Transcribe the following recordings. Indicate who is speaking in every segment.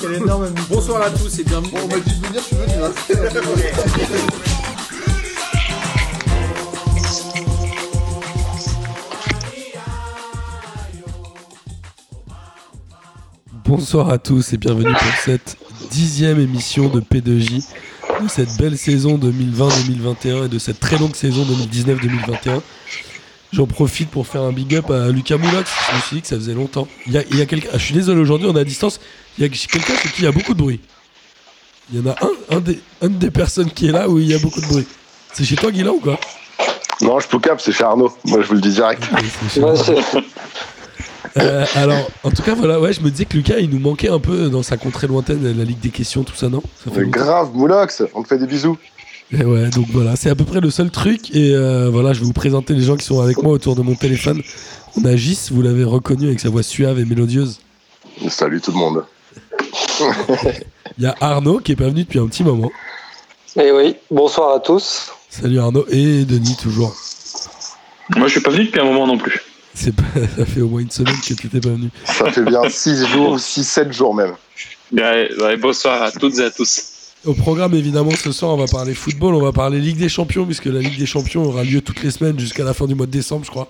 Speaker 1: Quel énorme
Speaker 2: Bonsoir à tous et bienvenue.
Speaker 3: Bon, on m'a dit de venir, je suis venu. hein.
Speaker 2: Bonsoir à tous et bienvenue pour cette dixième émission de P2J de cette belle saison 2020-2021 et de cette très longue saison 2019-2021. J'en profite pour faire un big up à Lucas Moulox. Je me suis dit que ça faisait longtemps. Il y a, il y a quelqu'un. ah, je suis désolé aujourd'hui, on est à distance. Il y a quelqu'un chez qui il y a beaucoup de bruit. Il y en a un, un des, une des personnes qui est là où il y a beaucoup de bruit. C'est chez toi, Guillaume, ou quoi
Speaker 3: Non, je peux cap, c'est chez Arnaud. Moi, je vous le dis direct.
Speaker 2: Euh, alors, en tout cas, voilà, ouais, je me disais que Lucas, il nous manquait un peu dans sa contrée lointaine, la Ligue des questions, tout ça, non Ça fait
Speaker 3: Mais
Speaker 2: longtemps.
Speaker 3: grave, Moulox, on te fait des bisous.
Speaker 2: Et ouais, donc voilà, c'est à peu près le seul truc. Et euh, voilà, je vais vous présenter les gens qui sont avec moi autour de mon téléphone. On a Gis, vous l'avez reconnu avec sa voix suave et mélodieuse.
Speaker 3: Salut tout le monde.
Speaker 2: Il y a Arnaud qui est pas venu depuis un petit moment.
Speaker 4: Eh oui, bonsoir à tous.
Speaker 2: Salut Arnaud et Denis toujours.
Speaker 5: Moi, je suis pas venu depuis un moment non plus.
Speaker 2: C'est pas, ça fait au moins une semaine que tu t'es pas venu.
Speaker 3: Ça fait bien 6 jours, 6, 7 jours même.
Speaker 5: Ouais, ouais, Bah, bonsoir à toutes et à tous.
Speaker 2: Au programme, évidemment, ce soir, on va parler football, on va parler Ligue des Champions, puisque la Ligue des Champions aura lieu toutes les semaines jusqu'à la fin du mois de décembre, je crois.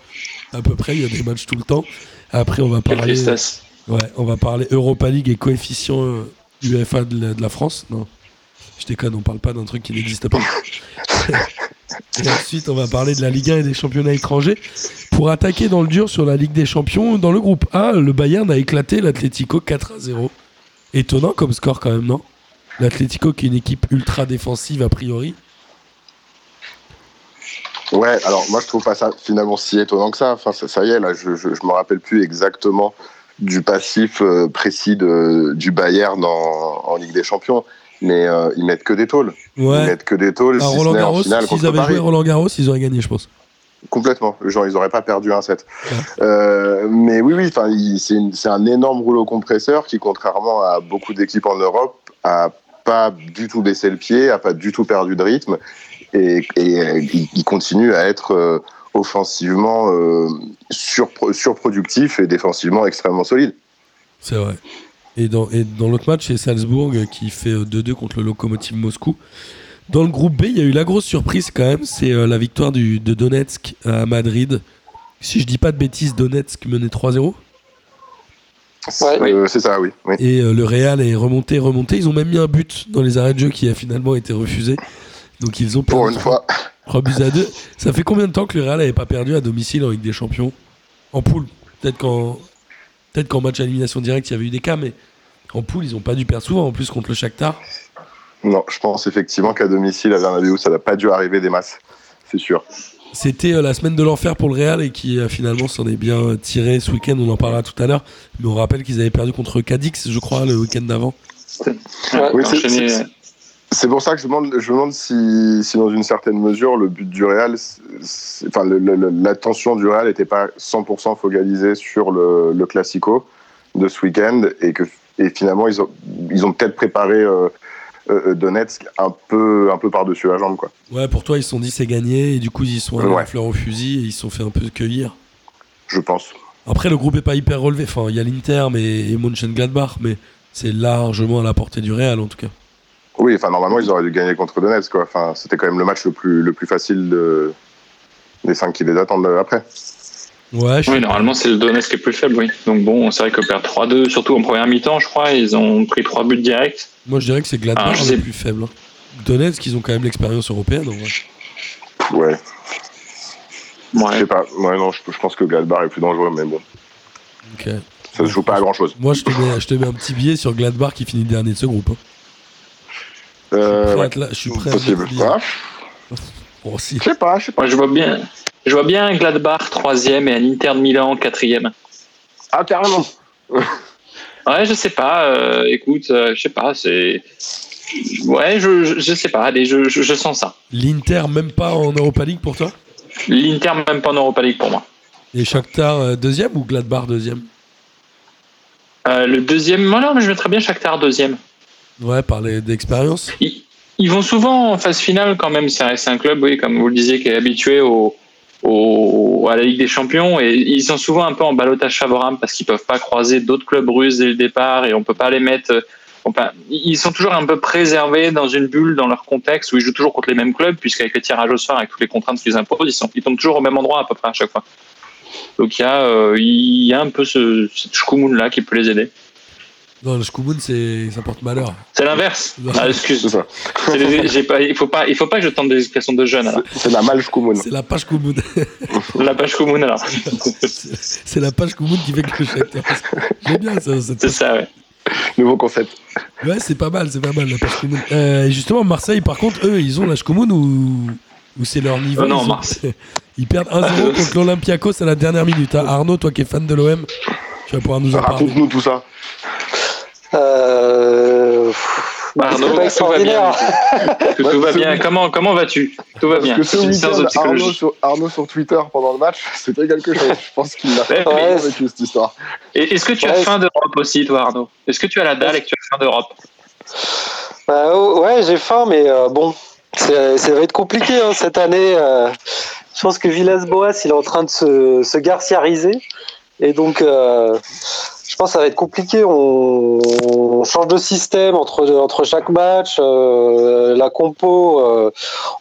Speaker 2: À peu près, il y a des matchs tout le temps. Après, on va
Speaker 5: Quelle
Speaker 2: parler,
Speaker 5: tristesse.
Speaker 2: ouais, on va parler Europa League et coefficient euh, UEFA de la, de la France. Non, je déconne, on parle pas d'un truc qui n'existe pas. et ensuite, on va parler de la Ligue 1 et des championnats étrangers. Pour attaquer dans le dur sur la Ligue des Champions, dans le groupe A, le Bayern a éclaté l'Atlético 4 à 0. Étonnant comme score quand même, non L'Atlético qui est une équipe ultra défensive a priori.
Speaker 3: Ouais, alors moi, je trouve pas ça finalement si étonnant que ça. Enfin, ça, ça y est, là, je, je, je me rappelle plus exactement du passif euh, précis de, du Bayern en, en Ligue des Champions. Mais euh, ils mettent que des tôles. Ils
Speaker 2: Ouais.
Speaker 3: mettent que des tôles.
Speaker 2: À
Speaker 3: si ce
Speaker 2: Bah, Roland
Speaker 3: n'est en
Speaker 2: Garros,
Speaker 3: finale
Speaker 2: s'ils
Speaker 3: contre
Speaker 2: avaient joué
Speaker 3: Paris.
Speaker 2: Roland Garros, ils auraient gagné, je pense.
Speaker 3: Complètement. Genre, ils n'auraient pas perdu un set.
Speaker 2: Ouais.
Speaker 3: Euh, mais oui, oui, enfin, il- c'est une- c'est un énorme rouleau compresseur qui, contrairement à beaucoup d'équipes en Europe, a pas du tout baissé le pied, a pas du tout perdu de rythme. Et, et, euh, il il continue à être euh, offensivement euh, surpro- surproductif et défensivement extrêmement solide.
Speaker 2: C'est vrai. Et dans, et dans l'autre match, c'est Salzbourg euh, qui fait euh, 2-2 contre le Lokomotiv Moscou. Dans le groupe B, il y a eu la grosse surprise quand même, c'est euh, la victoire du, de Donetsk à Madrid. Si je dis pas de bêtises, Donetsk menait 3-0.
Speaker 4: Ouais.
Speaker 3: Euh, C'est ça, oui. oui.
Speaker 2: Et euh, le Real est remonté, remonté. Ils ont même mis un but dans les arrêts de jeu qui a finalement été refusé. Donc ils ont
Speaker 3: Pour
Speaker 2: perdu
Speaker 3: une fois,
Speaker 2: 3 buts à 2. Ça fait combien de temps que le Real n'avait pas perdu à domicile en Ligue des Champions En poule. Peut-être qu'en peut qu'en match à élimination directe, il y avait eu des cas, mais en poule, ils n'ont pas dû perdre souvent. En plus, contre le Shakhtar.
Speaker 3: non, je pense effectivement qu'à domicile, à Bernabéu, ça n'a pas dû arriver des masses. C'est sûr.
Speaker 2: C'était euh, la semaine de l'enfer pour le Real et qui euh, finalement s'en est bien euh, tiré ce week-end. On en parlera tout à l'heure. Mais on rappelle qu'ils avaient perdu contre Cadix, je crois, le week-end d'avant.
Speaker 5: Ouais,
Speaker 3: Oui, c'est-
Speaker 5: enchaîné.
Speaker 3: c'est- C'est pour ça que je me demande, je me demande si, si, dans une certaine mesure, le but du Real, c'est- c'est- enfin, le- le- le- l'attention du Real n'était pas 100% focalisée sur le, le Classico de ce week-end et que et finalement, ils ont, ils ont peut-être préparé euh, euh, Donetsk un peu, un peu par-dessus la jambe. Quoi.
Speaker 2: Ouais, pour toi, ils se sont dit c'est gagné et du coup, ils sont allés
Speaker 3: Ouais.
Speaker 2: à la fleur au fusil et ils se sont fait un peu cueillir.
Speaker 3: Je pense.
Speaker 2: Après, le groupe est pas hyper relevé. Enfin, il y a l'Inter mais, et Mönchengladbach, mais c'est largement à la portée du Real en tout cas.
Speaker 3: Oui, enfin, normalement, ils auraient dû gagner contre Donetsk. Quoi. Enfin, C'était quand même le match le plus, le plus facile de- des cinq qui les attendent euh, après.
Speaker 2: Ouais, je
Speaker 5: Oui,
Speaker 2: suis-
Speaker 5: normalement, c'est le Donetsk qui est plus faible, oui. Donc bon, c'est vrai que perdre 3-2, surtout en première mi-temps, je crois, ils ont pris 3 buts directs.
Speaker 2: moi je dirais que c'est
Speaker 5: Ah,
Speaker 2: Gladbach
Speaker 5: je
Speaker 2: le
Speaker 5: sais-
Speaker 2: plus faible. hein. Donetsk, ils ont quand même l'expérience européenne en vrai.
Speaker 3: Ouais, je
Speaker 5: Ouais.
Speaker 3: sais pas. Ouais, non, je, je pense que Gladbach est plus dangereux, mais bon,
Speaker 2: Ok.
Speaker 3: ça se joue pas à grand-chose.
Speaker 2: euh, Moi, je te, mets, je te mets un petit billet sur Gladbach qui finit dernier de ce groupe. hein.
Speaker 3: Euh,
Speaker 2: Prêt à
Speaker 3: ouais,
Speaker 2: te la- Je suis prêt à te mettre
Speaker 3: possible.
Speaker 2: le billet.
Speaker 3: Ah,
Speaker 2: Bon, si.
Speaker 3: je sais pas, je sais pas.
Speaker 5: Moi, je vois bien. Je vois bien un Gladbach 3ème et un Inter de Milan 4ème.
Speaker 3: Ah, carrément.
Speaker 5: Ouais, je sais pas. euh, écoute, euh, je sais pas. C'est. Ouais, je, je, je sais pas. Allez, je, je, je sens ça.
Speaker 2: L'Inter, même pas en Europa League pour toi
Speaker 5: L'Inter, même pas en Europa League pour moi.
Speaker 2: Et Shakhtar euh, deuxième ou Gladbach deuxième
Speaker 5: Euh, le deuxième, moi non, mais je mettrais bien Shakhtar deuxième.
Speaker 2: Ouais, parler d'expérience.
Speaker 5: Ils, ils vont souvent en phase finale quand même. C'est un, c'est un club, oui, comme vous le disiez, qui est habitué au, au- au- à la Ligue des Champions et ils sont souvent un peu en balotage favorable parce qu'ils peuvent pas croiser d'autres clubs russes dès le départ et on peut pas les mettre. euh, on peut- ils sont toujours un peu préservés dans une bulle, dans leur contexte où ils jouent toujours contre les mêmes clubs, puisqu'avec le tirage au sort, avec toutes les contraintes qu'ils imposent, ils, sont, ils tombent toujours au même endroit à peu près à chaque fois. Donc il y a, euh, il y a un peu ce, cette schkoumoune là qui peut les aider.
Speaker 2: Non, le Shkumun, c'est ça porte malheur.
Speaker 5: C'est l'inverse. Ah,
Speaker 3: C'est
Speaker 5: excuse.
Speaker 3: ça.
Speaker 5: C'est les- j'ai pas, il faut pas, il faut pas que je tente des expressions de jeunes. alors.
Speaker 3: C'est- C'est la mal Shkumun.
Speaker 2: C'est la page Shkumun.
Speaker 5: La page commune alors.
Speaker 2: c'est la page Shkumun qui fait que le Shakhtar. J'aime bien ça. cette-
Speaker 5: C'est ça. Ouais.
Speaker 3: Nouveau concept.
Speaker 2: Ouais, c'est pas mal, c'est pas mal la page Shkumun. Euh, justement, Marseille, par contre, eux, ils ont la Shkumun ou, ou c'est leur niveau
Speaker 5: Euh, non,
Speaker 2: ils, ont-
Speaker 5: Marseille.
Speaker 2: ils perdent 1-0 contre l'Olympiakos à la dernière minute. hein. Arnaud, toi qui es fan de l'OM, tu vas pouvoir nous en parler.
Speaker 3: Raconte-nous Ah, tout ça.
Speaker 4: Euh...
Speaker 5: Bah,
Speaker 4: c'est pas
Speaker 5: Arnaud, tout va bien.
Speaker 4: extraordinaire.
Speaker 5: Tout, tout va bien. Comment, comment vas-tu Tout va
Speaker 3: Parce
Speaker 5: bien.
Speaker 3: que ce
Speaker 5: C'est une séance de
Speaker 3: week-end, Arnaud
Speaker 5: psychologie.
Speaker 3: sur, Arnaud sur Twitter pendant le match, c'était quelque chose. Je pense qu'il n'a
Speaker 5: Ouais,
Speaker 3: pas
Speaker 4: mais-
Speaker 3: bien vécu cette histoire.
Speaker 5: Eh Et- Est-ce que tu as
Speaker 4: Ouais.
Speaker 5: faim d'Europe aussi, toi, Arnaud Est-ce que tu as la dalle et que tu as faim d'Europe
Speaker 4: Bah, oh, ouais, j'ai faim, mais euh, bon, c'est- ça va être compliqué hein, cette année. euh, je pense que Villas-Boas, il est en train de se, se garciariser. Et donc, euh, je pense que ça va être compliqué. On, on change de système entre, entre chaque match. euh, la compo, euh,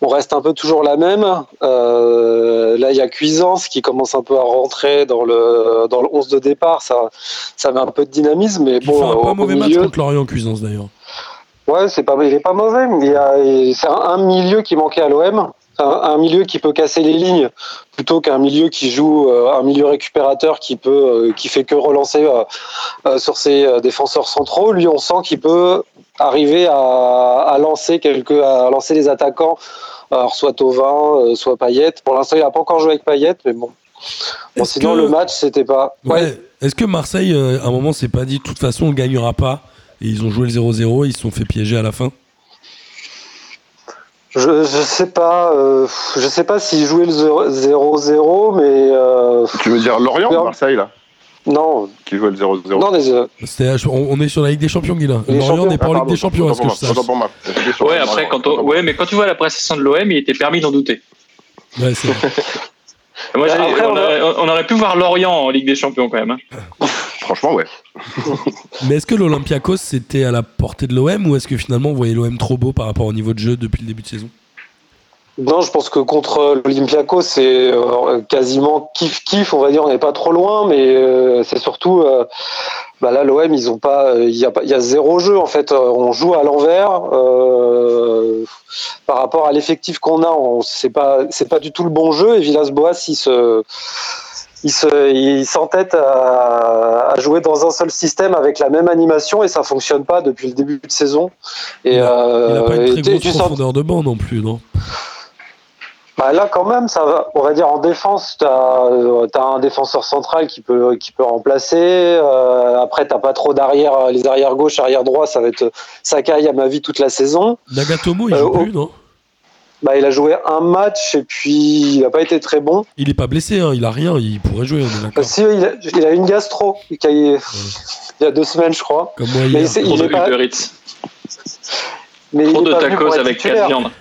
Speaker 4: on reste un peu toujours la même. Euh, là, il y a Cuisance qui commence un peu à rentrer dans le, dans le 11 de départ. Ça, ça met un peu de dynamisme. Mais
Speaker 2: Ils
Speaker 4: bon,
Speaker 2: font
Speaker 4: euh,
Speaker 2: un
Speaker 4: au-
Speaker 2: pas
Speaker 4: au
Speaker 2: mauvais match
Speaker 4: milieu-
Speaker 2: contre l'Orient Cuisance d'ailleurs.
Speaker 4: Ouais, c'est pas, il est pas mauvais, mais il y a- il- c'est un, un milieu qui manquait à l'OM, un, un milieu qui peut casser les lignes plutôt qu'un milieu qui joue, euh, un milieu récupérateur qui peut, euh, qui fait que relancer euh, euh, sur ses euh, défenseurs centraux. Lui, on sent qu'il peut arriver à, à lancer quelques, à lancer les attaquants, alors soit Tovin, euh, soit Payet. Pour l'instant, il a pas encore joué avec Payet, mais bon. Bon,
Speaker 2: Est-ce
Speaker 4: sinon
Speaker 2: que-
Speaker 4: le match, c'était pas.
Speaker 2: Ouais. Est-ce que Marseille, euh, à un moment, s'est pas dit, de toute façon, on gagnera pas Et ils ont joué le 0-0, ils se sont fait piéger à la fin.
Speaker 4: Je, je sais pas, euh, je sais pas s'ils jouaient le 0-0, mais euh,
Speaker 3: Tu veux dire Lorient ou Marseille, là,
Speaker 4: non,
Speaker 3: qui joue le 0-0
Speaker 4: non, les, euh,
Speaker 2: C'était- je- On on est sur la Ligue des Champions, Guilin.
Speaker 4: Les
Speaker 2: L'Orient
Speaker 4: champions.
Speaker 2: n'est pas en
Speaker 3: Ah,
Speaker 2: Ligue des Champions, est-ce que je sache
Speaker 5: Ouais, après, quand on... ouais, mais quand tu vois la prestation de l'OM, il était permis d'en douter.
Speaker 2: Ouais, c'est vrai.
Speaker 5: Moi,
Speaker 4: Bah,
Speaker 5: j'ai-
Speaker 4: après,
Speaker 5: on,
Speaker 4: on a-
Speaker 5: aurait, on aurait pu voir Lorient en Ligue des Champions quand même. hein.
Speaker 3: Franchement, ouais.
Speaker 2: Mais est-ce que l'Olympiakos, c'était à la portée de l'OM ou est-ce que finalement, on voyait l'OM trop beau par rapport au niveau de jeu depuis le début de saison
Speaker 4: non, je pense que contre l'Olympiaco, c'est euh, quasiment kiff kiff, on va dire, on n'est pas trop loin, mais euh, c'est surtout, euh, bah là, l'OM, ils ont pas, euh, il y a pas, il y a zéro jeu en fait, Euh, on joue à l'envers euh, par rapport à l'effectif qu'on a, on c'est pas, c'est pas du tout le bon jeu et Villas-Boas, il se il se- il s'entête à, à jouer dans un seul système avec la même animation et ça fonctionne pas depuis le début de saison. Et,
Speaker 2: Il a- Il n'a
Speaker 4: euh,
Speaker 2: pas
Speaker 4: et
Speaker 2: une
Speaker 4: tu-
Speaker 2: très
Speaker 4: tu
Speaker 2: grosse
Speaker 4: sens-
Speaker 2: profondeur de banc non plus, non
Speaker 4: Bah là, quand même, ça va. On va dire en défense, t'as euh, t'as un défenseur central qui peut qui peut remplacer. Euh, après, t'as pas trop d'arrière, euh, les arrières gauche, arrière droit, ça va être Sakai à ma vie toute la saison.
Speaker 2: Nagatomo, il
Speaker 4: Euh,
Speaker 2: joue
Speaker 4: oh.
Speaker 2: plus, non
Speaker 4: Bah, il a joué un match et puis il a pas été très bon.
Speaker 2: Il est pas blessé, hein, il a rien, il pourrait jouer, on est
Speaker 4: Euh,
Speaker 2: d'accord.
Speaker 4: si, il a, il a une gastro qui a- il y a deux semaines, je crois.
Speaker 2: Comme moi
Speaker 4: Mais
Speaker 2: hier.
Speaker 4: c'est-
Speaker 5: Trop
Speaker 4: il
Speaker 5: de
Speaker 4: est pas,
Speaker 5: Uber Eats.
Speaker 4: mais
Speaker 5: Trop
Speaker 4: il est
Speaker 5: de
Speaker 4: pas venu pour
Speaker 5: tacos
Speaker 4: être
Speaker 5: avec
Speaker 4: titulaire.
Speaker 5: 4 viandes.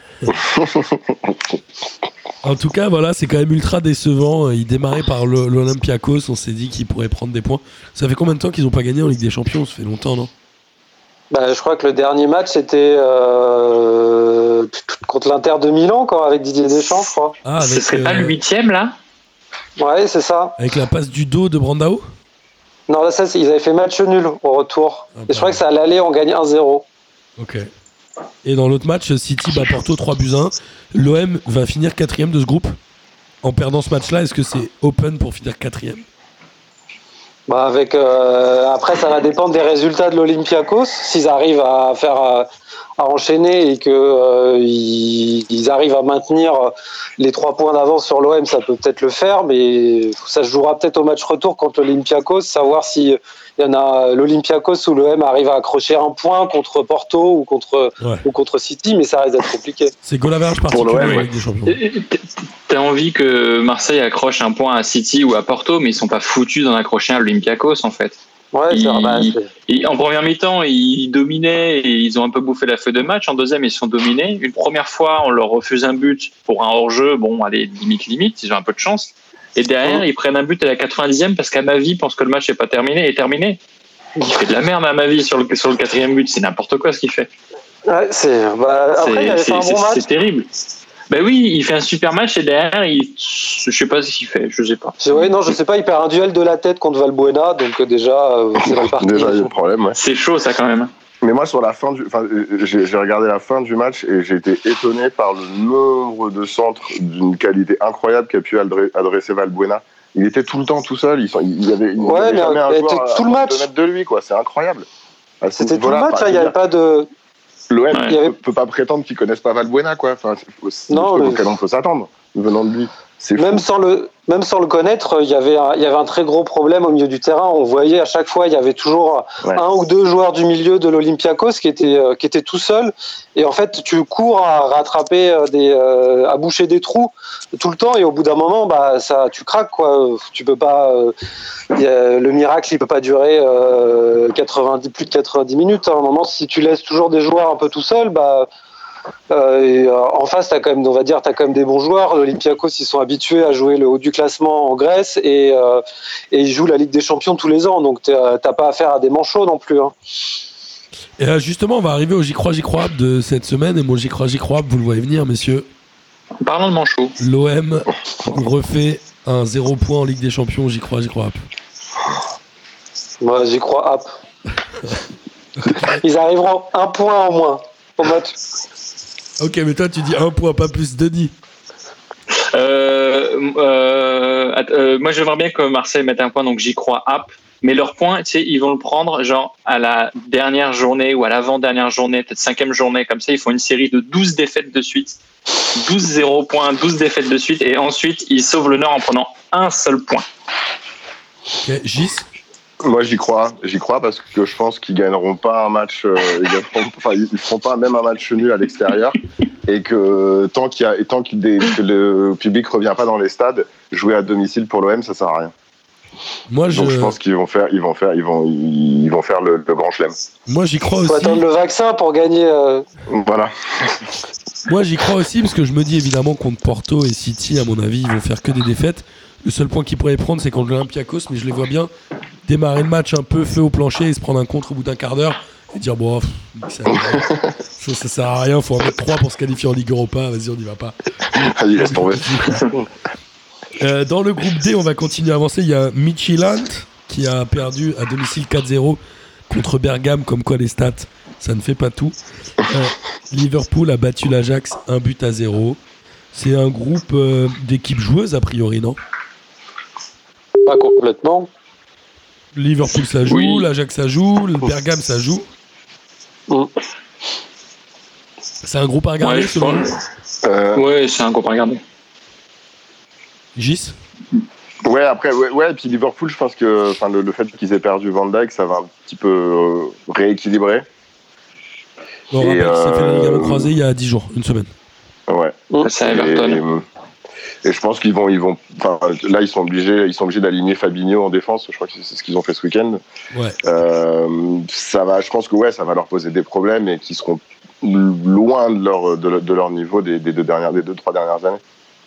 Speaker 2: En tout cas, voilà, c'est quand même ultra décevant. Il démarrait par le- l'Olympiakos, on s'est dit qu'il pourrait prendre des points. Ça fait combien de temps qu'ils n'ont pas gagné en Ligue des Champions Ça fait longtemps, non
Speaker 4: Bah, je crois que le dernier match c'était euh, contre l'Inter de Milan, quand avec Didier Deschamps, je crois.
Speaker 2: Ah,
Speaker 5: Ce serait pas
Speaker 2: euh,
Speaker 5: le huitième là
Speaker 4: Ouais, c'est ça.
Speaker 2: avec la passe du dos de Brandao
Speaker 4: Non, là, ça, c'est- ils avaient fait match nul au retour.
Speaker 2: Ah,
Speaker 4: et je crois
Speaker 2: pardon.
Speaker 4: que ça allait aller, on gagne 1-0.
Speaker 2: Ok. Et dans l'autre match, City bat Porto 3 buts 1. L'OM va finir quatrième de ce groupe. En perdant ce match-là, est-ce que c'est open pour finir quatrième
Speaker 4: Bah, avec, euh, après, ça va dépendre des résultats de l'Olympiakos. S'ils arrivent à faire euh, à enchaîner et que euh, ils, ils arrivent à maintenir euh, les trois points d'avance sur l'OM, ça peut peut-être le faire, mais ça se jouera peut-être au match retour contre l'Olympiakos, savoir si euh, il y en a l'Olympiakos ou l'OM arrive à accrocher un point contre Porto ou contre
Speaker 2: Ouais.
Speaker 4: ou contre City, mais ça risque d'être compliqué.
Speaker 2: C'est Golaverge
Speaker 3: Pour
Speaker 2: particulier
Speaker 3: l'OM,
Speaker 2: en
Speaker 3: ouais.
Speaker 2: Ligue des
Speaker 5: Euh,
Speaker 2: Champions.
Speaker 5: T'as envie que Marseille accroche un point à City ou à Porto, mais ils sont pas foutus d'en accrocher un à l'Olympiakos en fait.
Speaker 4: Ouais, c'est bah,
Speaker 5: Il-
Speaker 4: c'est-
Speaker 5: Et en première mi-temps, ils dominaient et ils ont un peu bouffé la feuille de match. En deuxième, ils sont dominés. Une première fois, on leur refuse un but pour un hors-jeu. Bon, allez, limite, limite, ils ont un peu de chance. Et derrière, ils prennent un but à la 90e parce qu'Amavi pense que le match n'est pas terminé. Est terminé. Il fait de la merde Amavi sur le, sur le quatrième but. C'est n'importe quoi ce qu'il fait.
Speaker 4: ouais, c'est- bah, après, il
Speaker 5: C'est-
Speaker 4: avait fait
Speaker 5: C'est
Speaker 4: un
Speaker 5: c'est-
Speaker 4: bon match.
Speaker 5: c'est terrible. Ben oui, il fait un super match et derrière, il, je sais pas ce qu'il fait. Je sais pas.
Speaker 4: Je- Ouais, non, je sais pas, il perd un duel de la tête contre Valbuena, donc euh, déjà, euh, c'est mal parti.
Speaker 3: Déjà, il y a le problème, ouais.
Speaker 5: C'est chaud ça quand même.
Speaker 3: Mais moi, sur la fin du, enfin, euh, j'ai j'ai regardé la fin du match et j'ai été étonné par le nombre de centres d'une qualité incroyable qu'a pu adre- adresser Valbuena. Il était tout le temps tout seul. Il s'en- il y avait, il y
Speaker 4: Ouais,
Speaker 3: avait
Speaker 4: mais
Speaker 3: jamais un
Speaker 4: il était
Speaker 3: joueur à
Speaker 4: tout le
Speaker 3: moins de
Speaker 4: match.
Speaker 3: deux mètres de lui, quoi. C'est incroyable. À ce
Speaker 4: C'était tout le
Speaker 3: niveau-là,
Speaker 4: match,
Speaker 3: enfin,
Speaker 4: hein, il n'y
Speaker 3: je veux
Speaker 4: avait pas de.
Speaker 3: dire, L'OM
Speaker 5: Ouais.
Speaker 4: il y avait-
Speaker 3: peut, peut pas prétendre qu'ils connaissent pas Valbuena, quoi. Enfin, c'est- faut- c'est
Speaker 4: Non,
Speaker 3: des trucs
Speaker 4: mais-
Speaker 3: auxquels on peut s'attendre venant de lui. C'est fou.
Speaker 4: Même sans le, même sans le connaître, euh, il y avait un, il y avait un très gros problème au milieu du terrain. On voyait à chaque fois, il y avait toujours
Speaker 3: Ouais.
Speaker 4: un ou deux joueurs du milieu de l'Olympiakos qui étaient, euh, qui étaient tout seuls. Et en fait, tu cours à rattraper euh, des, euh, à boucher des trous tout le temps. Et au bout d'un moment, bah, ça, tu craques, quoi. Tu peux pas, euh, il y a- le miracle, il peut pas durer euh, 90, plus de 90 minutes. À un moment, si tu laisses toujours des joueurs un peu tout seuls, bah, euh, et, euh, en face, t'as quand même, on va dire, t'as quand même des bons joueurs. L'Olympiakos, ils sont habitués à jouer le haut du classement en Grèce et, euh, et ils jouent la Ligue des Champions tous les ans. Donc t'as t'as pas affaire à des manchots non plus. hein.
Speaker 2: Et euh, justement, on va arriver au J'y crois, J'y crois de cette semaine. Et mon J'y crois, J'y crois, vous le voyez venir, messieurs.
Speaker 5: Parlons de Manchot.
Speaker 2: L'OM refait un 0 point en Ligue des Champions. J'y crois, J'y crois.
Speaker 4: Moi, j'y crois. hop. Ils arriveront un point en moins. au match.
Speaker 2: Ok, mais toi, tu dis un point, pas plus, Denis.
Speaker 5: Euh, euh, att- euh, moi, j'aimerais bien que Marseille mette un point, donc j'y crois app. Mais leur point, tu sais, ils vont le prendre genre à la dernière journée ou à l'avant-dernière journée, peut-être cinquième journée, comme ça, ils font une série de 12 défaites de suite. 12 0 points, 12 défaites de suite, et ensuite, ils sauvent le Nord en prenant un seul point.
Speaker 2: Ok, Gis.
Speaker 3: Moi, j'y crois. J'y crois parce que je pense qu'ils gagneront pas un match. euh, ils gagneront- enfin, ils ils feront pas même un match nul à l'extérieur. Et que tant qu'il y a, et tant qu'il des- que le public revient pas dans les stades, jouer à domicile pour l'OM, ça sert à rien.
Speaker 2: Moi, je,
Speaker 3: Donc, je pense qu'ils vont faire, ils vont faire, ils vont, ils vont faire le, le grand chelem.
Speaker 2: moi, j'y crois
Speaker 4: Faut
Speaker 2: aussi.
Speaker 4: attendre le vaccin pour gagner. euh,
Speaker 3: Voilà.
Speaker 2: Moi, j'y crois aussi parce que je me dis évidemment contre Porto et City, à mon avis, ils vont faire que des défaites. Le seul point qu'ils pourraient prendre, c'est contre l'Olympiakos, mais je les vois bien démarrer le match un peu feu au plancher et se prendre un contre au bout d'un quart d'heure et dire bon, pff, ça, ça, ça sert à rien, faut en mettre 3 pour se qualifier en Ligue Europa, vas-y, on n'y va pas.
Speaker 3: Allez, laisse tomber.
Speaker 2: Euh, dans le groupe D, on va continuer à avancer. Il y a Michiland qui a perdu à domicile 4-0 contre Bergame, comme quoi les stats, ça ne fait pas tout. Euh, Liverpool a battu l'Ajax 1 but à 0. C'est un groupe euh, d'équipes joueuses, a priori, non
Speaker 4: pas complètement.
Speaker 2: Liverpool, ça joue,
Speaker 5: Oui. Oh.
Speaker 2: l'Ajax, ça joue, le Bergame, ça joue.
Speaker 4: Mm.
Speaker 2: C'est un groupe à regarder,
Speaker 5: Ouais, je
Speaker 2: selon vous
Speaker 5: pense-
Speaker 3: Euh,
Speaker 5: ouais, c'est un groupe à regarder.
Speaker 2: Gis
Speaker 3: ouais, après, ouais, ouais, et puis Liverpool, je pense que, enfin, le, le fait qu'ils aient perdu Van Dijk, ça va un petit peu euh, rééquilibrer.
Speaker 2: On
Speaker 3: Et,
Speaker 2: rappelle que ça fait le
Speaker 3: euh,
Speaker 2: ligament croisé il y a 10 jours, une semaine.
Speaker 3: Ouais.
Speaker 5: Ça,
Speaker 3: Et,
Speaker 5: Everton.
Speaker 3: et je pense qu'ils vont, ils vont. enfin, Là, ils sont obligés, ils sont obligés d'aligner Fabinho en défense. Je crois que c'est ce qu'ils ont fait ce week-end.
Speaker 2: Ouais.
Speaker 3: Euh, ça va. Je pense que ouais, ça va leur poser des problèmes et qu'ils seront loin de leur de, leur- de leur niveau des, des deux dernières, des deux trois dernières années.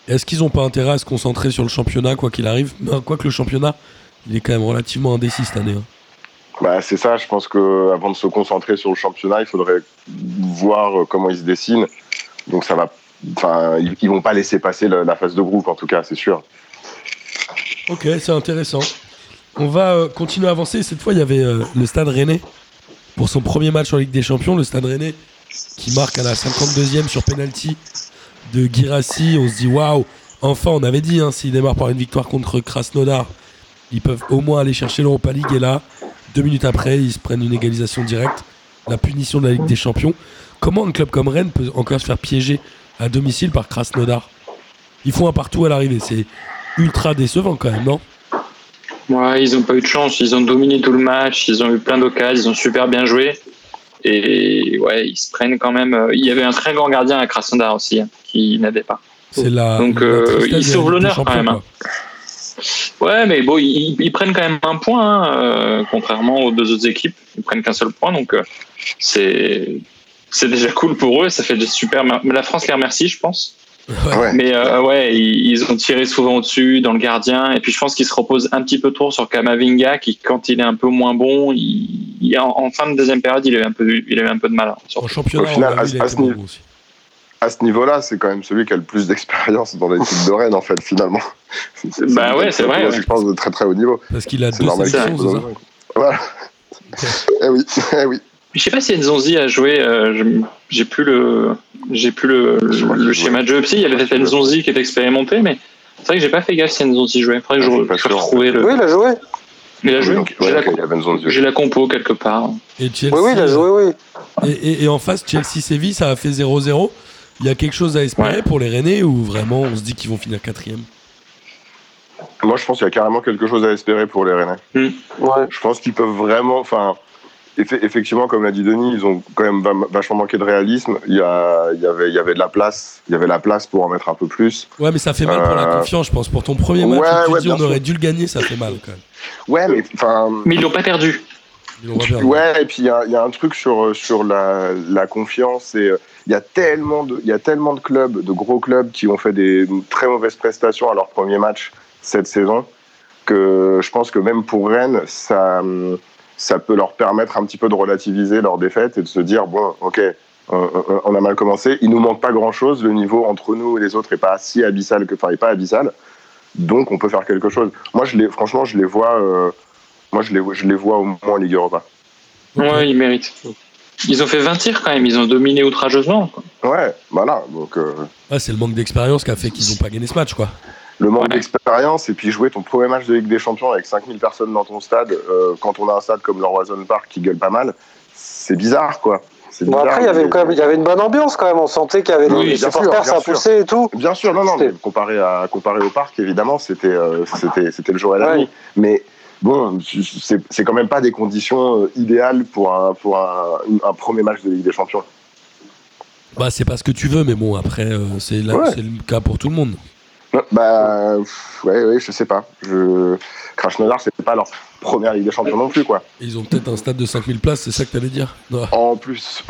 Speaker 2: Est-ce qu'ils n'ont pas intérêt à se concentrer sur le championnat, quoi qu'il arrive Ben, Quoique le championnat, il est quand même relativement indécis cette année. hein.
Speaker 3: Bah, c'est ça. Je pense que avant de se concentrer sur le championnat, il faudrait voir comment ils se dessinent. Donc ça va. Enfin, ils ils vont pas laisser passer la, la phase de groupe en tout cas, c'est sûr.
Speaker 2: Ok, c'est intéressant. On va euh, continuer à avancer. Cette fois, il y avait euh, le Stade Rennais pour son premier match en Ligue des Champions. Le Stade Rennais qui marque à la 52e sur penalty de Girassi. On se dit waouh, enfin, on avait dit, hein, s'ils démarrent par une victoire contre Krasnodar, ils peuvent au moins aller chercher l'Europa League. Et là, deux minutes après, ils se prennent une égalisation directe, la punition de la Ligue des Champions. Comment un club comme Rennes peut encore se faire piéger à domicile par Krasnodar Ils font un partout à l'arrivée. C'est ultra décevant quand même, non
Speaker 5: Ouais, ils n'ont pas eu de chance. Ils ont dominé tout le match. Ils ont eu plein d'occasions. Ils ont super bien joué. Et ouais, ils se prennent quand même. euh, Il y avait un très grand gardien à Krasnodar aussi, hein, qui n'aidait pas.
Speaker 2: C'est la.
Speaker 5: Donc,
Speaker 2: la
Speaker 5: euh,
Speaker 2: tristesse
Speaker 5: il
Speaker 2: de la
Speaker 5: sauve
Speaker 2: Ligue des
Speaker 5: l'honneur
Speaker 2: Champions,
Speaker 5: quand même,
Speaker 2: quoi.
Speaker 5: hein. Ouais, mais bon, ils, ils prennent quand même un point, hein, euh, contrairement aux deux autres équipes. Ils prennent qu'un seul point, donc euh, c'est c'est déjà cool pour eux. Ça fait déjà super. mar- Mais la France les remercie, je pense.
Speaker 3: Ouais.
Speaker 5: Mais euh, ouais, ils, ils ont tiré souvent au-dessus dans le gardien. Et puis je pense qu'ils se reposent un petit peu trop sur Kamavinga, qui quand il est un peu moins bon, il, il- en, en fin de deuxième période, il avait un peu, il avait un peu de mal. hein, surtout.
Speaker 2: En championnat,
Speaker 3: Au final,
Speaker 2: on a vu, il a
Speaker 3: à- à
Speaker 2: été
Speaker 3: ce niveau-
Speaker 2: bon aussi.
Speaker 3: À ce niveau-là, c'est quand même celui qui a le plus d'expérience dans l'équipe de Rennes, en fait, finalement. C'est- c'est-
Speaker 5: Bah ouais, c'est vrai,
Speaker 3: une
Speaker 5: ouais.
Speaker 3: expérience de très très haut niveau.
Speaker 2: Parce qu'il a
Speaker 3: C'est
Speaker 2: deux
Speaker 3: normal.
Speaker 2: sélections,
Speaker 3: qu'il y ait
Speaker 2: c'est ça
Speaker 3: besoin. Voilà. eh oui, eh oui.
Speaker 5: Je sais pas si Nzonzi a joué. euh, je- j'ai plus le, j'ai plus le,
Speaker 3: Je crois
Speaker 5: le
Speaker 3: qu'il
Speaker 5: schéma de jeu. Si, il y avait peut-être Nzonzi qui était expérimenté, mais c'est vrai que j'ai pas fait gaffe si Nzonzi jouait. Faudrait que je,
Speaker 3: Je suis pas
Speaker 5: je
Speaker 3: sûr.
Speaker 5: retrouvais le.
Speaker 4: Oui, il a joué.
Speaker 5: Il a joué.
Speaker 3: Donc,
Speaker 5: J'ai
Speaker 3: ouais,
Speaker 5: la-
Speaker 3: ok, il y a Van Zonzi.
Speaker 5: J'ai la compo quelque part.
Speaker 2: Et Chelsea, euh,
Speaker 4: Oui, oui, il a joué, oui.
Speaker 2: Et, et- et en face, Chelsea-Séville, ça a fait 0-0. Il y a quelque chose à espérer
Speaker 5: Ouais.
Speaker 2: pour les Rennais ou vraiment on se dit qu'ils vont finir quatrième
Speaker 3: Moi, je pense qu'il y a carrément quelque chose à espérer pour les Rennais.
Speaker 4: Ouais.
Speaker 3: Je pense qu'ils peuvent vraiment. Enfin, effe- effectivement, comme l'a dit Denis, ils ont quand même va- vachement manqué de réalisme. Il y, a, il, y avait, il y avait de la place. Il y avait la place pour en mettre un peu plus.
Speaker 2: Ouais, mais ça fait mal pour la
Speaker 3: Euh,
Speaker 2: confiance, je pense. Pour ton premier match,
Speaker 3: ouais,
Speaker 2: où tu
Speaker 3: ouais,
Speaker 2: dis,
Speaker 3: bien
Speaker 2: on
Speaker 3: sûr.
Speaker 2: aurait dû le gagner, ça fait mal quand même.
Speaker 3: Ouais, mais enfin.
Speaker 5: Mais ils l'ont pas perdu.
Speaker 2: Ils l'ont perdu.
Speaker 3: Ouais, et puis il y a, il y a un truc sur, sur la, la confiance. Et euh, il y, a tellement de, il y a tellement de clubs, de gros clubs, qui ont fait des très mauvaises prestations à leur premier match cette saison, que je pense que même pour Rennes, ça, hum, ça peut leur permettre un petit peu de relativiser leur défaite et de se dire bon, ok, on, on- on a mal commencé, il nous manque pas grand-chose, le niveau entre nous et les autres est pas si abyssal que, enfin, est pas abyssal, donc on peut faire quelque chose. Moi, je les, franchement, je les vois. euh, moi, je les, je les vois au moins en Ligue Europa.
Speaker 2: Ok.
Speaker 5: Ouais, ils méritent. Ils ont fait 20 tirs quand même. Ils ont dominé outrageusement. quoi.
Speaker 3: Ouais, voilà. Donc euh,
Speaker 2: Ouais, Ah, c'est le manque d'expérience qui a fait qu'ils n'ont pas gagné ce match, quoi.
Speaker 3: le manque
Speaker 5: Ouais.
Speaker 3: d'expérience et puis jouer ton premier match de Ligue des Champions avec 5000 personnes dans ton stade, euh, quand on a un stade comme le Roison Park qui gueule pas mal, c'est bizarre quoi. C'est
Speaker 4: Bon,
Speaker 3: bizarre,
Speaker 4: après, il y avait
Speaker 3: mais-
Speaker 4: quand même, il y avait une bonne ambiance quand même. On sentait qu'il y avait
Speaker 3: Oui,
Speaker 4: des
Speaker 3: bien sûr,
Speaker 4: supporters,
Speaker 3: bien
Speaker 4: ça
Speaker 3: sûr.
Speaker 4: poussait et tout.
Speaker 3: Bien sûr, non, non, mais
Speaker 4: C'était-
Speaker 3: comparé, à, comparé au parc, évidemment, c'était euh, c'était c'était le jour et la
Speaker 4: Ouais.
Speaker 3: nuit. Mais bon, c'est c'est quand même pas des conditions euh, idéales pour un, pour un, un premier match de Ligue des Champions.
Speaker 2: Bah, c'est pas ce que tu veux, mais bon, après, euh, c'est là-
Speaker 3: Ouais.
Speaker 2: c'est le cas pour tout le monde.
Speaker 3: Non, Bah, pff, ouais, ouais, je sais pas. Je... Krasnodar, c'est pas leur première Ligue des Champions non plus, quoi.
Speaker 2: Ils ont peut-être un stade de 5000 places, c'est ça que t'allais dire Non,
Speaker 3: En plus,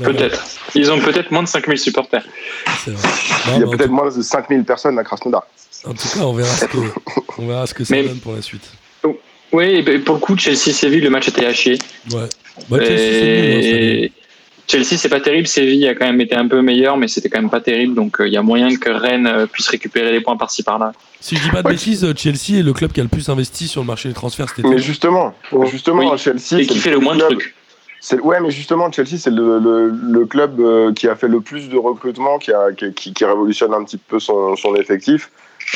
Speaker 2: non,
Speaker 5: Peut-être. Ils ont peut-être moins de 5000 supporters.
Speaker 2: c'est vrai. Non,
Speaker 3: il y
Speaker 2: mais
Speaker 3: a
Speaker 2: en
Speaker 3: peut-être moins de 5000 personnes à Krasnodar.
Speaker 2: tout- en tout cas, on verra ce que, on verra ce que ça
Speaker 5: Mais-
Speaker 2: donne pour la suite.
Speaker 5: Oui, et ben, pour le coup, Chelsea-Séville, le match était à chier.
Speaker 2: Ouais. Bah, Chelsea, c'est nul, hein, cette année.
Speaker 5: Et Chelsea, c'est pas terrible. Séville a quand même été un peu meilleur, mais c'était quand même pas terrible. Donc, euh, il y a moyen que Rennes euh, puisse récupérer les points par-ci par-là.
Speaker 2: Si je dis pas de
Speaker 3: Ouais.
Speaker 2: bêtises, euh, Chelsea est le club qui a le plus investi sur le marché des transferts cet été.
Speaker 3: Mais justement,
Speaker 4: Ouais.
Speaker 3: justement,
Speaker 5: Oui.
Speaker 3: Chelsea.
Speaker 5: Et
Speaker 3: c'est
Speaker 5: qui fait le moins de
Speaker 3: club-
Speaker 5: trucs.
Speaker 3: c'est- Ouais, mais justement, Chelsea, c'est le, le- le club euh, qui a fait le plus de recrutement, qui, a- qui, qui- qui révolutionne un petit peu son, son effectif.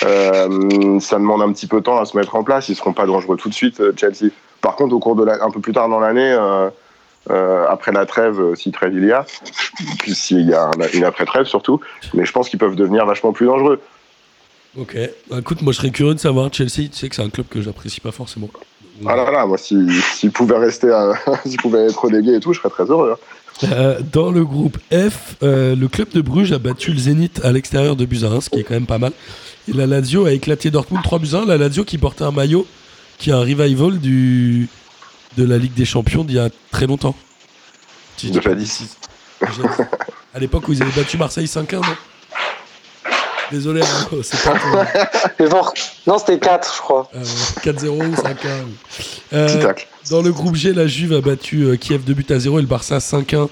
Speaker 3: Euh, ça demande un petit peu de temps à se mettre en place. Ils seront pas dangereux tout de suite, euh, Chelsea. Par contre, au cours de la- un peu plus tard dans l'année, euh, euh, après la trêve, euh, si trêve il y a, puis s'il y a un- une après trêve surtout, mais je pense qu'ils peuvent devenir vachement plus dangereux.
Speaker 2: Ok. Bah, écoute, moi je serais curieux de savoir Chelsea. Tu sais que c'est un club que j'apprécie pas forcément. Donc,
Speaker 3: Ah là là, moi, si- s'ils pouvaient rester, à- s'ils pouvaient être relégués et tout, je serais très heureux. hein.
Speaker 2: Euh, dans le groupe F, euh, le club de Bruges a battu le Zénith à l'extérieur de Buzarin, ce qui est quand même pas mal. Et la Lazio a éclaté Dortmund 3 buts à 1. La Lazio qui portait un maillot qui est un revival du de la Ligue des Champions d'il y a très longtemps. Si je dis pas de
Speaker 3: Jadis.
Speaker 2: bêtises. Jadis. À l'époque où ils avaient battu Marseille 5-1, non Désolé, hein, c'est pas ton-
Speaker 4: Et bon, non, c'était 4, je crois.
Speaker 2: euh, 4-0 ou 5-1.
Speaker 3: Petit
Speaker 2: Euh,
Speaker 3: tacle.
Speaker 2: dans le groupe G, la Juve a battu euh, Kiev 2 buts à 0 et le Barça 5-1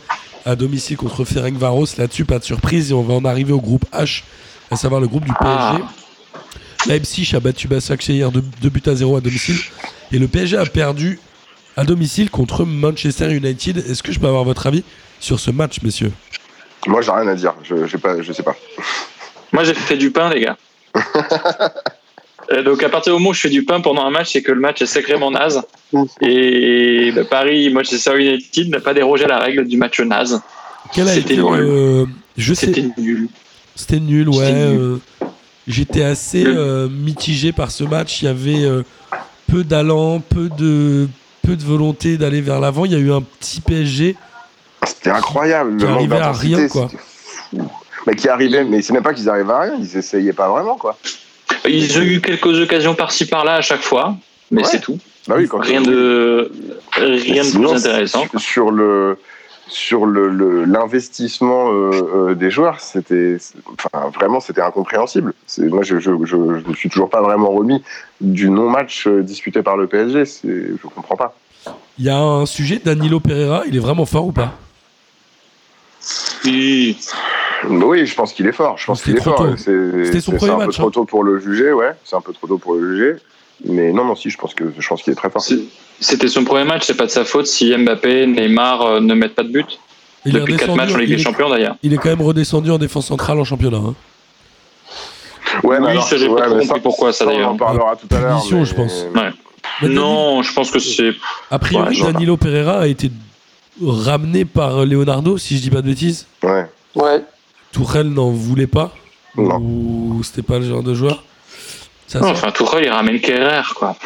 Speaker 2: à domicile contre Ferencvaros. Là-dessus, pas de surprise et on va en arriver au groupe H, à savoir le groupe du PSG.
Speaker 5: Ah.
Speaker 2: Leipzig a battu Basaksehir hier 2 buts à 0 à domicile et le PSG a perdu à domicile contre Manchester United. Est-ce que je peux avoir votre avis sur ce match, messieurs
Speaker 3: Moi, j'ai rien à dire. Je, j'ai pas, je sais pas.
Speaker 5: Moi, j'ai fait du pain, les gars. Euh, Donc, à partir du moment où je fais du pain pendant un match, c'est que le match est sacrément naze.
Speaker 3: Mm.
Speaker 5: Et bah, Paris, Manchester United n'a pas dérogé à la règle du match naze.
Speaker 2: Quel a
Speaker 5: C'était
Speaker 2: été
Speaker 5: nul.
Speaker 2: euh, je sais
Speaker 5: C'était nul.
Speaker 2: C'était nul, ouais.
Speaker 5: C'était nul.
Speaker 2: euh, J'étais assez
Speaker 5: Le-
Speaker 2: euh, mitigé par ce match. Il y avait euh, peu d'allant, peu de, peu de volonté d'aller vers l'avant. Il y a eu un petit PSG.
Speaker 3: C'était incroyable.
Speaker 2: Qui
Speaker 3: le manque
Speaker 2: arrivait à
Speaker 3: d'intensité,
Speaker 2: rien, quoi.
Speaker 3: c'était fou. Mais qui arrivait, mais c'est même pas qu'ils arrivaient à rien. Ils essayaient pas vraiment, quoi.
Speaker 5: Ils ont eu quelques occasions par-ci par-là à chaque fois, mais
Speaker 3: Ouais.
Speaker 5: c'est tout.
Speaker 3: Bah oui, quand
Speaker 5: Rien de rien de
Speaker 3: Sinon,
Speaker 5: plus intéressant.
Speaker 3: sur- Sur le sur le- le l'investissement euh, euh, des joueurs, c'était enfin vraiment c'était incompréhensible. C'est moi je je, je je me suis toujours pas vraiment remis du non match disputé par le PSG, c'est je comprends pas.
Speaker 2: Il y a un sujet, Danilo Pereira, il est vraiment fort ou pas
Speaker 5: Oui.
Speaker 3: Mais Bah oui, je pense qu'il est fort, je pense
Speaker 2: C'était
Speaker 3: qu'il est
Speaker 2: trop
Speaker 3: fort.
Speaker 2: tôt.
Speaker 3: C'est
Speaker 2: C'était
Speaker 3: c'est-
Speaker 2: son
Speaker 3: c'est
Speaker 2: premier
Speaker 3: un peu
Speaker 2: match, hein.
Speaker 3: trop tôt pour le juger, ouais, c'est un peu trop tôt pour le juger. Mais non non si, je pense que je pense qu'il est très fort.
Speaker 5: C'est- C'était son premier match, c'est pas de sa faute si Mbappé, Neymar euh, ne mettent pas de but.
Speaker 2: il est, Bah,
Speaker 5: Depuis 4 matchs en Ligue
Speaker 2: il,
Speaker 5: des
Speaker 2: est,
Speaker 5: Champions d'ailleurs.
Speaker 2: il est quand même redescendu en défense centrale en championnat. Hein.
Speaker 3: Ouais,
Speaker 5: Oui,
Speaker 3: mais alors-
Speaker 5: ça, j'ai pas trop
Speaker 3: mais
Speaker 5: compris pourquoi, ça,
Speaker 3: On en
Speaker 5: d'ailleurs.
Speaker 3: parlera tout à l'heure.
Speaker 2: Punition,
Speaker 3: mais-
Speaker 2: je pense. Mais
Speaker 5: Non, je pense que c'est
Speaker 2: Danilo- A priori,
Speaker 5: Ouais, je vois
Speaker 2: Danilo Pereira a été ramené par Leonardo, si je dis pas de bêtises.
Speaker 3: Ouais.
Speaker 4: Ouais.
Speaker 2: Tourelle n'en voulait pas.
Speaker 3: Non.
Speaker 2: Ou c'était pas le genre de joueur. Ça,
Speaker 5: Non,
Speaker 2: c'est-
Speaker 5: enfin Tourelle il ramène Kerrer quoi.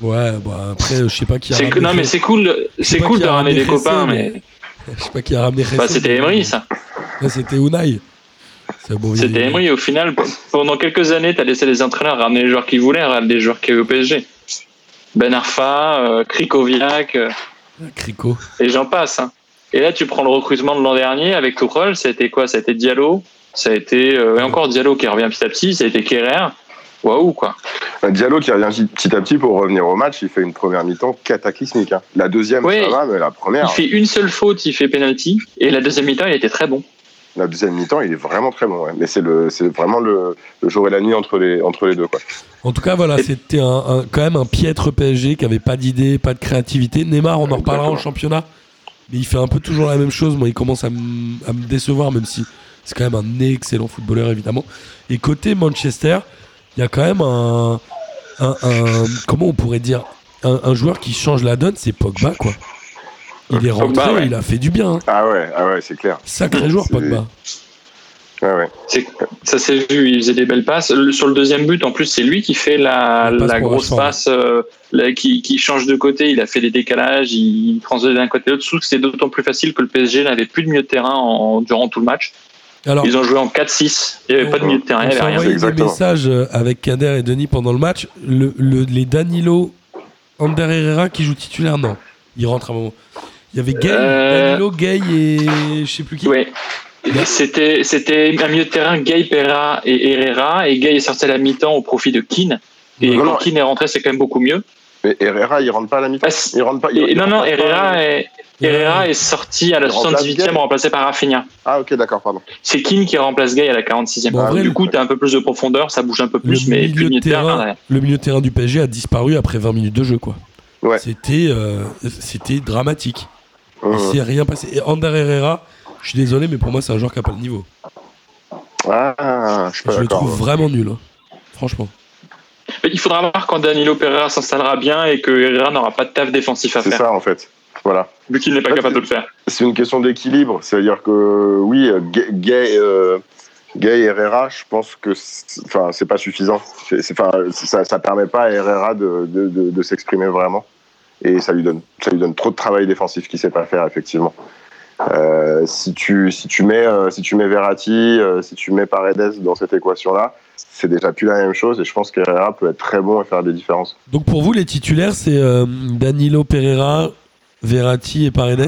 Speaker 2: Ouais, bah après, je sais pas qui a
Speaker 5: C'est
Speaker 2: ramené.
Speaker 5: que- non mais c'est cool,
Speaker 2: sais
Speaker 5: c'est
Speaker 2: pas
Speaker 5: cool
Speaker 2: qui
Speaker 5: de
Speaker 2: a
Speaker 5: ramener des
Speaker 2: ramené
Speaker 5: copains
Speaker 2: Ressé,
Speaker 5: mais
Speaker 2: Je sais pas qui a ramené
Speaker 5: bah
Speaker 2: Ressé,
Speaker 5: c'était
Speaker 2: mais-
Speaker 5: Emery ça.
Speaker 2: Ouais, c'était Unai. C'est bon, il y a-
Speaker 5: C'était Emery au final pe- pendant quelques années t'as laissé les entraîneurs ramener les joueurs qu'ils voulaient, regarde les joueurs qui avaient au PSG. Ben Arfa, euh, Krikoviak euh,
Speaker 2: Crico.
Speaker 5: et j'en passe. hein. Et là tu prends le recrutement de l'an dernier avec Tourelle, ça a été quoi Ça a été Diallo, ça a été euh, et encore Diallo qui revient petit à petit, ça a été Kerrer. Waouh quoi.
Speaker 3: Un Euh, Diallo qui revient petit à petit pour revenir au match, il fait une première mi-temps cataclysmique. hein. La deuxième,
Speaker 5: Oui.
Speaker 3: ça va, mais la
Speaker 5: Il
Speaker 3: première,
Speaker 5: fait une seule faute, il fait penalty et la deuxième mi-temps il était très bon.
Speaker 3: la deuxième mi-temps, il est vraiment très bon. ouais. Mais c'est le, c'est vraiment le, le jour et la nuit entre les, entre les deux. Quoi.
Speaker 2: En tout cas, voilà,
Speaker 5: Et-
Speaker 2: c'était un, un- quand même un piètre PSG qui avait pas d'idée, pas de créativité. Neymar, on en reparlera en
Speaker 3: Exactement.
Speaker 2: championnat, mais il fait un peu toujours la même chose. Moi, il commence à, m- à me décevoir, même si c'est quand même un excellent footballeur, évidemment. Et côté Manchester, il y a quand même un, un- un- comment on pourrait dire, un, un joueur qui change la donne, c'est Pogba, quoi. Il est rentré,
Speaker 5: Pogba, ouais.
Speaker 2: il a fait du bien. hein.
Speaker 3: Ah ouais, ah ouais c'est clair.
Speaker 2: Sacré joueur,
Speaker 3: C'est-
Speaker 2: Pogba.
Speaker 3: Ouais, ouais.
Speaker 5: C'est- Ça s'est vu, il faisait des belles passes. Le- Sur le deuxième but, en plus, c'est lui qui fait la,
Speaker 2: La passe
Speaker 5: la
Speaker 2: pour
Speaker 5: grosse
Speaker 2: Rashford.
Speaker 5: passe euh, la- qui, qui change de côté. Il a fait des décalages, il transite d'un côté à l'autre. Je trouve que C'est d'autant plus facile que le PSG n'avait plus de milieu de terrain en- durant tout le match.
Speaker 2: Alors,
Speaker 5: Ils ont joué en 4-6. Il n'y avait pas de milieu de terrain,
Speaker 2: On
Speaker 5: il n'y
Speaker 2: s'est
Speaker 5: avait rien.
Speaker 2: envoyé des
Speaker 3: Exactement.
Speaker 2: messages euh, avec Kader et Denis pendant le match. Le, le- les Danilo, Ander Herrera qui joue titulaire, non. Il rentre à un moment. Il y avait Gay,
Speaker 5: Euh.
Speaker 2: Danilo, Gay et je sais plus qui.
Speaker 5: Ouais.
Speaker 2: Ouais.
Speaker 5: C'était c'était un milieu de terrain Gay, Perra et Herrera. Et Gay est sorti à la mi-temps au profit de Keane. Et
Speaker 3: Ouais.
Speaker 5: quand
Speaker 3: Non, non.
Speaker 5: Keane est rentré, c'est quand même beaucoup mieux.
Speaker 3: Mais Herrera, il rentre pas à la mi-temps.
Speaker 5: Ah, si.
Speaker 3: Il rentre pas. il-
Speaker 5: Et-
Speaker 3: il
Speaker 5: non, non,
Speaker 3: rentre pas-
Speaker 5: Herrera est, Herrera est sorti à la
Speaker 3: Il remplace
Speaker 5: 78e,
Speaker 3: Gay.
Speaker 5: remplacé par Rafinha.
Speaker 3: Ah ok, d'accord, pardon.
Speaker 5: C'est Keane qui remplace Gay à la 46e.
Speaker 2: Bon, en
Speaker 3: Bah
Speaker 5: Ah,
Speaker 2: vrai,
Speaker 5: du
Speaker 2: le-
Speaker 5: coup, t'as un peu plus de profondeur, ça bouge un peu
Speaker 2: Le
Speaker 5: plus, mais plus
Speaker 2: milieu
Speaker 5: de
Speaker 2: de
Speaker 5: milieu de terrain.
Speaker 2: terrain, le milieu de terrain du PSG a disparu après 20 minutes de jeu, quoi.
Speaker 3: Ouais.
Speaker 2: C'était, euh, c'était dramatique.
Speaker 3: Hum,
Speaker 2: Il s'est rien passé. Et Ander Herrera, je suis désolé, mais pour moi, c'est un joueur qui n'a pas le niveau.
Speaker 3: Ah, je suis pas
Speaker 2: Je le
Speaker 3: d'accord.
Speaker 2: trouve vraiment nul, hein. franchement.
Speaker 5: Mais Il faudra voir quand Danilo Pereira s'installera bien et que Herrera n'aura pas de taf défensif à
Speaker 3: C'est
Speaker 5: faire,
Speaker 3: ça, en fait. Voilà.
Speaker 5: vu qu'il n'est pas
Speaker 3: Ouais,
Speaker 5: capable
Speaker 3: c'est-
Speaker 5: de le faire.
Speaker 3: C'est une question d'équilibre. C'est-à-dire que oui, euh, Gay, Gay, euh, Gay, Herrera, je pense que c'est- enfin c'est pas suffisant. C'est- c'est- enfin, ça, ça permet pas à Herrera de, de- de- de s'exprimer vraiment. Et ça lui donne, ça lui donne trop de travail défensif qu'il sait pas faire effectivement. Euh, si tu si tu mets euh, si tu mets Verratti, euh, si tu mets Paredes dans cette équation là, c'est déjà plus la même chose. Et je pense qu'Herrera peut être très bon et faire des différences.
Speaker 2: Donc pour vous, les titulaires, c'est euh, Danilo Pereira, Verratti et Paredes.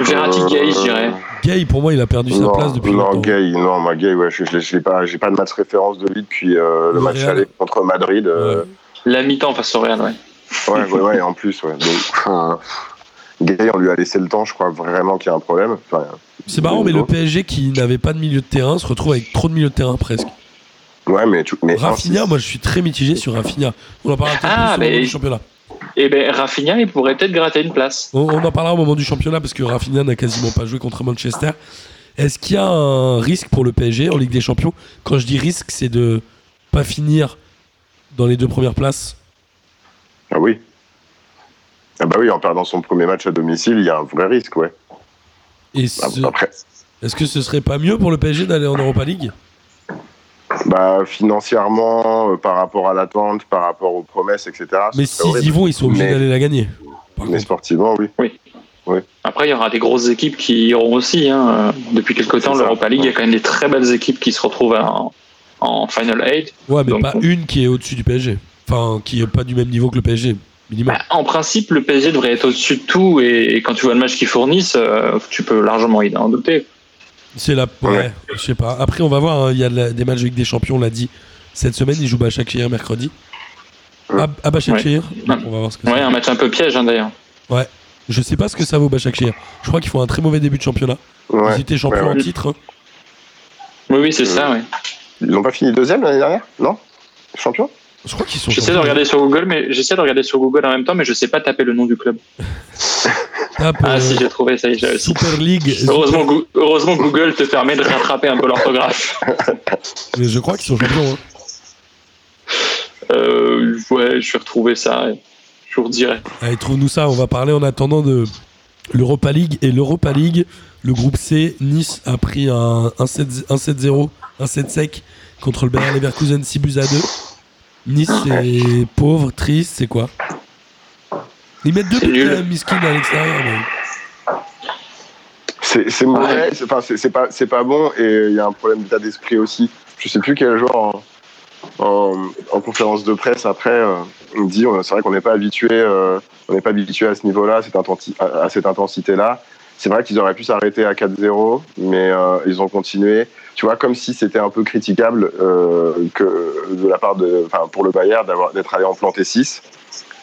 Speaker 5: Verratti
Speaker 3: Euh,
Speaker 5: Gay, je dirais.
Speaker 2: Gay, pour moi, il a perdu sa
Speaker 3: non,
Speaker 2: place depuis
Speaker 3: non,
Speaker 2: longtemps.
Speaker 3: Gay, non, moi, Gay, ouais, je, je, je l'ai pas, j'ai pas de match référence de lui depuis euh, le,
Speaker 2: Le
Speaker 3: match
Speaker 2: Real.
Speaker 3: aller contre Madrid. euh,
Speaker 5: La mi-temps face au Real, ouais.
Speaker 3: ouais, ouais, ouais, en plus, ouais. Donc, euh, Gay, on lui a laissé le temps, je crois vraiment qu'il y a un problème. Enfin,
Speaker 2: C'est marrant, mais le PSG qui n'avait pas de milieu de terrain se retrouve avec trop de milieu de terrain presque.
Speaker 3: ouais, mais, tu- mais
Speaker 2: Rafinha, moi je suis très mitigé sur Rafinha. On en parlera peut-être
Speaker 5: Ah,
Speaker 2: plus au
Speaker 5: mais-
Speaker 2: moment du championnat.
Speaker 5: Et ben Rafinha, il pourrait peut-être gratter une place.
Speaker 2: On, on en parlera au moment du championnat parce que Rafinha n'a quasiment pas joué contre Manchester. Est-ce qu'il y a un risque pour le PSG en Ligue des Champions Quand je dis risque, c'est de pas finir dans les deux premières places.
Speaker 3: ah oui. Ah bah oui, en perdant son premier match à domicile, il y a un vrai risque, ouais.
Speaker 2: Et ce-
Speaker 3: Après,
Speaker 2: est-ce que ce serait pas mieux pour le PSG d'aller en Europa League
Speaker 3: bah, financièrement, euh, par rapport à l'attente, par rapport aux promesses, etc. ce serait
Speaker 2: Mais s'ils y
Speaker 3: horrible.
Speaker 2: vont, ils sont obligés
Speaker 3: Mais-
Speaker 2: d'aller la gagner. Par
Speaker 3: Mais
Speaker 2: contre.
Speaker 3: sportivement, oui.
Speaker 5: Oui.
Speaker 3: Oui.
Speaker 5: Après, il y aura des grosses équipes qui iront aussi. hein. Euh, Depuis quelque temps,
Speaker 3: C'est ça.
Speaker 5: l'Europa League, il y a quand même des très belles équipes qui se retrouvent en, en Final 8.
Speaker 2: Ouais, mais
Speaker 5: Donc,
Speaker 2: pas
Speaker 5: on-
Speaker 2: une qui est au-dessus du PSG. Enfin, qui est pas du même niveau que le PSG, minimum.
Speaker 5: en principe, le PSG devrait être au-dessus de tout et, et quand tu vois le match qu'ils fournissent, euh, tu peux largement en douter.
Speaker 2: C'est la. Ouais,
Speaker 3: Ouais.
Speaker 2: je sais pas. Après, on va voir. hein, Il y a de la- des matchs avec des champions, on l'a dit. Cette semaine, ils jouent Başakşehir mercredi.
Speaker 3: Ouais.
Speaker 2: À, à Başakşehir Donc, On va voir ce que
Speaker 5: Ouais,
Speaker 2: ça
Speaker 5: un match un peu piège hein, d'ailleurs.
Speaker 2: Je sais pas ce que ça vaut Başakşehir. Je crois qu'ils font un très mauvais début de championnat.
Speaker 3: Ouais.
Speaker 2: Ils étaient champions
Speaker 3: Ouais,
Speaker 2: en
Speaker 5: ouais.
Speaker 2: titre. hein.
Speaker 5: Oui, oui, c'est
Speaker 3: Euh,
Speaker 5: ça. oui.
Speaker 3: Ils n'ont pas fini deuxième l'année dernière Non Champion
Speaker 2: Je crois qu'ils sont.
Speaker 3: euh,
Speaker 5: J'essaie de
Speaker 2: champions.
Speaker 5: regarder sur Google, mais j'essaie de regarder sur Google en même temps, mais je sais pas taper le nom du club.
Speaker 2: Tape,
Speaker 5: Ah,
Speaker 2: euh,
Speaker 5: si j'ai trouvé, ça y est, j'ai réussi.
Speaker 2: Super League.
Speaker 5: Heureusement, Goo- heureusement, Google te permet de rattraper un peu l'orthographe.
Speaker 2: Mais je crois qu'ils sont champions. hein.
Speaker 5: Euh, ouais, je vais retrouver ça. et Je vous redirai.
Speaker 2: Allez, trouve-nous ça. On va parler en attendant de l'Europa League. Et l'Europa League, le groupe C, Nice a pris un, un 7 un 7-0, un 7 sec contre le Bayer Leverkusen 6 buts à 2. Nice, c'est pauvre, triste, c'est quoi Ils mettent deux
Speaker 5: C'est
Speaker 2: buts
Speaker 5: nul.
Speaker 2: quand même, Miskin, à l'extérieur. mais-
Speaker 3: C'est c'est mauvais, c'est enfin, c'est- c'est pas, c'est pas bon et il y a un problème d'état d'esprit aussi. Je sais plus quel joueur en, en- en conférence de presse après euh, on dit on- c'est vrai qu'on n'est pas habitué euh, on n'est pas habitué à ce niveau-là, à cette intenti- à, à cette intensité-là. C'est vrai qu'ils auraient pu s'arrêter à 4-0, mais euh, ils ont continué. Tu vois, comme si c'était un peu critiquable euh, que de la part de, enfin, pour le Bayern d'avoir d'être allé en planter 6.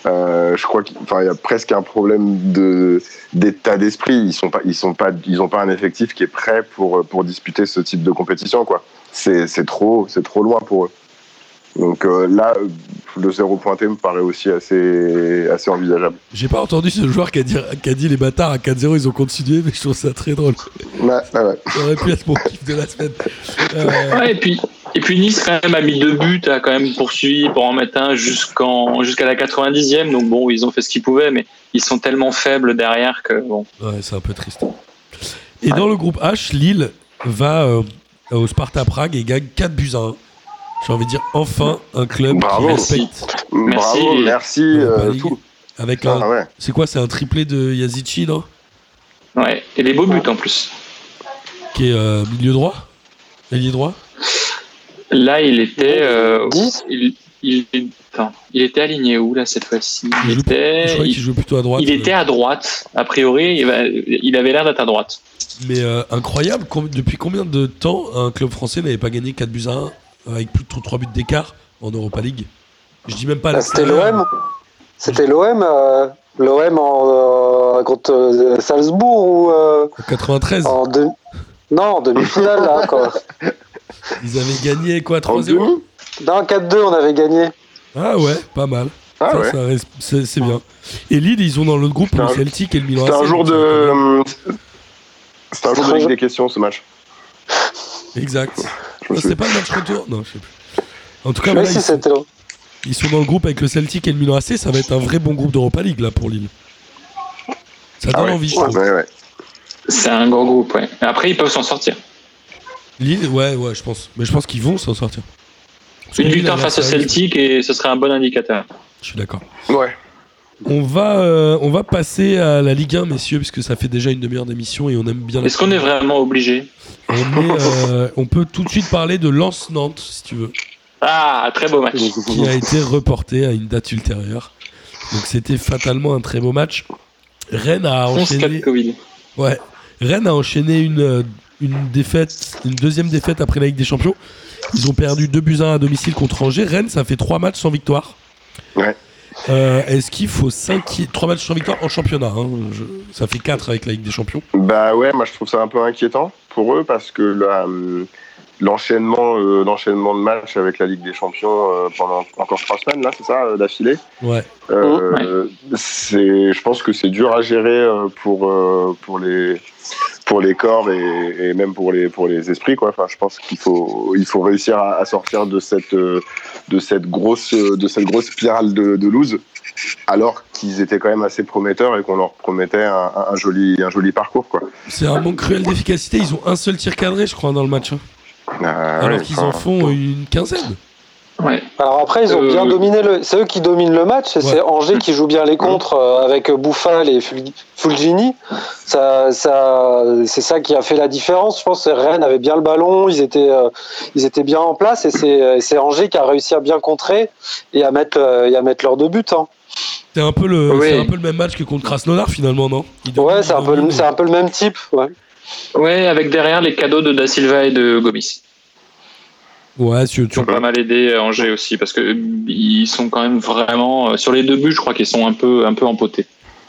Speaker 3: Euh, je crois qu'il enfin, il y a presque un problème de, d'état d'esprit. Ils sont pas, ils sont pas, ils ont pas un effectif qui est prêt pour pour disputer ce type de compétition quoi. C'est c'est trop, c'est trop loin pour eux. Donc euh, là, euh, le zéro pointé me paraît aussi assez assez envisageable.
Speaker 2: J'ai pas entendu ce joueur qui a dit, qui a dit les bâtards à 4-0, ils ont continué, mais je trouve ça très drôle.
Speaker 3: Ouais, ouais, ouais.
Speaker 2: Ça aurait pu être mon kiff de la semaine. Euh,
Speaker 5: Ouais, et puis, et puis Nice quand même a mis deux buts, a quand même poursuivi pour en mettre un jusqu'en jusqu'à la 90e. Donc bon, ils ont fait ce qu'ils pouvaient, mais ils sont tellement faibles derrière que bon.
Speaker 2: Ouais, c'est un peu triste. Et dans le groupe H, Lille va euh, au Sparta Prague et gagne 4 buts à 1. J'ai envie de dire enfin un club
Speaker 3: Bravo.
Speaker 2: qui respecte
Speaker 5: Merci.
Speaker 3: Bravo, merci.
Speaker 2: la
Speaker 3: euh,
Speaker 2: Ligue.
Speaker 3: tout.
Speaker 2: Avec
Speaker 3: Ah,
Speaker 2: un,
Speaker 3: ouais.
Speaker 2: c'est quoi, c'est un triplé de Yazici, non
Speaker 5: Ouais, et des beaux buts en plus.
Speaker 2: Qui est euh, milieu droit, ailier droit.
Speaker 5: Là, il était, euh,
Speaker 4: 10
Speaker 5: il, il, attends, il était aligné où là cette fois-ci
Speaker 2: Il joue-
Speaker 5: Il
Speaker 2: je
Speaker 5: était,
Speaker 2: croyais qu'il
Speaker 5: Euh, il,
Speaker 2: jouait plutôt à droite.
Speaker 5: il était à droite. A priori, il, va- il avait l'air d'être à droite.
Speaker 2: Mais euh, incroyable, com- depuis combien de temps un club français n'avait pas gagné 4 buts à 1 avec plus de 3 buts d'écart en Europa League Je dis même pas. à
Speaker 4: Ah, C'était
Speaker 2: l'extérieur.
Speaker 4: l'OM C'était l'OM euh, L'OM en, euh, contre euh, Salzbourg ou euh,
Speaker 2: En 93,
Speaker 4: en deux- Non, en demi-finale, là, quoi.
Speaker 2: ils avaient gagné quoi
Speaker 3: En
Speaker 2: 3-0
Speaker 3: demi
Speaker 4: Non, 4-2, on avait gagné.
Speaker 2: Ah ouais, pas mal.
Speaker 3: Ah
Speaker 2: Ça,
Speaker 3: ouais.
Speaker 2: ça reste- c'est c'est bien. Et Lille, ils ont dans l'autre groupe
Speaker 3: C'est
Speaker 2: le
Speaker 3: un-
Speaker 2: Celtic et le Milan.
Speaker 3: C'était un
Speaker 2: AC,
Speaker 3: jour
Speaker 2: donc,
Speaker 3: de. C'était un jour de Ligue des questions ce match.
Speaker 2: Exact.
Speaker 3: Je me
Speaker 2: Ah,
Speaker 3: souviens.
Speaker 2: C'est pas le match retour Non, je sais plus. En tout cas,
Speaker 4: Mais
Speaker 2: voilà,
Speaker 4: si,
Speaker 2: ils, sont,
Speaker 4: c'était l'OM.
Speaker 2: ils sont dans le groupe avec le Celtic et le Milan AC. Ça va être un vrai bon groupe d'Europa League là pour Lille. Ça donne
Speaker 3: Ah ouais.
Speaker 2: envie, je
Speaker 3: Ouais,
Speaker 2: trouve.
Speaker 3: ouais, ouais.
Speaker 5: C'est un gros groupe. Ouais. Après, ils peuvent s'en sortir.
Speaker 2: Lille, ouais, ouais, je pense. Mais je pense qu'ils vont s'en sortir. Parce que
Speaker 5: Une
Speaker 2: Lille a
Speaker 5: victoire
Speaker 2: l'air
Speaker 5: face au
Speaker 2: sérieux,
Speaker 5: Celtic et ce serait un bon indicateur.
Speaker 2: Je suis d'accord.
Speaker 3: Ouais.
Speaker 2: On va, euh, on va passer à la Ligue 1, messieurs, parce que ça fait déjà une demi-heure d'émission et on aime bien. la
Speaker 5: Est-ce qu'on est vraiment obligé
Speaker 2: On, est, euh, on peut tout de suite parler de Lance-Nantes, si tu veux.
Speaker 5: Ah, très beau match.
Speaker 2: qui a été reporté à une date ultérieure. Donc c'était fatalement un très beau match. Rennes a
Speaker 5: 11 cas de
Speaker 2: Ah, enchaîné,
Speaker 5: Covid.
Speaker 2: ouais, Rennes a enchaîné une, euh, une défaite, une deuxième défaite après la Ligue des Champions. Ils ont perdu 2 buts à 1 à domicile contre Angers. Rennes, ça fait 3 matchs sans victoire.
Speaker 3: Ouais.
Speaker 2: Euh, Est-ce qu'il faut 3 matchs sans victoire en championnat hein. Je- Ça fait 4 avec la Ligue des Champions.
Speaker 3: Bah ouais, moi je trouve ça un peu inquiétant pour eux parce que la, hum, l'enchaînement, euh, l'enchaînement de matchs avec la Ligue des Champions euh, pendant encore trois semaines là, c'est ça, euh, d'affilée.
Speaker 2: Ouais.
Speaker 3: Euh, C'est, je pense que c'est dur à gérer euh, pour euh, pour les pour les corps et, et même pour les pour les esprits quoi. Enfin, je pense qu'il faut il faut réussir à, à sortir de cette euh, de cette grosse euh, de cette grosse spirale de, de lose alors qu'ils étaient quand même assez prometteurs et qu'on leur promettait un, un- un joli un joli parcours quoi.
Speaker 2: C'est un manque cruel d'efficacité. Ils ont un seul tir cadré, je crois, dans le match. hein.
Speaker 3: Ah
Speaker 2: Alors
Speaker 3: ouais,
Speaker 2: qu'ils
Speaker 3: enfin,
Speaker 2: en font une quinzaine.
Speaker 5: Ouais.
Speaker 4: Alors après, ils ont
Speaker 5: Euh,
Speaker 4: bien dominé le. C'est eux qui dominent le match. et
Speaker 2: Ouais.
Speaker 4: C'est Angers qui joue bien les contres euh, avec Bouffal et Ful- Fulgini. Ça, ça, c'est ça qui a fait la différence. Je pense que Rennes avait bien le ballon, ils étaient, euh, ils étaient bien en place et c'est, euh, c'est Angers qui a réussi à bien contrer et à mettre, euh, et à mettre leur deux buts. hein.
Speaker 2: C'est un, peu le,
Speaker 5: Oui.
Speaker 2: c'est un peu le même match que contre Krasnodar finalement, non Il domine,
Speaker 4: Ouais,
Speaker 2: il
Speaker 4: c'est un peu, le-
Speaker 2: domine.
Speaker 4: c'est un peu le même type. Ouais.
Speaker 5: Ouais, avec derrière les cadeaux de Da Silva et de Gomis.
Speaker 2: Ouais, tu, tu-
Speaker 5: Ils ont pas mal aidé euh, Angers aussi, parce que euh, ils sont quand même vraiment. euh, Sur les deux buts, je crois qu'ils sont un peu, un peu empotés.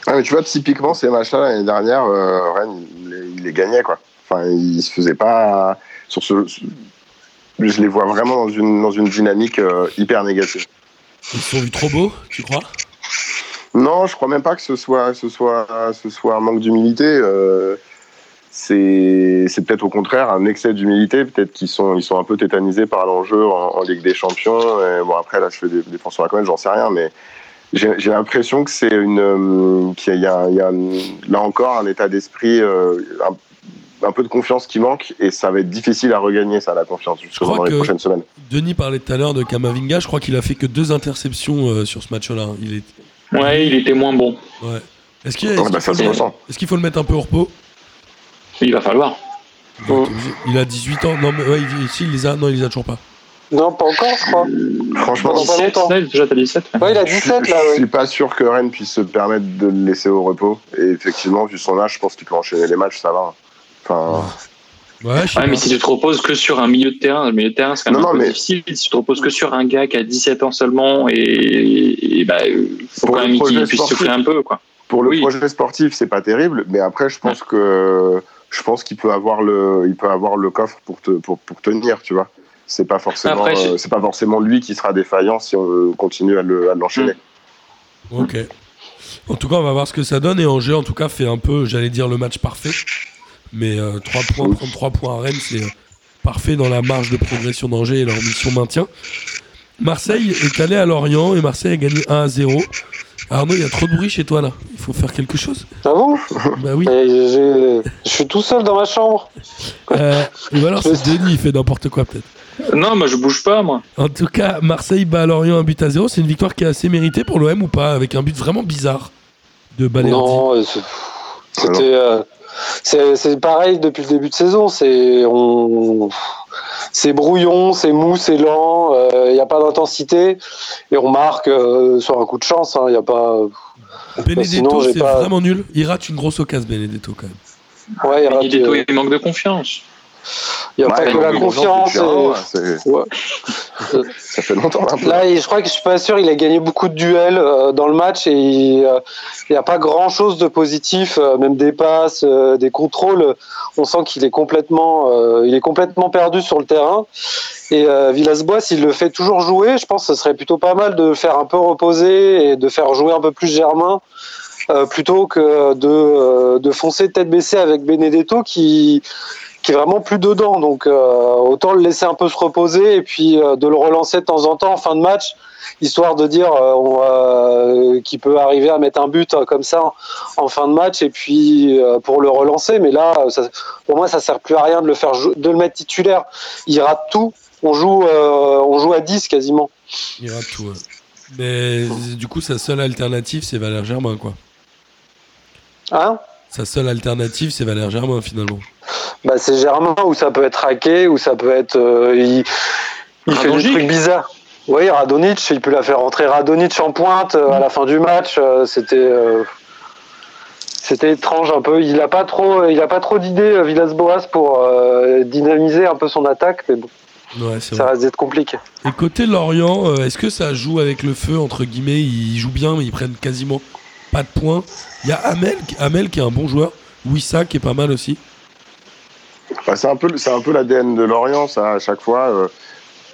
Speaker 3: Ah, mais tu vois, typiquement, ces matchs-là, l'année dernière, euh, Rennes, il les, il les gagnait, quoi. Enfin, il se faisait pas. Sur ce, je les vois vraiment dans une, dans une dynamique euh, hyper négative.
Speaker 2: ils se sont vus trop beaux, tu crois
Speaker 3: Non, je crois même pas que ce soit, ce soit, ce soit un manque d'humilité. euh, c'est c'est peut-être au contraire un excès d'humilité. Peut-être qu'ils sont, ils sont un peu tétanisés par l'enjeu en, en Ligue des Champions. Et bon, après, là, je fais des, des forces sur la comète, j'en sais rien, mais j'ai j'ai l'impression que c'est une, euh, qu'il y a, il y a, là encore un état d'esprit, euh, un, un peu de confiance qui manque, et ça va être difficile à regagner ça, la confiance, justement,
Speaker 2: crois
Speaker 3: dans les
Speaker 2: que-
Speaker 3: prochaines semaines.
Speaker 2: Denis parlait tout à l'heure de Kamavinga, je crois qu'il a fait que deux interceptions euh, sur ce match-là. Il est...
Speaker 5: Ouais, il était moins bon.
Speaker 2: ouais. Est-ce qu'il est-ce
Speaker 3: Ouais, bah,
Speaker 2: qu'il
Speaker 3: ça se
Speaker 2: faut-
Speaker 3: ressent.
Speaker 2: est-ce qu'il faut le mettre un peu au repos
Speaker 5: Il va falloir.
Speaker 2: Il va être obligé. Il a 18 ans. Non, mais ouais, il, si, il les a. Non, il les a toujours pas.
Speaker 4: Non, pas encore, je crois.
Speaker 3: Franchement,
Speaker 4: Pendant pas
Speaker 5: 17,
Speaker 4: longtemps.
Speaker 5: ouais, déjà t'as 17. ouais.
Speaker 4: Ouais, il a
Speaker 3: Je suis-
Speaker 4: 17 là.
Speaker 3: Je
Speaker 4: Ouais.
Speaker 3: suis pas sûr que Rennes puisse se permettre de le laisser au repos. Et effectivement, vu son âge, je pense qu'il peut enchaîner les matchs, ça va. Enfin,
Speaker 2: Ouais, je sais
Speaker 5: Ouais, mais
Speaker 2: pas.
Speaker 5: si tu te reposes que sur un milieu de terrain, le milieu de terrain c'est quand même
Speaker 3: Non,
Speaker 5: un
Speaker 3: non,
Speaker 5: peu
Speaker 3: mais-
Speaker 5: difficile. Si tu te reposes que sur un gars qui a 17 ans seulement, et, et bah, euh, faut
Speaker 3: Pour
Speaker 5: quand
Speaker 3: le
Speaker 5: même qu'il
Speaker 3: projet
Speaker 5: puisse
Speaker 3: sportif.
Speaker 5: souffler un peu, quoi.
Speaker 3: pour le
Speaker 5: Oui.
Speaker 3: projet sportif, c'est pas terrible, mais après, je pense que je pense qu'il peut avoir le, il peut avoir le coffre pour te, pour, pour tenir, tu vois. C'est pas forcément,
Speaker 5: Après, j'ai-
Speaker 3: euh, c'est pas forcément lui qui sera défaillant si on continue à le- à l'enchaîner.
Speaker 2: Ok. En tout cas, on va voir ce que ça donne. Et Angers, en tout cas, fait un peu, j'allais dire, le match parfait. Mais 3 points, prendre 3 points à Rennes, c'est euh, parfait dans la marge de progression d'Angers et leur mission maintien. Marseille est allé à Lorient et Marseille a gagné 1 à 0. Arnaud, il y a trop de bruit chez toi là. Il faut faire quelque chose.
Speaker 4: Ah bon
Speaker 2: Bah oui.
Speaker 4: Mais j'ai- Je suis tout seul dans ma chambre.
Speaker 2: Euh, ou alors c'est Denis, il fait n'importe quoi peut-être.
Speaker 5: Non, moi je bouge pas, moi.
Speaker 2: En tout cas, Marseille bat Lorient un but à zéro. C'est une victoire qui est assez méritée pour l'OM ou pas Avec un but vraiment bizarre de Balerdi.
Speaker 4: Non, euh, c'est-
Speaker 3: Alors,
Speaker 4: c'était, euh, c'est c'est pareil depuis le début de saison. C'est on, c'est brouillon, c'est mou, c'est lent. Il n'y a pas d'intensité et on marque euh, sur un coup de chance. Il y a pas,
Speaker 2: Benedetto,
Speaker 4: Sinon, j'ai
Speaker 2: c'est
Speaker 4: pas-
Speaker 2: vraiment nul. Il rate une grosse occasion, Benedetto, quand même.
Speaker 4: ouais, y a,
Speaker 5: Il, est
Speaker 3: euh,
Speaker 5: tôt, il manque de confiance.
Speaker 4: y a
Speaker 3: ouais,
Speaker 4: pas que
Speaker 3: non,
Speaker 4: la
Speaker 3: mais
Speaker 4: confiance.
Speaker 3: depuis un an,
Speaker 4: et-
Speaker 3: ouais, c'est-
Speaker 4: Ouais.
Speaker 3: Ça fait longtemps un peu.
Speaker 4: Là, il- je crois que je suis pas sûr. Il a gagné beaucoup de duels euh, dans le match et il n'y a pas grand chose de positif, euh, même des passes, euh, des contrôles. On sent qu'il est complètement, euh, il est complètement perdu sur le terrain. Et euh, Villas-Boas, il le fait toujours jouer. Je pense que ce serait plutôt pas mal de le faire un peu reposer et de faire jouer un peu plus Germain. euh, plutôt que de, euh, de foncer tête baissée avec Benedetto qui, qui est vraiment plus dedans. Donc euh, autant le laisser un peu se reposer et puis euh, de le relancer de temps en temps en fin de match, histoire de dire euh, on, euh, qu'il peut arriver à mettre un but euh, comme ça en, en fin de match et puis euh, pour le relancer. Mais là, euh, ça- pour moi, ça sert plus à rien de le faire jou- de le mettre titulaire. Il rate tout. On joue, euh, on joue à 10 quasiment.
Speaker 2: Il rate tout. ouais. Mais du coup, sa seule alternative, c'est Valère Germain, quoi.
Speaker 4: Hein
Speaker 2: Sa seule alternative, c'est Valère Germain, finalement.
Speaker 4: bah, c'est Germain où ça peut être hacké, où ça peut être euh, il, il fait des
Speaker 5: Radonjic.
Speaker 4: trucs bizarres. Oui, Radonic, il peut la faire rentrer Radonic en pointe euh, à la fin du match. euh, C'était euh, c'était étrange un peu. Il a pas trop, il a pas trop d'idées euh, Villas-Boas pour euh, dynamiser un peu son attaque, mais bon,
Speaker 2: Ouais, c'est
Speaker 4: ça
Speaker 2: vrai.
Speaker 4: reste d'être compliqué.
Speaker 2: Et côté Lorient, euh, est-ce que ça joue avec le feu, entre guillemets Ils jouent bien, mais ils prennent quasiment pas de points. Il y a Amel, Amel qui est un bon joueur. Wissa qui est pas mal aussi.
Speaker 3: Bah, c'est un peu, c'est un peu l'ADN de Lorient, ça, à chaque fois. euh,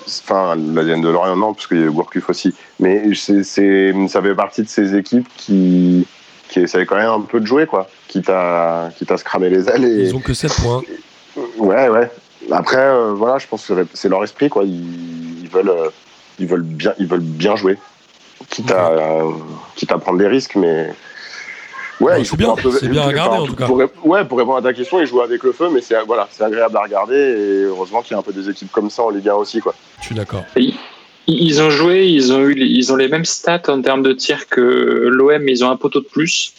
Speaker 3: c'est- Enfin, l'ADN de Lorient, non, parce qu'il y a Gourcuff aussi. Mais c'est, c'est, ça fait partie de ces équipes qui, qui essayent quand même un peu de jouer, quoi. Quitte à, quitte à se cramer les ailes. Et,
Speaker 2: Ils ont que 7 points. hein.
Speaker 3: Ouais, ouais. Après, euh, voilà, je pense que c'est leur esprit, quoi. Ils, ils veulent, euh, ils veulent bien, ils veulent bien jouer. Quitte à, euh, quitte à prendre des risques, mais. Ouais,
Speaker 2: Ouais,
Speaker 3: ils
Speaker 2: c'est
Speaker 3: jouent
Speaker 2: bien,
Speaker 3: un peu-
Speaker 2: c'est bien à regarder, en tout cas.
Speaker 3: pour ré- ouais, pour répondre à ta question, ils jouent avec le feu, mais c'est voilà, c'est agréable à regarder. Et heureusement qu'il y a un peu des équipes comme ça en Ligue 1 aussi, quoi.
Speaker 2: Je suis d'accord.
Speaker 5: Et il- Ils ont joué, ils ont eu, les- ils ont les mêmes stats en termes de tirs que l'OM. Ils ont un poteau de plus.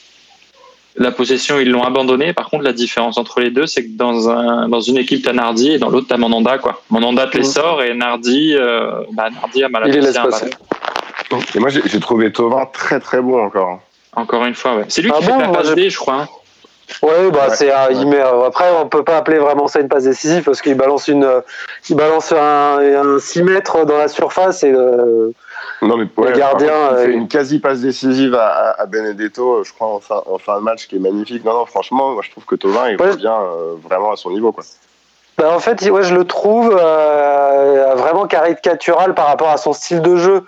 Speaker 5: La possession, ils l'ont abandonné. Par contre, la différence entre les deux, c'est que dans un, dans une équipe, t'as Nardi et dans l'autre, t'as Mandanda, quoi. Mandanda te les
Speaker 4: Mhm.
Speaker 5: sort et Nardi, euh, bah, Nardi a mal
Speaker 4: Il les
Speaker 5: apprécié
Speaker 4: laisse
Speaker 5: un
Speaker 4: passer.
Speaker 5: ballon.
Speaker 2: Mmh.
Speaker 3: Et moi, j'ai j'ai trouvé Tovin très très bon encore. hein.
Speaker 5: Encore une fois, ouais. C'est lui
Speaker 4: Ah
Speaker 5: qui
Speaker 4: bon,
Speaker 5: fait la
Speaker 4: moi,
Speaker 5: passe
Speaker 4: je-
Speaker 5: D, je crois. hein.
Speaker 4: Ouais, bah
Speaker 3: Ouais.
Speaker 4: c'est un- il
Speaker 3: Ouais.
Speaker 4: met- euh, après on peut pas appeler vraiment ça une passe décisive parce qu'il balance une euh, il balance un, un 6 mètres dans la surface et euh,
Speaker 3: Non, mais
Speaker 4: Le gardien,
Speaker 3: par contre, il
Speaker 4: euh,
Speaker 3: fait
Speaker 4: il-
Speaker 3: une quasi passe décisive à, à- à Benedetto, je crois, en fin, en fin de match, qui est magnifique. Non, non, franchement, moi, je trouve que Tovin, il
Speaker 4: Ouais.
Speaker 3: revient euh, vraiment à son niveau. Quoi.
Speaker 4: bah, en fait il- ouais, je le trouve euh, vraiment caricatural par rapport à son style de jeu.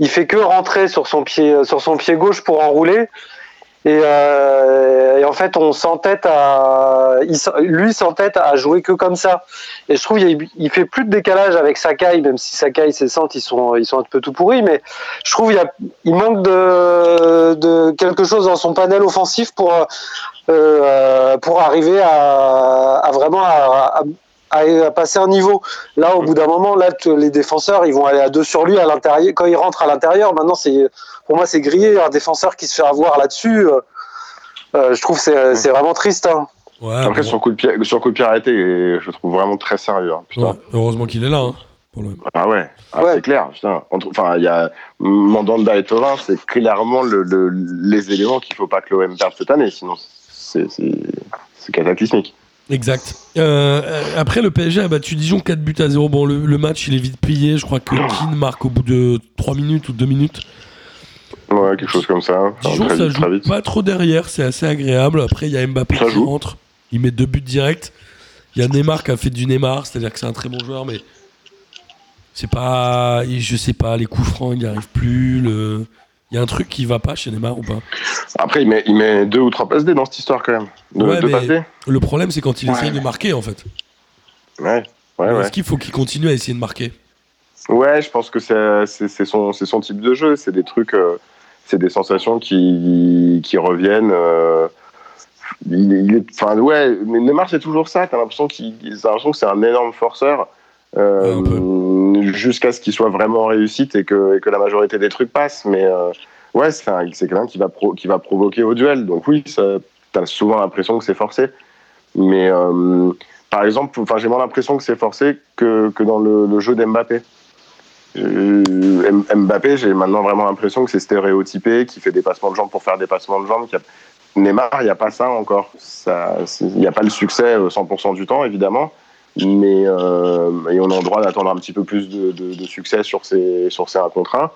Speaker 4: Il fait que rentrer sur son pied euh, sur son pied gauche pour enrouler. Et, euh, et en fait, on s'entête à, il s- lui s'entête à jouer que comme ça. Et je trouve il, il fait plus de décalage avec Sakai, même si Sakai ses centres ils sont ils sont un peu tout pourris, mais je trouve il, y a, il manque de, de quelque chose dans son panel offensif pour euh, euh, pour arriver à, à vraiment à, à- à- à passer un niveau. Là, au bout d'un moment, là t- les défenseurs ils vont aller à deux sur lui à l'intérieur quand il rentre à l'intérieur. Maintenant, c'est pour moi c'est grillé un défenseur qui se fait avoir là-dessus. euh, euh, je trouve que c'est c'est vraiment triste. hein.
Speaker 2: Ouais,
Speaker 3: Après,
Speaker 2: Ah bon,
Speaker 3: sur coup de pied, sur coup de pied arrêté, je le trouve vraiment très sérieux. hein, putain.
Speaker 2: ouais, heureusement qu'il est là. hein, pour le-
Speaker 3: Ah ouais, Ah,
Speaker 4: Ouais.
Speaker 3: c'est clair. Putain. Entre- Enfin, il y a Mandanda et Tovin, c'est clairement le, le- les éléments qu'il faut pas que l'OM perde cette année, sinon c'est c'est- c'est cataclysmique.
Speaker 2: Exact. Euh, euh, après, le PSG a battu Dijon 4 buts à 0. Bon, le, le match, il est vite plié. Je crois que Keane marque au bout de 3 minutes ou 2 minutes.
Speaker 3: Ouais, quelque chose comme ça. hein. Enfin,
Speaker 2: Dijon,
Speaker 3: très
Speaker 2: ça
Speaker 3: vite, très
Speaker 2: joue
Speaker 3: vite.
Speaker 2: pas trop derrière, c'est assez agréable. Après, il y a Mbappé
Speaker 3: Ça
Speaker 2: qui
Speaker 3: joue.
Speaker 2: rentre, il met deux buts directs. Il y a Neymar qui a fait du Neymar, c'est-à-dire que c'est un très bon joueur, mais c'est pas, il- je sais pas, les coups francs, il n'y arrive plus. Le... Il y a un truc qui va pas chez Neymar ou pas.
Speaker 3: Après, il met, il met deux ou trois passes D dans cette histoire quand même. Deux,
Speaker 2: Ouais,
Speaker 3: deux
Speaker 2: mais-
Speaker 3: passes D.
Speaker 2: Le problème, c'est quand il
Speaker 5: Ouais.
Speaker 2: essaye de marquer en fait.
Speaker 3: Ouais, ouais, ouais.
Speaker 2: Est-ce qu'il faut qu'il continue à essayer de marquer
Speaker 3: Ouais, je pense que c'est c'est- c'est son, c'est son type de jeu. C'est des trucs, euh, c'est des sensations qui, qui reviennent. euh, il, il est, enfin, ouais, mais Neymar, c'est toujours ça. T'as l'impression qu'il- t'as l'impression que c'est un énorme forceur. euh,
Speaker 2: Ouais, un
Speaker 3: jusqu'à ce qu'il soit vraiment en réussite et que, et que la majorité des trucs passent. Mais euh, ouais, c'est un- c'est quelqu'un qui, va pro- qui va provoquer au duel. Donc oui, ça- t'as souvent l'impression que c'est forcé. Mais euh, par exemple, enfin, j'ai moins l'impression que c'est forcé que, que dans le, le jeu d'Mbappé. Euh, M- Mbappé, j'ai maintenant vraiment l'impression que c'est stéréotypé, qui fait des passements de jambes pour faire des passements de jambes. qu'il y a- Neymar, il n'y a pas ça encore. Ça- c'est- Il n'y a pas le succès euh, 100% du temps, évidemment. Mais euh, et on a le droit d'attendre un petit peu plus de, de- de succès sur ses, sur ses 1 contre 1.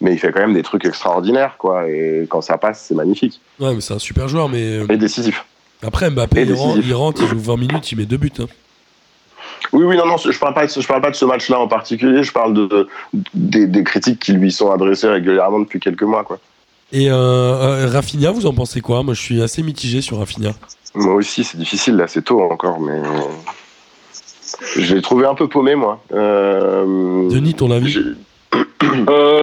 Speaker 3: Mais il fait quand même des trucs extraordinaires, quoi. Et quand ça passe, c'est magnifique.
Speaker 2: Ouais, mais c'est un super joueur, mais euh,
Speaker 3: Et décisif.
Speaker 2: après Mbappé,
Speaker 3: Et
Speaker 2: il rentre,
Speaker 3: décisif.
Speaker 2: il rentre, il joue 20 minutes, il met deux buts. hein.
Speaker 3: Oui, oui, non, non, je parle pas de ce, je parle pas de ce match-là en particulier. Je parle de, de- des, des critiques qui lui sont adressées régulièrement depuis quelques mois, quoi.
Speaker 2: Et euh, euh, Rafinha, vous en pensez quoi Moi, je suis assez mitigé sur Rafinha.
Speaker 3: Moi aussi, c'est difficile, là, c'est tôt encore, mais. euh, Je l'ai trouvé un peu paumé, moi. Euh...
Speaker 2: Denis, ton avis
Speaker 3: j'ai-
Speaker 5: Euh,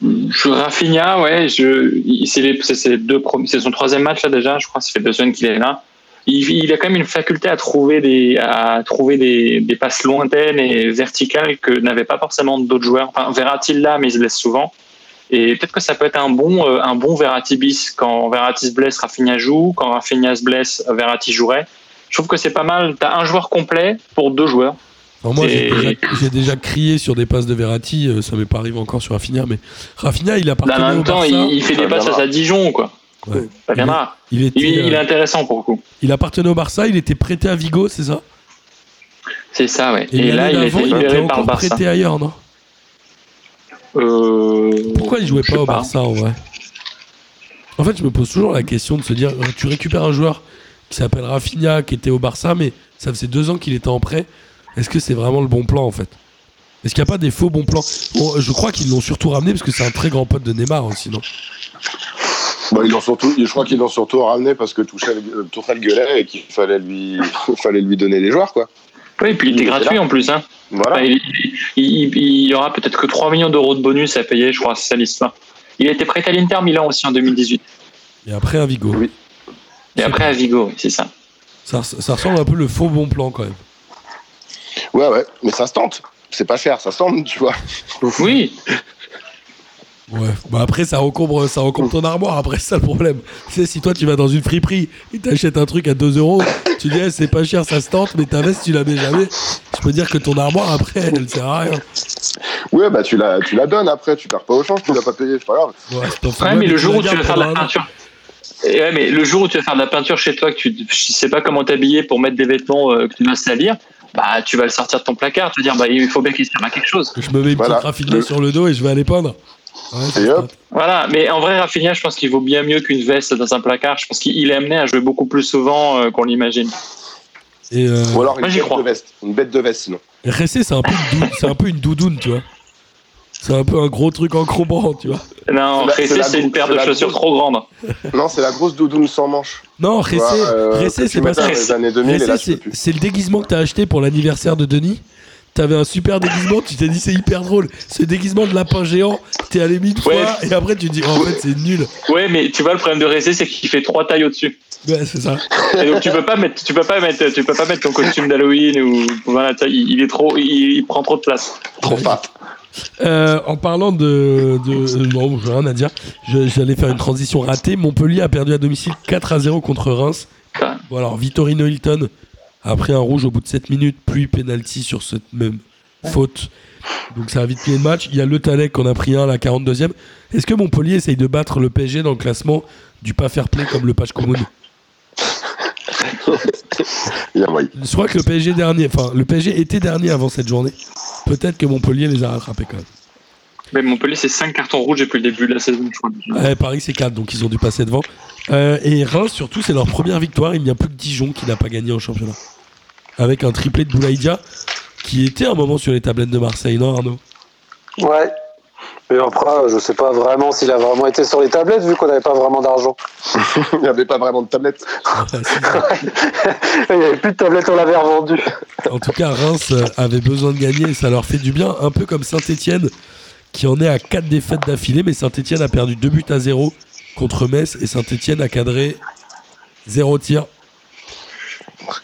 Speaker 5: je Rafinha, ouais, je, il- c'est les- c'est ses deux pro- c'est son troisième match là déjà, je crois, ça fait deux semaines qu'il est là. Il, il a quand même une faculté à trouver des, à trouver des, des passes lointaines et verticales que n'avaient pas forcément d'autres joueurs. Enfin, Verratti là, mais il se blesse souvent. Et peut-être que ça peut être un bon, euh, un bon Verratti bis. Quand Verratti se blesse, Rafinha joue. Quand Rafinha se blesse, Verratti jouerait. Je trouve que c'est pas mal. T'as un joueur complet pour deux joueurs.
Speaker 2: Alors moi, j'ai
Speaker 5: C'est-
Speaker 2: déjà, j'ai déjà crié sur des passes de Verratti, euh, ça m'est pas arrivé encore sur Rafinha, mais Rafinha, il
Speaker 5: Là, Bah, en
Speaker 2: appartenait au
Speaker 5: même temps,
Speaker 2: Barça.
Speaker 5: il, il fait des
Speaker 3: Ça
Speaker 5: passes à
Speaker 3: viendra.
Speaker 5: sa Dijon, quoi.
Speaker 2: Ouais.
Speaker 5: Ça viendra.
Speaker 2: Il, était,
Speaker 5: Il, il est
Speaker 2: euh,
Speaker 5: intéressant pour le coup.
Speaker 2: il appartenait au Barça, il était prêté à Vigo, c'est ça
Speaker 5: C'est ça, ouais.
Speaker 2: l'année
Speaker 5: Et, là, il a
Speaker 2: d'avant,
Speaker 5: été libéré par le
Speaker 2: encore
Speaker 5: Barça.
Speaker 2: prêté ailleurs, non
Speaker 5: Euh,
Speaker 2: Pourquoi il jouait
Speaker 5: je
Speaker 2: pas
Speaker 5: sais
Speaker 2: au Barça en vrai En fait, je me pose toujours la question de se dire euh, tu récupères un joueur qui s'appelle Rafinha, qui était au Barça, mais ça faisait deux ans qu'il était en prêt. Est-ce que c'est vraiment le bon plan en fait Est-ce qu'il n'y a pas des faux bons plans Bon, euh, Je crois qu'ils l'ont surtout ramené parce que c'est un très grand pote de Neymar aussi, non
Speaker 3: Bon, ils l'ont surtout, je crois qu'ils l'ont surtout ramené parce que Tuchel, euh, Tuchel gueulait et qu'il fallait lui, fallait lui donner les joueurs, quoi.
Speaker 5: Oui, et puis il était
Speaker 3: Il est
Speaker 5: gratuit en plus. Hein.
Speaker 3: Voilà.
Speaker 5: Enfin, il, il- il- il y aura peut-être que 3 millions d'euros de bonus à payer, je crois, c'est ça l'histoire. Il a été prêté à l'Inter Milan aussi en 2018.
Speaker 2: Et après à Vigo.
Speaker 3: Oui.
Speaker 5: Et après à Vigo, oui, c'est ça.
Speaker 2: Ça, res- ça ressemble un peu le faux bon plan quand même.
Speaker 3: Ouais, ouais, mais ça se tente. c'est pas cher, ça semble, tu vois.
Speaker 5: Oui,
Speaker 2: Ouais. Bah après, ça encombre, ça encombre ton armoire. Après, c'est ça le problème. Tu sais, si toi, tu vas dans une friperie et t'achètes un truc à 2 euros, tu dis, eh, c'est pas cher, ça se tente, mais ta veste, tu la mets jamais. Je peux dire que ton armoire, après, elle sert à rien.
Speaker 3: Ouais, bah tu la, tu la donnes après, tu perds pas au change, tu l'as pas payé, c'est pas grave.
Speaker 2: Ouais, c'est pas
Speaker 5: Ouais,
Speaker 2: fou,
Speaker 5: mais le jour où tu
Speaker 2: regardes
Speaker 5: vas faire de la
Speaker 2: pendant un an.
Speaker 5: peinture. Et ouais, mais le jour où tu vas faire de la peinture chez toi, que tu ne sais pas comment t'habiller pour mettre des vêtements euh, que tu dois salir, bah tu vas le sortir de ton placard, tu vas dire bah il faut bien qu'il serve à quelque chose.
Speaker 2: Je me mets une
Speaker 3: Voilà.
Speaker 2: petite raffinée sur le dos et je vais aller peindre. Ouais, ça
Speaker 3: Et
Speaker 2: se
Speaker 3: hop.
Speaker 2: tente.
Speaker 5: Voilà, mais en vrai Rafinha, je pense qu'il vaut bien mieux qu'une veste dans un placard. Je pense qu'il est amené à jouer beaucoup plus souvent euh, qu'on l'imagine.
Speaker 2: Et euh,
Speaker 3: Ou alors une
Speaker 5: Moi, j'y
Speaker 3: bête
Speaker 5: crois.
Speaker 3: de veste, une bête de veste sinon.
Speaker 2: RC, c'est un, peu une dou- c'est un peu une doudoune, tu vois. C'est un peu un gros truc encombrant, tu vois.
Speaker 5: Non,
Speaker 3: C'est la- c'est
Speaker 5: Ressé,
Speaker 3: la
Speaker 5: c'est une
Speaker 3: grosse-
Speaker 5: paire
Speaker 3: c'est
Speaker 5: de
Speaker 3: la
Speaker 5: chaussures
Speaker 3: grosse-
Speaker 5: trop grandes.
Speaker 3: Non, c'est la grosse doudoune sans manche.
Speaker 2: Non, RC,
Speaker 3: tu vois, euh, que
Speaker 2: RC,
Speaker 3: tu
Speaker 2: c'est pas
Speaker 3: mettais
Speaker 2: ça.
Speaker 3: dans les années 2000 et
Speaker 2: RC,
Speaker 3: là tu
Speaker 2: c'est
Speaker 3: peux plus.
Speaker 2: c'est le déguisement que t'as acheté pour l'anniversaire de Denis. T'avais un super déguisement, tu t'es dit c'est hyper drôle. Ce déguisement de lapin géant, t'es allé mille fois
Speaker 5: Ouais.
Speaker 2: et après tu te dis oh, en fait c'est nul.
Speaker 5: Ouais, mais tu vois le problème de Ressé, c'est qu'il fait trois tailles au-dessus.
Speaker 2: Ouais, c'est ça.
Speaker 5: Et donc tu peux pas mettre, tu peux pas mettre, tu peux pas mettre ton costume d'Halloween ou voilà, tu vois, il, il est trop, il, il prend trop de place.
Speaker 3: Trop fat.
Speaker 2: Euh, en parlant de. de euh, non, j'ai rien à dire. Je- J'allais faire une transition ratée. Montpellier a perdu à domicile 4 à 0 contre Reims.
Speaker 5: Putain.
Speaker 2: Bon, alors Vittorino Hilton après un rouge au bout de 7 minutes, puis penalty sur cette même faute. Donc ça a vite plié le match. Il y a Le Talek qu'on a pris un à la 42e. Est-ce que Montpellier essaye de battre le PSG dans le classement du pas fair play comme le Page Commune
Speaker 3: Yeah, ouais.
Speaker 2: Je crois que le PSG dernier, enfin le PSG était dernier avant cette journée. Peut-être que Montpellier les a rattrapés quand même.
Speaker 5: Mais Montpellier, c'est 5 cartons rouges depuis le début de la saison, je crois.
Speaker 2: Ouais, Euh, Paris, c'est 4, donc ils ont dû passer devant. Euh, et Reims, surtout, c'est leur première victoire. Il n'y a plus que Dijon qui n'a pas gagné en championnat. Avec un triplé de Boulaïdia, qui était à un moment sur les tablettes de Marseille, non, Arnaud
Speaker 4: Ouais. Mais après, je sais pas vraiment s'il a vraiment été sur les tablettes vu qu'on n'avait pas vraiment d'argent.
Speaker 3: Il n'y avait pas vraiment de tablette.
Speaker 2: Ouais, si.
Speaker 4: Il n'y avait plus de tablettes, on l'avait revendu.
Speaker 2: En tout cas, Reims euh, avait besoin de gagner et ça leur fait du bien. Un peu comme Saint-Etienne, qui en est à 4 défaites d'affilée, mais Saint-Etienne a perdu 2 buts à 0 contre Metz et Saint-Etienne a cadré 0 tir.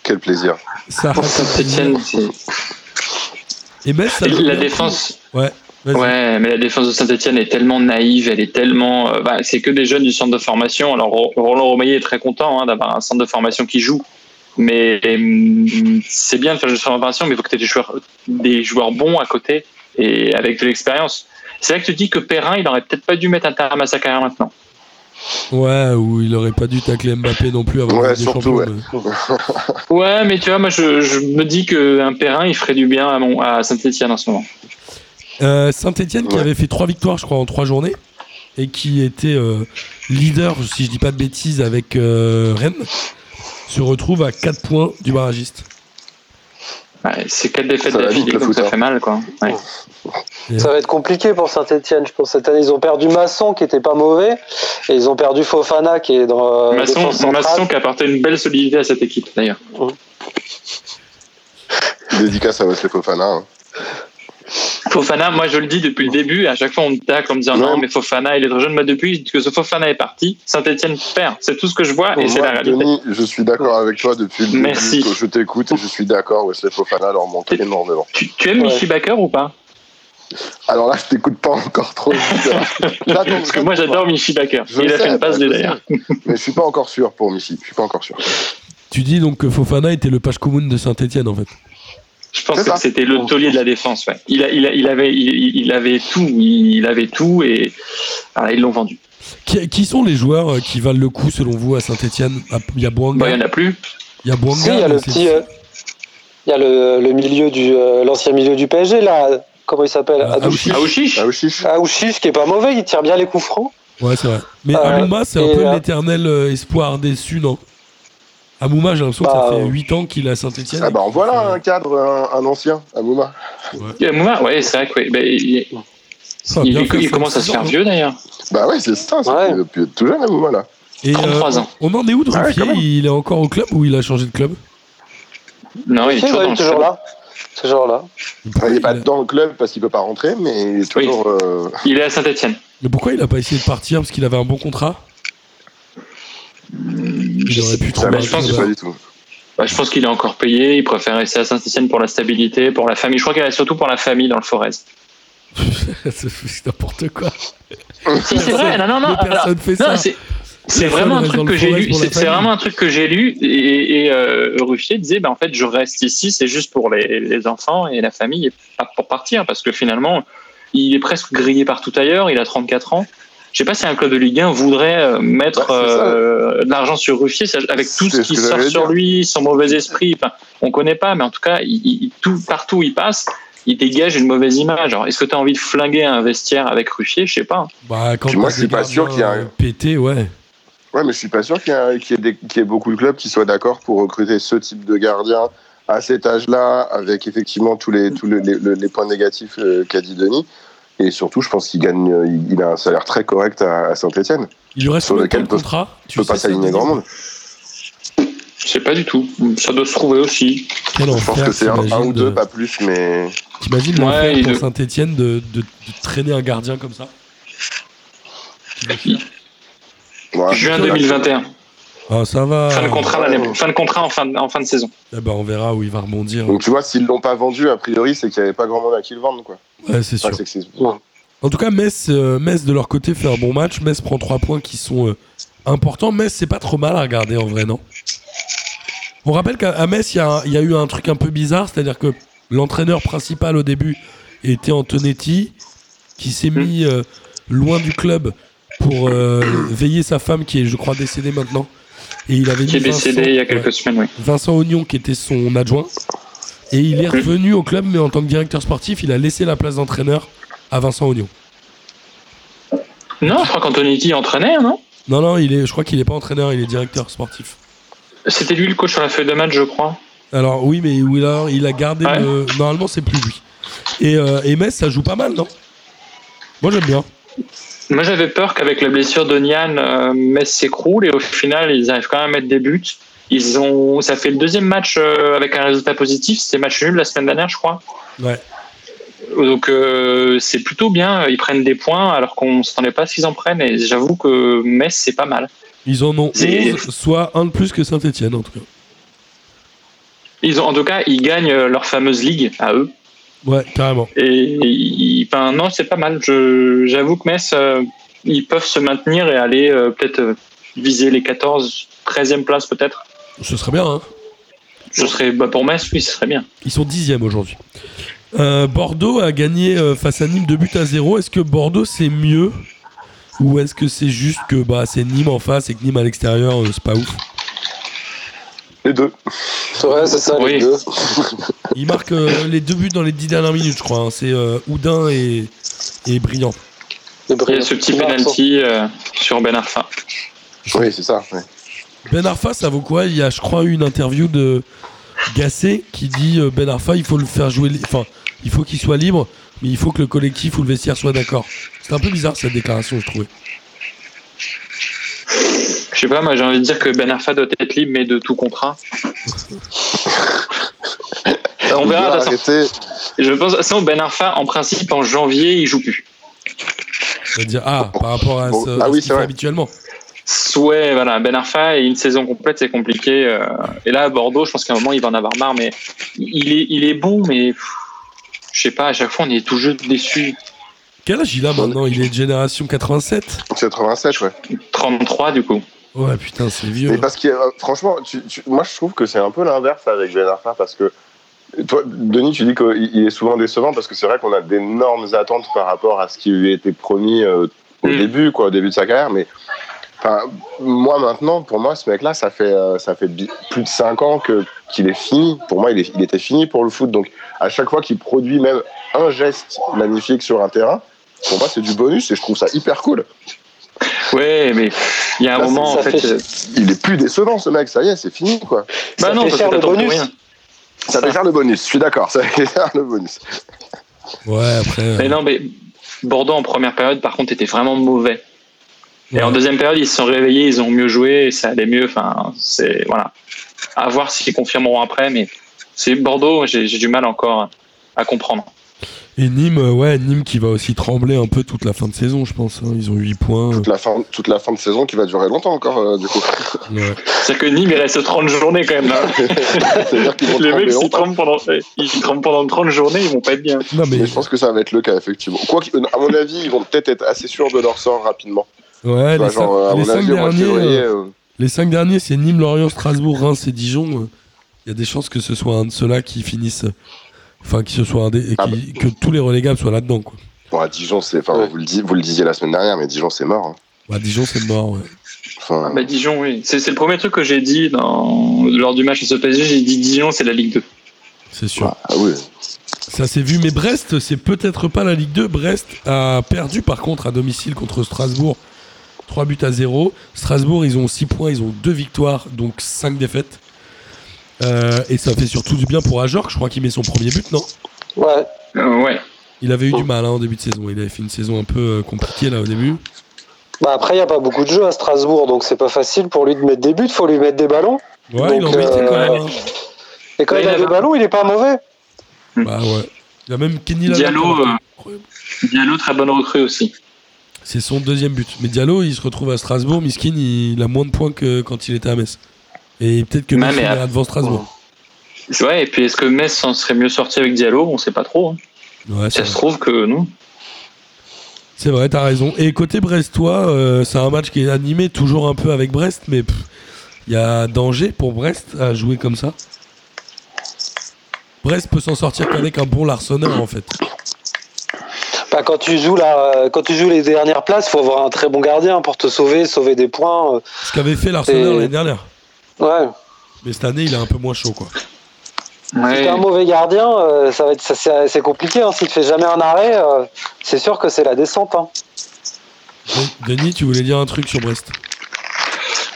Speaker 3: Quel plaisir.
Speaker 2: Ah, Ça
Speaker 5: Pour Saint-Etienne,
Speaker 2: Et Metz, ça
Speaker 5: la
Speaker 2: leur-
Speaker 5: défense,
Speaker 2: Vas-y.
Speaker 5: ouais, mais la défense de Saint-Etienne est tellement naïve, elle est tellement, euh, bah, c'est que des jeunes du centre de formation. Alors Ro- Roland Romeillet est très content hein, d'avoir un centre de formation qui joue, mais hum, c'est bien de faire du centre de formation, mais il faut que tu aies des joueurs, des joueurs bons à côté et avec de l'expérience. C'est là que tu dis que Perrin, il aurait peut-être pas dû mettre un terme à sa carrière maintenant.
Speaker 2: Ouais, ou il aurait pas dû tacler Mbappé non plus avant
Speaker 3: Ouais,
Speaker 2: la Ligue des
Speaker 3: surtout,
Speaker 2: Champions,
Speaker 3: ouais.
Speaker 2: mais-
Speaker 5: Ouais, mais tu vois, moi je, je me dis qu'un Perrin, il ferait du bien à, mon, à Saint-Etienne en ce moment.
Speaker 2: Euh, Saint-Etienne qui
Speaker 3: Ouais.
Speaker 2: avait fait trois victoires, je crois, en trois journées et qui était euh, leader, si je dis pas de bêtises, avec euh, Rennes, se retrouve à 4 points du barragiste.
Speaker 5: Ouais, c'est quatre défaites
Speaker 3: Ça va vite,
Speaker 5: d'affilée,
Speaker 3: le
Speaker 5: donc
Speaker 3: foot,
Speaker 5: ça
Speaker 3: hein.
Speaker 5: fait mal, quoi. Ouais.
Speaker 4: Ça va être compliqué pour Saint-Etienne, je pense. Cette année, ils ont perdu Masson, qui était pas mauvais, et ils ont perdu Fofana, qui est dans euh, la
Speaker 5: Masson,
Speaker 4: défense centrale.
Speaker 5: Masson qui a apporté une belle solidité à cette équipe, d'ailleurs.
Speaker 3: Dédicace à Wesley Fofana. hein.
Speaker 5: Fofana, moi je le dis depuis le début, à chaque fois on me tacle en me disant
Speaker 3: Non.
Speaker 5: non, mais Fofana, il est trop jeune. Moi, depuis que ce Fofana est parti, Saint-Etienne perd. C'est tout ce que je vois et c'est
Speaker 3: Moi,
Speaker 5: la réalité.
Speaker 3: Denis, je suis d'accord avec toi depuis le début
Speaker 5: Merci.
Speaker 3: que je t'écoute et je suis d'accord, Wesley Fofana leur manque énormément.
Speaker 5: Tu, tu aimes
Speaker 4: Ouais.
Speaker 5: Michi Baker ou pas
Speaker 3: Alors là, je t'écoute pas encore trop. Là, non,
Speaker 5: Parce que moi j'adore Michi Baker.
Speaker 3: Je
Speaker 5: il a
Speaker 3: sais,
Speaker 5: fait une passe
Speaker 3: bah, je
Speaker 5: d'ailleurs.
Speaker 3: Mais je suis pas encore sûr pour Missy. Je suis pas encore sûr.
Speaker 2: Tu dis donc que Fofana était le page commune de Saint-Etienne en fait.
Speaker 5: Je pense
Speaker 3: C'est ça.
Speaker 5: que c'était le taulier de la défense. Ouais. Il, a- il, a- il avait, il, il- il avait tout. Il avait tout et voilà, ils l'ont vendu.
Speaker 2: Qui, qui sont les joueurs euh, qui valent le coup selon vous à Saint-Etienne Il y a
Speaker 5: Bon, Bah, il
Speaker 2: Boanga.
Speaker 5: n'y en a plus.
Speaker 2: Il y a Boanga.
Speaker 4: Si, il y a le
Speaker 2: mais c'est-
Speaker 4: petit. euh, Il y a le, le milieu du. euh, L'ancien milieu du PSG, là. Comment il s'appelle
Speaker 2: Ah,
Speaker 4: Adouchi.
Speaker 5: Aouchiche
Speaker 3: Ah, Oshif
Speaker 4: Aouchiche, qui est pas mauvais, il tire bien les coups francs.
Speaker 2: Ouais, c'est vrai. Mais
Speaker 4: Euh,
Speaker 2: Amouma, c'est un
Speaker 4: et,
Speaker 2: peu
Speaker 4: euh,
Speaker 2: l'éternel euh, espoir déçu, non Amouma, j'ai l'impression
Speaker 4: Bah,
Speaker 2: que ça fait
Speaker 4: euh,
Speaker 2: 8 ans qu'il est à Saint-Etienne.
Speaker 3: Ah bah en voilà un cadre, un, un ancien, Amouma.
Speaker 5: Euh, Ouais, c'est vrai que, ouais, ben, il-
Speaker 2: Ça a
Speaker 5: il,
Speaker 2: bien
Speaker 5: il-
Speaker 2: fait
Speaker 5: il commence à
Speaker 2: 36
Speaker 5: se faire
Speaker 2: ans,
Speaker 5: vieux d'ailleurs.
Speaker 3: Bah ouais, c'est ça, c'est
Speaker 4: Ouais.
Speaker 3: depuis tout jeune Amouma là.
Speaker 2: Et, euh,
Speaker 5: 33 ans.
Speaker 2: On en est où de
Speaker 3: Ah ouais,
Speaker 2: Ruffier
Speaker 3: quand même.
Speaker 2: Il est encore au club ou il a changé de club
Speaker 5: Non, il est
Speaker 4: Si,
Speaker 5: toujours
Speaker 4: ouais,
Speaker 5: dans le
Speaker 4: toujours
Speaker 5: club.
Speaker 4: là. Toujours là.
Speaker 3: Enfin, il est pas
Speaker 2: Ah, Il a- Ah,
Speaker 3: dans le club parce qu'il peut pas rentrer, mais il est
Speaker 5: Oui.
Speaker 3: toujours. euh,
Speaker 5: Il est à Saint-Etienne.
Speaker 2: Mais pourquoi il a pas essayé de partir parce qu'il avait un bon contrat Il aurait pu
Speaker 3: ça
Speaker 2: trouver
Speaker 3: va,
Speaker 2: un bah,
Speaker 3: je pense
Speaker 2: club.
Speaker 3: pas du tout.
Speaker 5: bah, je pense qu'il est encore payé. Il préfère rester à Saint-Etienne pour la stabilité, pour la famille. Je crois qu'il est surtout pour la famille dans le Forest.
Speaker 2: c'est n'importe quoi.
Speaker 5: Si, c'est vrai. Non, Ah non, non.
Speaker 2: Mais
Speaker 5: alors,
Speaker 2: personne fait
Speaker 5: non,
Speaker 2: ça.
Speaker 5: c'est- c'est
Speaker 2: Personne
Speaker 5: vraiment un
Speaker 2: reste dans
Speaker 5: truc
Speaker 2: le
Speaker 5: que j'ai
Speaker 2: forest
Speaker 5: lu.
Speaker 2: pour la
Speaker 5: C'est c'est
Speaker 2: famille.
Speaker 5: vraiment un truc que j'ai lu. Et, et euh, Ruffier disait, bah, en fait, je reste ici. C'est juste pour les, les enfants et la famille, et pas pour partir, parce que finalement, il est presque grillé partout ailleurs. Il a 34 ans. Je sais pas si un club de Ligue 1 voudrait euh, mettre
Speaker 3: Bah, c'est ça.
Speaker 5: euh, de l'argent sur Ruffier ça- avec tout
Speaker 3: C'est
Speaker 5: ce
Speaker 3: ce
Speaker 5: qui
Speaker 3: que
Speaker 5: sort
Speaker 3: j'allais
Speaker 5: sur
Speaker 3: dire.
Speaker 5: lui, son mauvais esprit. Enfin, on connaît pas, mais en tout cas, il, il- tout partout où il passe, il dégage une mauvaise image. Alors, est-ce que tu as envie de flinguer un vestiaire avec Ruffier Je sais pas. hein.
Speaker 2: Bah, quand
Speaker 3: Puis moi,
Speaker 2: t'as
Speaker 3: je suis
Speaker 2: des
Speaker 3: pas sûr
Speaker 2: gardiens,
Speaker 3: qu'il y a un-
Speaker 2: euh, Pété, ouais.
Speaker 3: Ouais, mais je suis pas sûr qu'il y, a- qu'il y, ait des- qu'il y ait beaucoup de clubs qui soient d'accord pour recruter ce type de gardien à cet âge-là, avec effectivement tous les, tous le- les, le- les points négatifs euh, qu'a dit Denis. Et surtout, je pense qu'il gagne, euh, il, il a un salaire très correct à, Saint-Etienne.
Speaker 2: Il lui reste
Speaker 3: Sur
Speaker 2: combien de temps
Speaker 3: lequel
Speaker 2: de
Speaker 3: peut-
Speaker 2: contrat
Speaker 3: Je peux pas s'aligner grand monde.
Speaker 5: Je sais pas du tout. Ça doit se trouver aussi.
Speaker 2: Quel
Speaker 3: Je pense
Speaker 2: enfer,
Speaker 3: que c'est un, un
Speaker 2: t'imagines
Speaker 3: ou deux,
Speaker 2: de-
Speaker 3: pas plus, mais.
Speaker 2: T'imagines
Speaker 5: Ouais,
Speaker 2: l'enfer
Speaker 5: il
Speaker 2: pour
Speaker 5: le-
Speaker 2: Saint-Etienne de, de- de traîner un gardien comme ça Qui va faire
Speaker 3: Ouais,
Speaker 5: Juin
Speaker 3: voilà.
Speaker 5: 2021.
Speaker 2: Ah, ça va.
Speaker 5: Fin de contrat
Speaker 3: ouais.
Speaker 5: l'année. Fin de contrat en fin de, en fin de saison.
Speaker 2: Ah bah, on verra où il va rebondir.
Speaker 3: Donc tu vois, s'ils l'ont pas vendu, a priori, c'est qu'il y avait pas grand monde à qui le vendre, quoi.
Speaker 2: Ouais, c'est
Speaker 3: Enfin,
Speaker 2: sûr.
Speaker 3: c'est que c'est-
Speaker 2: En tout cas, Metz, euh, Metz de leur côté fait un bon match. Metz prend trois points qui sont euh, importants. Metz, c'est pas trop mal à regarder en vrai, non On rappelle qu'à à Metz, il y, a un- il y a eu un truc un peu bizarre, c'est-à-dire que l'entraîneur principal au début était Antonetti, qui s'est mis
Speaker 5: Hmm.
Speaker 2: euh, loin du club pour euh, veiller sa femme qui est, je crois, décédée maintenant. Et il avait
Speaker 5: Qui est
Speaker 2: mis Vincent-
Speaker 5: décédé il y a
Speaker 2: ouais.
Speaker 5: quelques semaines, oui.
Speaker 2: Vincent Ognon qui était son adjoint. Et il
Speaker 5: Hmm.
Speaker 2: est revenu au club, mais en tant que directeur sportif, il a laissé la place d'entraîneur à Vincent Ognon.
Speaker 5: Non, je crois qu'Antonetti entraînait, non
Speaker 2: Non, non, il est, je crois qu'il est pas entraîneur, il est directeur sportif.
Speaker 5: C'était lui le coach sur la feuille de match, je crois.
Speaker 2: Alors oui, mais oui, alors, il a gardé
Speaker 5: Ouais.
Speaker 2: le... Normalement, c'est plus lui. Et, euh, et Metz, ça joue pas mal, non Moi, j'aime bien.
Speaker 5: Moi, j'avais peur qu'avec la blessure de Nian, euh, Metz s'écroule et au final, ils arrivent quand même à mettre des buts. Ils ont, ça fait le deuxième match euh, avec un résultat positif. C'était match nul la semaine dernière, je crois.
Speaker 2: Ouais.
Speaker 5: Donc euh, c'est plutôt bien. Ils prennent des points alors qu'on s'attendait pas à ce qu'ils en prennent. Et j'avoue que Metz, c'est pas mal.
Speaker 2: Ils en ont
Speaker 5: C'est-
Speaker 2: 11, soit un de plus que Saint-Etienne, en tout cas.
Speaker 5: Ils ont, en tout cas, ils gagnent euh, leur fameuse ligue à eux.
Speaker 2: Ouais, carrément.
Speaker 5: Et, ils- ben, non, c'est pas mal. Je- J'avoue que Metz, euh, ils peuvent se maintenir et aller euh, peut-être euh, viser les 14, 13e place peut-être.
Speaker 2: Ce serait bien, hein
Speaker 5: Ce serait bah, pour Metz, oui, ce serait bien.
Speaker 2: Ils sont dixièmes aujourd'hui. Euh, Bordeaux a gagné euh, face à Nîmes 2 buts à 0. Est-ce que Bordeaux c'est mieux ou est-ce que c'est juste que bah, c'est Nîmes en face et que Nîmes à l'extérieur euh, c'est pas ouf
Speaker 3: Les deux.
Speaker 4: Ouais, c'est ça,
Speaker 5: Oui.
Speaker 4: les deux.
Speaker 2: Ils marquent euh, les deux buts dans les dix dernières minutes je crois. hein. C'est euh, Oudin et, et Brillant.
Speaker 4: Les
Speaker 5: Il y
Speaker 4: brillants.
Speaker 5: a ce petit
Speaker 4: Marcel.
Speaker 5: penalty euh, sur Ben Arfa.
Speaker 3: Oui, c'est ça. ouais.
Speaker 2: Ben Arfa ça vaut quoi Il y a je crois une interview de Gasset qui dit euh, Ben Arfa il faut le faire jouer, li- enfin il faut qu'il soit libre mais il faut que le collectif ou le vestiaire soit d'accord. C'est un peu bizarre cette déclaration je trouvais.
Speaker 5: Je sais pas, moi j'ai envie de dire que Ben Arfa doit être libre, mais de tout contrat. On verra,
Speaker 3: doit
Speaker 5: de toute façon.
Speaker 3: arrêter.
Speaker 5: Et Je pense, de toute façon, Ben Arfa, en principe, en janvier, il joue plus.
Speaker 2: C'est-à-dire ah par rapport à
Speaker 3: Bon,
Speaker 2: ce,
Speaker 3: ah
Speaker 2: à ce
Speaker 3: oui,
Speaker 2: qu'il
Speaker 3: c'est
Speaker 2: fait
Speaker 3: vrai.
Speaker 2: habituellement.
Speaker 5: Ouais, voilà, Ben Arfa et une saison complète, c'est compliqué. euh, Et là, à Bordeaux, je pense qu'à un moment, il va en avoir marre, mais il est, il est bon, mais pff, je sais pas, à chaque fois, on est toujours déçu.
Speaker 2: Quel âge il a maintenant Il est de génération 87
Speaker 3: 87, ouais.
Speaker 5: 33, du coup.
Speaker 2: Ouais, putain, c'est vieux.
Speaker 3: Mais parce que, euh, franchement, tu- tu- moi, je trouve que c'est un peu l'inverse avec Ben Arfa parce que, toi, Denis, tu dis qu'il il est souvent décevant parce que c'est vrai qu'on a d'énormes attentes par rapport à ce qui lui était promis euh, au
Speaker 5: Mm.
Speaker 3: début, quoi, au début de sa carrière. Mais, enfin, moi, maintenant, pour moi, ce mec-là, ça fait, euh, ça fait bi- plus de 5 ans que, qu'il est fini. Pour moi, il, est- il était fini pour le foot. Donc, à chaque fois qu'il produit même un geste magnifique sur un terrain, pour moi, c'est du bonus et je trouve ça hyper cool.
Speaker 5: Ouais, mais pff, il y a un
Speaker 3: Là,
Speaker 5: moment,
Speaker 4: ça
Speaker 5: en fait.
Speaker 4: fait-
Speaker 5: euh,
Speaker 3: Il est plus décevant, ce mec. Ça y est, c'est fini, quoi.
Speaker 5: Bah
Speaker 4: Ça
Speaker 5: non,
Speaker 4: fait
Speaker 5: parce
Speaker 4: cher
Speaker 5: que
Speaker 4: le
Speaker 5: t'attends plus
Speaker 4: bonus.
Speaker 5: rien.
Speaker 3: Ça fait faire le bonus, je suis d'accord, ça fait faire le bonus.
Speaker 2: Ouais, après. euh,
Speaker 5: Mais non, mais Bordeaux, en première période, par contre, était vraiment mauvais.
Speaker 2: euh, ouais.
Speaker 5: Et en deuxième période, ils se sont réveillés, ils ont mieux joué, et ça allait mieux. Enfin, c'est voilà. À voir s'ils confirmeront après, mais c'est Bordeaux. J'ai j'ai du mal encore à comprendre.
Speaker 2: Et Nîmes, euh, ouais, Nîmes qui va aussi trembler un peu toute la fin de saison, je pense. hein. Ils ont 8 points.
Speaker 3: Toute la, fin, toute la fin de saison qui va durer longtemps encore, euh, du coup.
Speaker 2: Ouais.
Speaker 5: C'est-à-dire que Nîmes, il reste 30 journées quand même. Là.
Speaker 3: C'est-à-dire qu'ils vont
Speaker 5: Les
Speaker 3: trembler
Speaker 5: mecs, s'ils
Speaker 3: longtemps.
Speaker 5: tremblent, pendant, eh, ils tremblent pendant 30 journées, ils vont pas être bien.
Speaker 2: Non, mais,
Speaker 3: Mais je pense que ça va être le cas, effectivement. Quoi que- à mon avis, ils vont peut-être être assez sûrs de leur sort rapidement.
Speaker 2: ouais,
Speaker 3: Tu vois,
Speaker 2: les,
Speaker 3: Bah, genre,
Speaker 2: cin-
Speaker 3: à
Speaker 2: les
Speaker 3: mon
Speaker 2: cinq
Speaker 3: avis, au mois de
Speaker 2: derniers,
Speaker 3: février,
Speaker 2: euh,
Speaker 3: euh,
Speaker 2: les cinq derniers, c'est Nîmes, Lorient, Strasbourg, Reims et Dijon. euh, Il y a des chances que ce soit un de ceux-là qui finissent. Enfin, qui ce soit un des- et
Speaker 3: Ah
Speaker 2: qui- que tous les relégables soient là-dedans, quoi.
Speaker 3: Bon, à euh, Dijon, c'est. Enfin,
Speaker 4: Ouais.
Speaker 3: vous, le dis- vous le disiez la semaine dernière, mais Dijon, c'est mort. hein.
Speaker 2: Bah, Dijon, c'est mort, ouais.
Speaker 3: Enfin,
Speaker 5: Bah, Dijon, oui. C'est c'est le premier truc que j'ai dit dans... lors du match à ce PSG. J'ai dit Dijon, c'est la Ligue 2.
Speaker 2: C'est sûr.
Speaker 3: ah oui.
Speaker 2: Ça s'est vu, mais Brest, c'est peut-être pas la Ligue 2. Brest a perdu par contre à domicile contre Strasbourg. 3 buts à 0. Strasbourg, ils ont 6 points, ils ont 2 victoires, donc 5 défaites. Euh, et ça fait surtout du bien pour Ajorc, je crois qu'il met son premier but, non
Speaker 4: hein. Ouais.
Speaker 5: Euh, ouais.
Speaker 2: Il avait eu du mal hein, en début de saison, il avait fait une saison un peu euh, compliquée là au début.
Speaker 4: Bah après, il n'y a pas beaucoup de jeux à Strasbourg, donc c'est pas facile pour lui de mettre des buts, faut lui mettre des ballons.
Speaker 2: Ouais, il en
Speaker 4: Donc,
Speaker 2: mettait quand
Speaker 4: euh,
Speaker 2: même. hein.
Speaker 4: Et quand
Speaker 5: Ouais,
Speaker 4: il
Speaker 5: Bah, il
Speaker 4: a
Speaker 5: avait
Speaker 4: des
Speaker 5: un-
Speaker 4: ballons, il est pas mauvais.
Speaker 2: Bah ouais. Il a même Kenny Lallana.
Speaker 5: Diallo, euh, Diallo, très bonne recrue aussi.
Speaker 2: C'est son deuxième but. Mais Diallo, il se retrouve à Strasbourg. Miskin, il a moins de points que quand il était à Metz. Et peut-être que
Speaker 5: Ma
Speaker 2: Metz il
Speaker 5: mère.
Speaker 2: est devant Strasbourg.
Speaker 5: Ouais, et puis est-ce que Metz s'en serait mieux sorti avec Diallo On sait pas trop. hein.
Speaker 2: Ouais, c'est
Speaker 5: Ça se
Speaker 2: vrai.
Speaker 5: trouve que non.
Speaker 2: C'est vrai, t'as raison. Et côté brestois, euh, c'est un match qui est animé toujours un peu avec Brest, mais pff, il y a danger pour Brest à jouer comme ça. Brest peut s'en sortir qu'avec un bon Larsonneur en fait.
Speaker 4: Bah, quand tu joues la, quand tu joues les dernières places, faut avoir un très bon gardien hein, pour te sauver, sauver des points. euh.
Speaker 2: Ce qu'avait fait Larsonneur
Speaker 4: Et-
Speaker 2: l'année dernière.
Speaker 4: Ouais.
Speaker 2: Mais cette année, il est un peu moins chaud quoi.
Speaker 4: Si
Speaker 5: Ouais.
Speaker 4: t'es un mauvais gardien, euh, ça va être, ça, c'est, c'est compliqué. Hein. S'il te fait jamais un arrêt, euh, c'est sûr que c'est la descente. Hein.
Speaker 2: De- Denis, tu voulais dire un truc sur Brest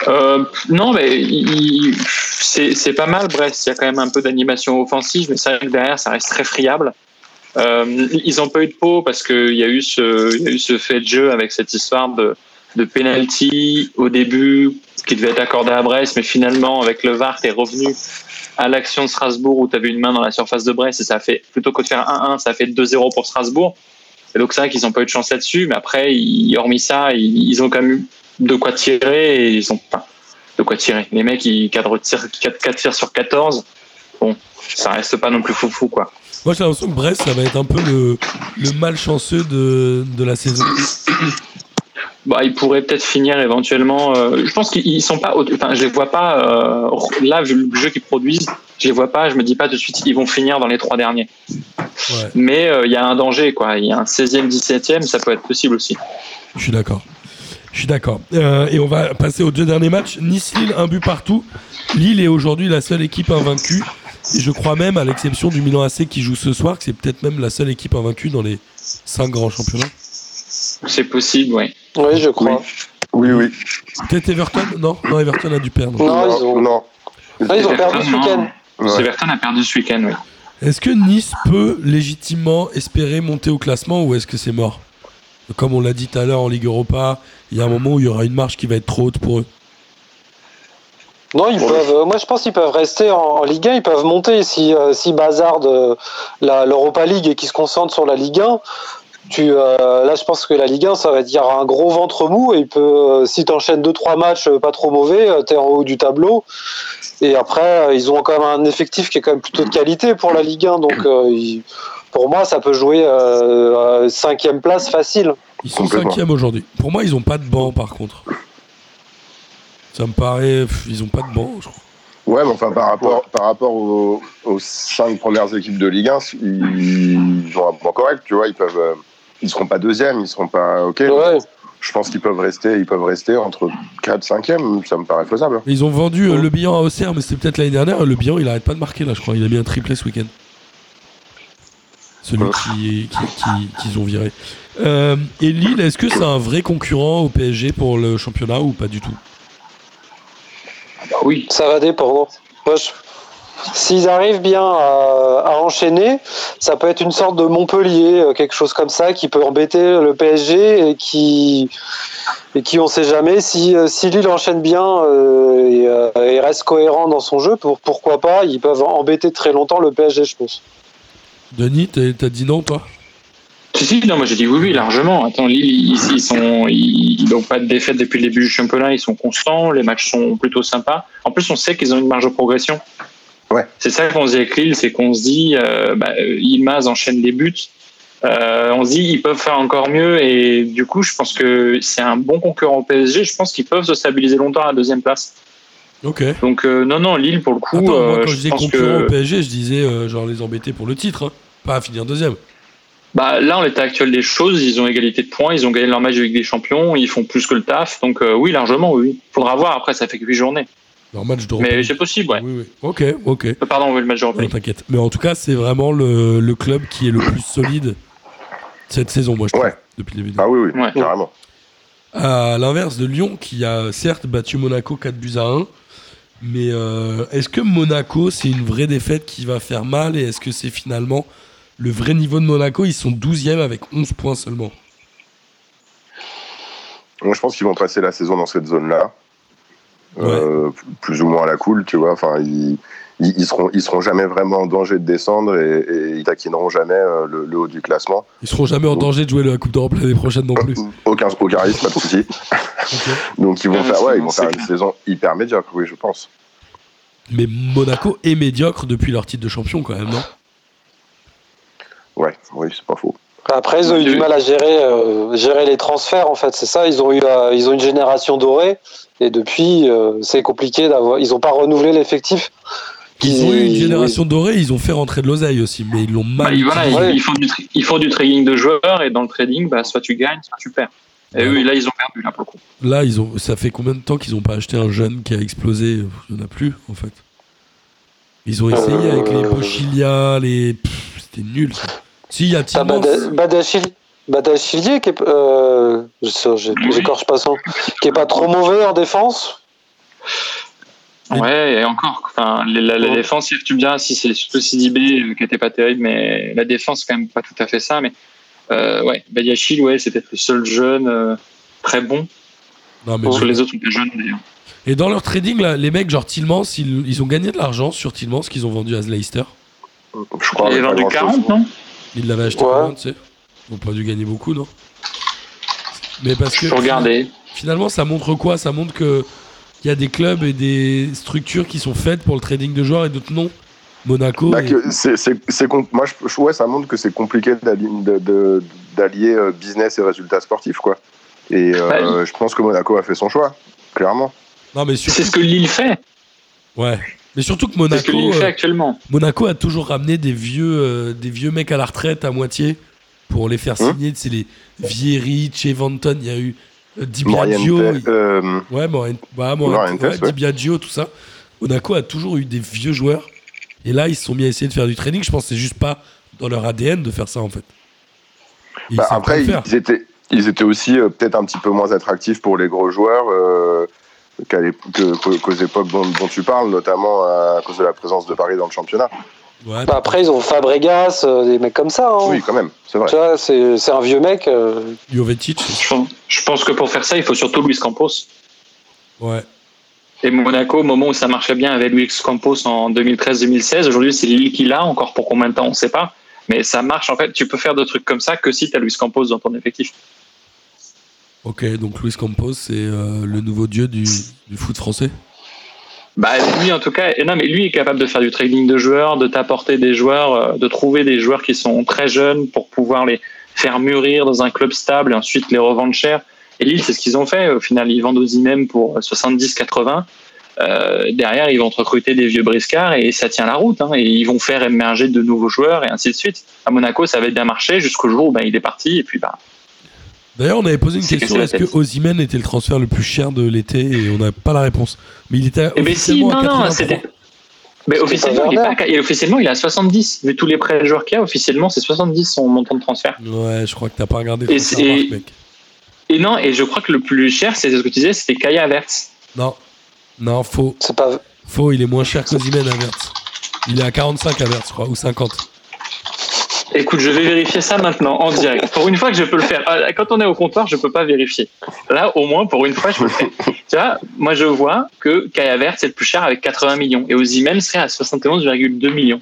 Speaker 5: Euh, non, mais il- il- c'est c'est pas mal, Brest. Il y a quand même un peu d'animation offensive, mais c'est vrai que derrière, ça reste très friable. Euh, ils n'ont pas eu de peau parce qu'il y, a eu ce- il y a eu ce fait de jeu avec cette histoire de, de penalty au début qui devait être accordé à Brest, mais finalement, avec le VAR, t'es revenu à l'action de Strasbourg où t'avais une main dans la surface de Brest et ça a fait, plutôt que de faire 1-1, ça a fait 2-0 pour Strasbourg. Et donc, c'est vrai qu'ils n'ont pas eu de chance là-dessus, mais après, ils- hormis ça, ils, ils ont quand même eu de quoi tirer et ils ont pas de quoi tirer. Les mecs, ils cadrent tir, 4, tirs sur 14. Bon, ça reste pas non plus foufou, quoi.
Speaker 2: Moi j'ai l'impression que Brest, ça va être un peu le, le malchanceux de, de la saison.
Speaker 5: Bah, ils pourraient peut-être finir éventuellement. euh, je pense qu'ils ils sont pas. au- Enfin, je les vois pas. euh, là, vu le jeu qu'ils produisent, je les vois pas. Je me dis pas tout de suite, ils vont finir dans les trois derniers.
Speaker 2: Ouais.
Speaker 5: Mais euh, il y a un danger, quoi. Il y a un 16e, 17e, ça peut être possible aussi.
Speaker 2: Je suis d'accord. Je suis d'accord. Euh, et on va passer aux deux derniers matchs. Nice-Lille, un but partout. Lille est aujourd'hui la seule équipe invaincue. Et je crois même, à l'exception du Milan AC qui joue ce soir, que c'est peut-être même la seule équipe invaincue dans les cinq grands championnats.
Speaker 5: C'est possible, oui.
Speaker 4: Oui, je crois.
Speaker 3: Oui, oui.
Speaker 2: Peut-être Everton Non, non, Everton a dû perdre.
Speaker 4: Non, ils ont-
Speaker 3: Non.
Speaker 4: Ah, ils ont perdu ce
Speaker 5: Everton,
Speaker 4: week-end.
Speaker 5: non. Everton a perdu ce week-end, oui.
Speaker 2: Est-ce que Nice peut légitimement espérer monter au classement ou est-ce que c'est mort Comme on l'a dit tout à l'heure en Ligue Europa, il y a un moment où il y aura une marche qui va être trop haute pour eux.
Speaker 4: Non, ils
Speaker 3: Pour le-
Speaker 4: peuvent. euh, Moi, je pense qu'ils peuvent rester en, en Ligue 1. Ils peuvent monter si euh, si bazardent euh, la- l'Europa League et qu'ils se concentrent sur la Ligue 1. Tu, euh, là, je pense que la Ligue 1, ça va dire un gros ventre mou. Et il peut, euh, si t'enchaînes deux trois matchs euh, pas trop mauvais, euh, t'es en haut du tableau. Et après, euh, ils ont quand même un effectif qui est quand même plutôt de qualité pour la Ligue 1. Donc, euh, ils- pour moi, ça peut jouer euh, à cinquième place facile.
Speaker 2: Ils sont
Speaker 3: Complètement.
Speaker 2: cinquième aujourd'hui. Pour moi, ils ont pas de banc par contre. Ça me paraît, pff, ils ont pas de banc. Je crois.
Speaker 3: Ouais, mais enfin, par rapport, par rapport aux, aux cinq premières équipes de Ligue 1, ils ont un point correct, tu vois. Ils peuvent, euh, ils seront pas deuxième, ils seront pas OK.
Speaker 4: Ouais.
Speaker 3: Je pense qu'ils peuvent rester, ils peuvent rester entre 4 5 e ça me paraît faisable.
Speaker 2: Ils ont vendu euh, le bilan à Auxerre, mais c'était peut-être l'année dernière. Le bilan, il arrête pas de marquer là, je crois. Il a mis un triplé ce week-end. Celui
Speaker 3: Ouais.
Speaker 2: qui qui- qui- qu'ils ont viré. Euh, et Lille, est-ce que c'est un vrai concurrent au PSG pour le championnat ou pas du tout
Speaker 5: Bah oui.
Speaker 4: Ça va dépendre. Moi, je- S'ils arrivent bien à, à enchaîner, ça peut être une sorte de Montpellier, euh, quelque chose comme ça, qui peut embêter le PSG et qui, et qui on sait jamais, si, euh, si Lille enchaîne bien euh, et, euh, et reste cohérent dans son jeu, pour, pourquoi pas, ils peuvent embêter très longtemps le PSG, je pense.
Speaker 2: Denis, t'as t'as dit non, toi
Speaker 5: Si, si, non, moi j'ai dit oui, oui, largement. Attends, Lille, ils, ils sont, ils n'ont pas de défaite depuis le début du championnat, ils sont constants, les matchs sont plutôt sympas. En plus, on sait qu'ils ont une marge de progression.
Speaker 3: Ouais.
Speaker 5: C'est ça qu'on se dit avec Lille, c'est qu'on se dit, euh, bah, Ilmaz enchaîne les buts. Euh, on se dit, ils peuvent faire encore mieux et du coup, je pense que c'est un bon concurrent au PSG. Je pense qu'ils peuvent se stabiliser longtemps à la deuxième place.
Speaker 2: Ok.
Speaker 5: Donc, euh, non, non, Lille, pour le coup,
Speaker 2: Attends, moi,
Speaker 5: euh,
Speaker 2: quand je
Speaker 5: je
Speaker 2: disais
Speaker 5: pense
Speaker 2: concurrent
Speaker 5: que.
Speaker 2: au PSG, je disais euh, genre les embêter pour le titre, hein. pas à finir deuxième.
Speaker 5: Bah, là, en l'état actuel des choses, ils ont égalité de points, ils ont gagné leur match avec des champions, ils font plus que le taf. Donc, euh, oui, largement, oui. Faudra voir, après, ça fait que 8 journées.
Speaker 2: Leur match de
Speaker 5: Mais
Speaker 2: reprise.
Speaker 5: c'est possible, ouais.
Speaker 2: Oui, oui. Ok, ok.
Speaker 5: Euh, Pardon, on veut le match de
Speaker 2: Non,
Speaker 5: reprise.
Speaker 2: T'inquiète. Mais en tout cas, c'est vraiment le, le club qui est le plus solide cette saison, moi, je trouve,
Speaker 3: Ouais.
Speaker 2: depuis le début.
Speaker 3: Ah oui, oui,
Speaker 5: Ouais.
Speaker 3: carrément.
Speaker 2: À l'inverse de Lyon, qui a certes battu Monaco 4 buts à 1, mais euh, est-ce que Monaco, c'est une vraie défaite qui va faire mal et est-ce que c'est finalement le vrai niveau de Monaco Ils sont 12e avec 11 points seulement.
Speaker 3: Moi, je pense qu'ils vont passer la saison dans cette zone-là.
Speaker 2: Ouais.
Speaker 3: Euh, p- plus ou moins à la cool, tu vois. Enfin, ils, ils, ils seront, ils seront jamais vraiment en danger de descendre et, et ils taquineront jamais euh, le, le haut du classement.
Speaker 2: Ils seront jamais en danger de jouer la Coupe d'Europe l'année prochaine non plus.
Speaker 3: Aucun, aucun risque, pas de souci.
Speaker 2: Ok.
Speaker 3: Donc, ils vont
Speaker 5: Ouais,
Speaker 3: faire, ouais, ils vont
Speaker 5: c'est
Speaker 3: faire une
Speaker 5: clair.
Speaker 3: saison hyper médiocre, oui, je pense.
Speaker 2: Mais Monaco est médiocre depuis leur titre de champion quand même, non
Speaker 3: Ouais, oui, c'est pas faux.
Speaker 4: Après, ils ont eu du mal à gérer, euh, gérer les transferts, en fait, c'est ça. Ils ont eu, euh, ils ont une génération dorée, et depuis, euh, c'est compliqué d'avoir. Ils n'ont pas renouvelé l'effectif.
Speaker 2: Ils ont eu une
Speaker 4: Ils-
Speaker 2: génération dorée, ils ont fait rentrer de l'oseille aussi, mais ils l'ont
Speaker 5: Bah,
Speaker 2: mal.
Speaker 5: ils, voilà, ils-
Speaker 4: Ouais.
Speaker 5: ils font du tra- ils font du trading de joueurs et dans le trading, bah, soit tu gagnes, soit tu perds. Et oui, là, ils ont perdu, là, pour le coup.
Speaker 2: Là, ils ont, ça fait combien de temps qu'ils n'ont pas acheté un jeune qui a explosé Il n'y en a plus, en fait. Ils ont essayé avec les
Speaker 4: Euh.
Speaker 2: Bochilia, les. Pff, C'était nul, ça. Si, il y a
Speaker 4: T'as
Speaker 2: Timmons.
Speaker 4: Bada- Badachil- Badachilier qui est, euh, je- je- j'écorche pas son, qui est pas trop mauvais en défense.
Speaker 2: Et-
Speaker 5: Ouais, et encore. Enfin, les- la, la
Speaker 4: Ouais.
Speaker 5: défense, tu me diras si c'est surtout Sidibé euh, qui était pas terrible, mais la défense, c'est quand même pas tout à fait ça. Mais euh, ouais, Badiachil, ouais, c'est peut-être le seul jeune euh, très bon.
Speaker 2: Non, mais
Speaker 5: Parce que
Speaker 2: bon.
Speaker 5: les autres étaient jeunes d'ailleurs.
Speaker 2: Et dans leur trading, là, les mecs, genre Tillmans, ils, ils ont gagné de l'argent sur Tillmans qu'ils ont vendu à Leicester.
Speaker 3: Je crois
Speaker 5: Il
Speaker 3: qu'il y
Speaker 5: est
Speaker 3: a Ah, pas
Speaker 5: vendu
Speaker 3: grand-chose.
Speaker 5: 40, non
Speaker 2: Ils l'avaient acheté
Speaker 4: Ouais.
Speaker 2: combien, tu sais Ils n'ont pas dû gagner beaucoup, non Mais parce que.
Speaker 5: Je peux regarder.
Speaker 2: finalement, ça montre quoi Ça montre que il y a des clubs et des structures qui sont faites pour le trading de joueurs et d'autres non. Monaco.
Speaker 3: Bah,
Speaker 2: et-
Speaker 3: que c'est- c'est- c'est com- moi, je, je- ouais, ça montre que c'est compliqué d'allier de- de- d'allier, euh, business et résultats sportifs, quoi. Et euh,
Speaker 5: Bah,
Speaker 3: je pense que Monaco a fait son choix, clairement.
Speaker 2: Non, mais surtout,
Speaker 5: C'est ce que Lille fait.
Speaker 2: ouais. Mais surtout que
Speaker 5: C'est ce
Speaker 2: Monaco,
Speaker 5: que Lille fait
Speaker 2: euh,
Speaker 5: actuellement.
Speaker 2: Monaco a toujours ramené des vieux, euh, des vieux mecs à la retraite à moitié pour les faire
Speaker 3: Hein
Speaker 2: signer. C'est les Vieri, Chevanton, il y a eu euh, Di Biagio.
Speaker 3: Moriente, euh,
Speaker 2: Ouais, Morien- bah, Morien-
Speaker 3: Morientes,
Speaker 2: ouais, Di
Speaker 3: ouais.
Speaker 2: Biagio, tout ça. Monaco a toujours eu des vieux joueurs. Et là, ils se sont mis à essayer de faire du trading. Je pense que c'est juste pas dans leur ADN de faire ça, en fait. Et
Speaker 3: Bah,
Speaker 2: savent pas
Speaker 3: après,
Speaker 2: le faire.
Speaker 3: ils étaient, ils étaient aussi euh, peut-être un petit peu moins attractifs pour les gros joueurs euh, qu'à l'ép- que- que- qu'aux époques dont, dont tu parles, notamment à cause de la présence de Paris dans le championnat.
Speaker 2: Ouais,
Speaker 4: Bah, après, ils ont Fabregas, euh, des mecs comme ça. hein.
Speaker 3: Oui, quand même, c'est vrai.
Speaker 4: Tu vois, c'est c'est un vieux mec. euh,
Speaker 2: Jovetic.
Speaker 5: Je pense- Je pense que pour faire ça, il faut surtout Luis Campos.
Speaker 2: Ouais.
Speaker 5: Et Monaco, au moment où ça marchait bien avec Luis Campos en 2013-2016, aujourd'hui c'est Lille qui l'a, encore pour combien de temps on ne sait pas. Mais ça marche en fait, tu peux faire de trucs comme ça que si tu as Luis Campos dans ton effectif.
Speaker 2: Ok, donc Luis Campos, c'est euh, le nouveau dieu du, du foot français.
Speaker 5: Bah lui en tout cas, et non mais lui est capable de faire du trading de joueurs, de t'apporter des joueurs, euh, de trouver des joueurs qui sont très jeunes pour pouvoir les faire mûrir dans un club stable et ensuite les revendre cher. Et Lille, c'est ce qu'ils ont fait. Au final, ils vendent Ozymane pour 70-80. Euh, derrière, ils vont te recruter des vieux briscards et ça tient la route. hein. et ils vont faire émerger de nouveaux joueurs et ainsi de suite. À Monaco, ça avait bien marché jusqu'au jour où ben, il est parti. Et puis, bah,
Speaker 2: D'ailleurs, on avait posé une
Speaker 5: C'est
Speaker 2: question
Speaker 5: cassé la
Speaker 2: est-ce
Speaker 5: tête.
Speaker 2: que Osimhen était le transfert le plus cher de l'été Et on n'a pas la réponse. Mais il était.
Speaker 5: Eh ben si,
Speaker 2: officiellement
Speaker 5: non,
Speaker 2: à
Speaker 5: non,
Speaker 2: 83.
Speaker 5: c'était. Mais
Speaker 4: C'était
Speaker 5: officiellement,
Speaker 4: pas
Speaker 5: il est
Speaker 4: Werner.
Speaker 5: pas- et officiellement, il est à 70. Vu tous les prêts de joueurs qu'il y a, officiellement, c'est 70 son montant de transfert.
Speaker 2: Ouais, je crois que t'as pas regardé.
Speaker 5: Et
Speaker 2: ça,
Speaker 5: c'est-
Speaker 2: Marc, mec.
Speaker 5: Et non, et je crois que le plus cher, c'est ce que tu disais, c'était Kaya Verts.
Speaker 2: Non, non, faux.
Speaker 4: C'est pas.
Speaker 2: Faux, il est moins cher qu'Osimhen à Verts. Il est à 45 à Verts, je crois, ou 50.
Speaker 5: Écoute, je vais vérifier ça maintenant en direct. Pour une fois que je peux le faire. Ah, Quand on est au comptoir, je peux pas vérifier. Là, au moins, pour une fois, je peux le faire. Tu vois, moi, je vois que Kaya Vert, c'est le plus cher avec 80 millions. Et Ozymane serait à 71,2 millions.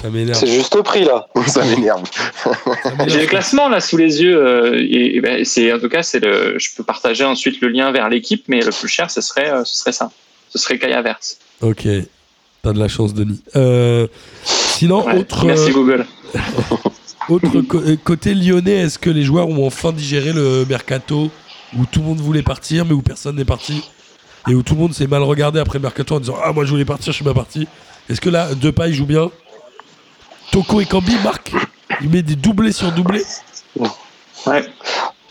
Speaker 2: Ça m'énerve.
Speaker 4: C'est juste le prix là.
Speaker 3: Ça m'énerve.
Speaker 2: ça m'énerve.
Speaker 5: J'ai le classement là sous les yeux. euh, et, et ben, c'est en tout cas, c'est le. Je peux partager ensuite le lien vers l'équipe, mais le plus cher, ce serait, euh, ce serait ça. Ce serait Kaya Verts.
Speaker 2: Ok. T'as de la chance, Denis. Euh, sinon,
Speaker 5: Ouais.
Speaker 2: autre, euh,
Speaker 5: Merci Google.
Speaker 2: autre co- euh, côté lyonnais, est-ce que les joueurs ont enfin digéré le mercato où tout le monde voulait partir mais où personne n'est parti et où tout le monde s'est mal regardé après le mercato en disant Ah, moi je voulais partir, je suis pas parti. Est-ce que là, Depay joue bien Toko et Cambi marquent Il met des doublés sur doublés
Speaker 5: Ouais.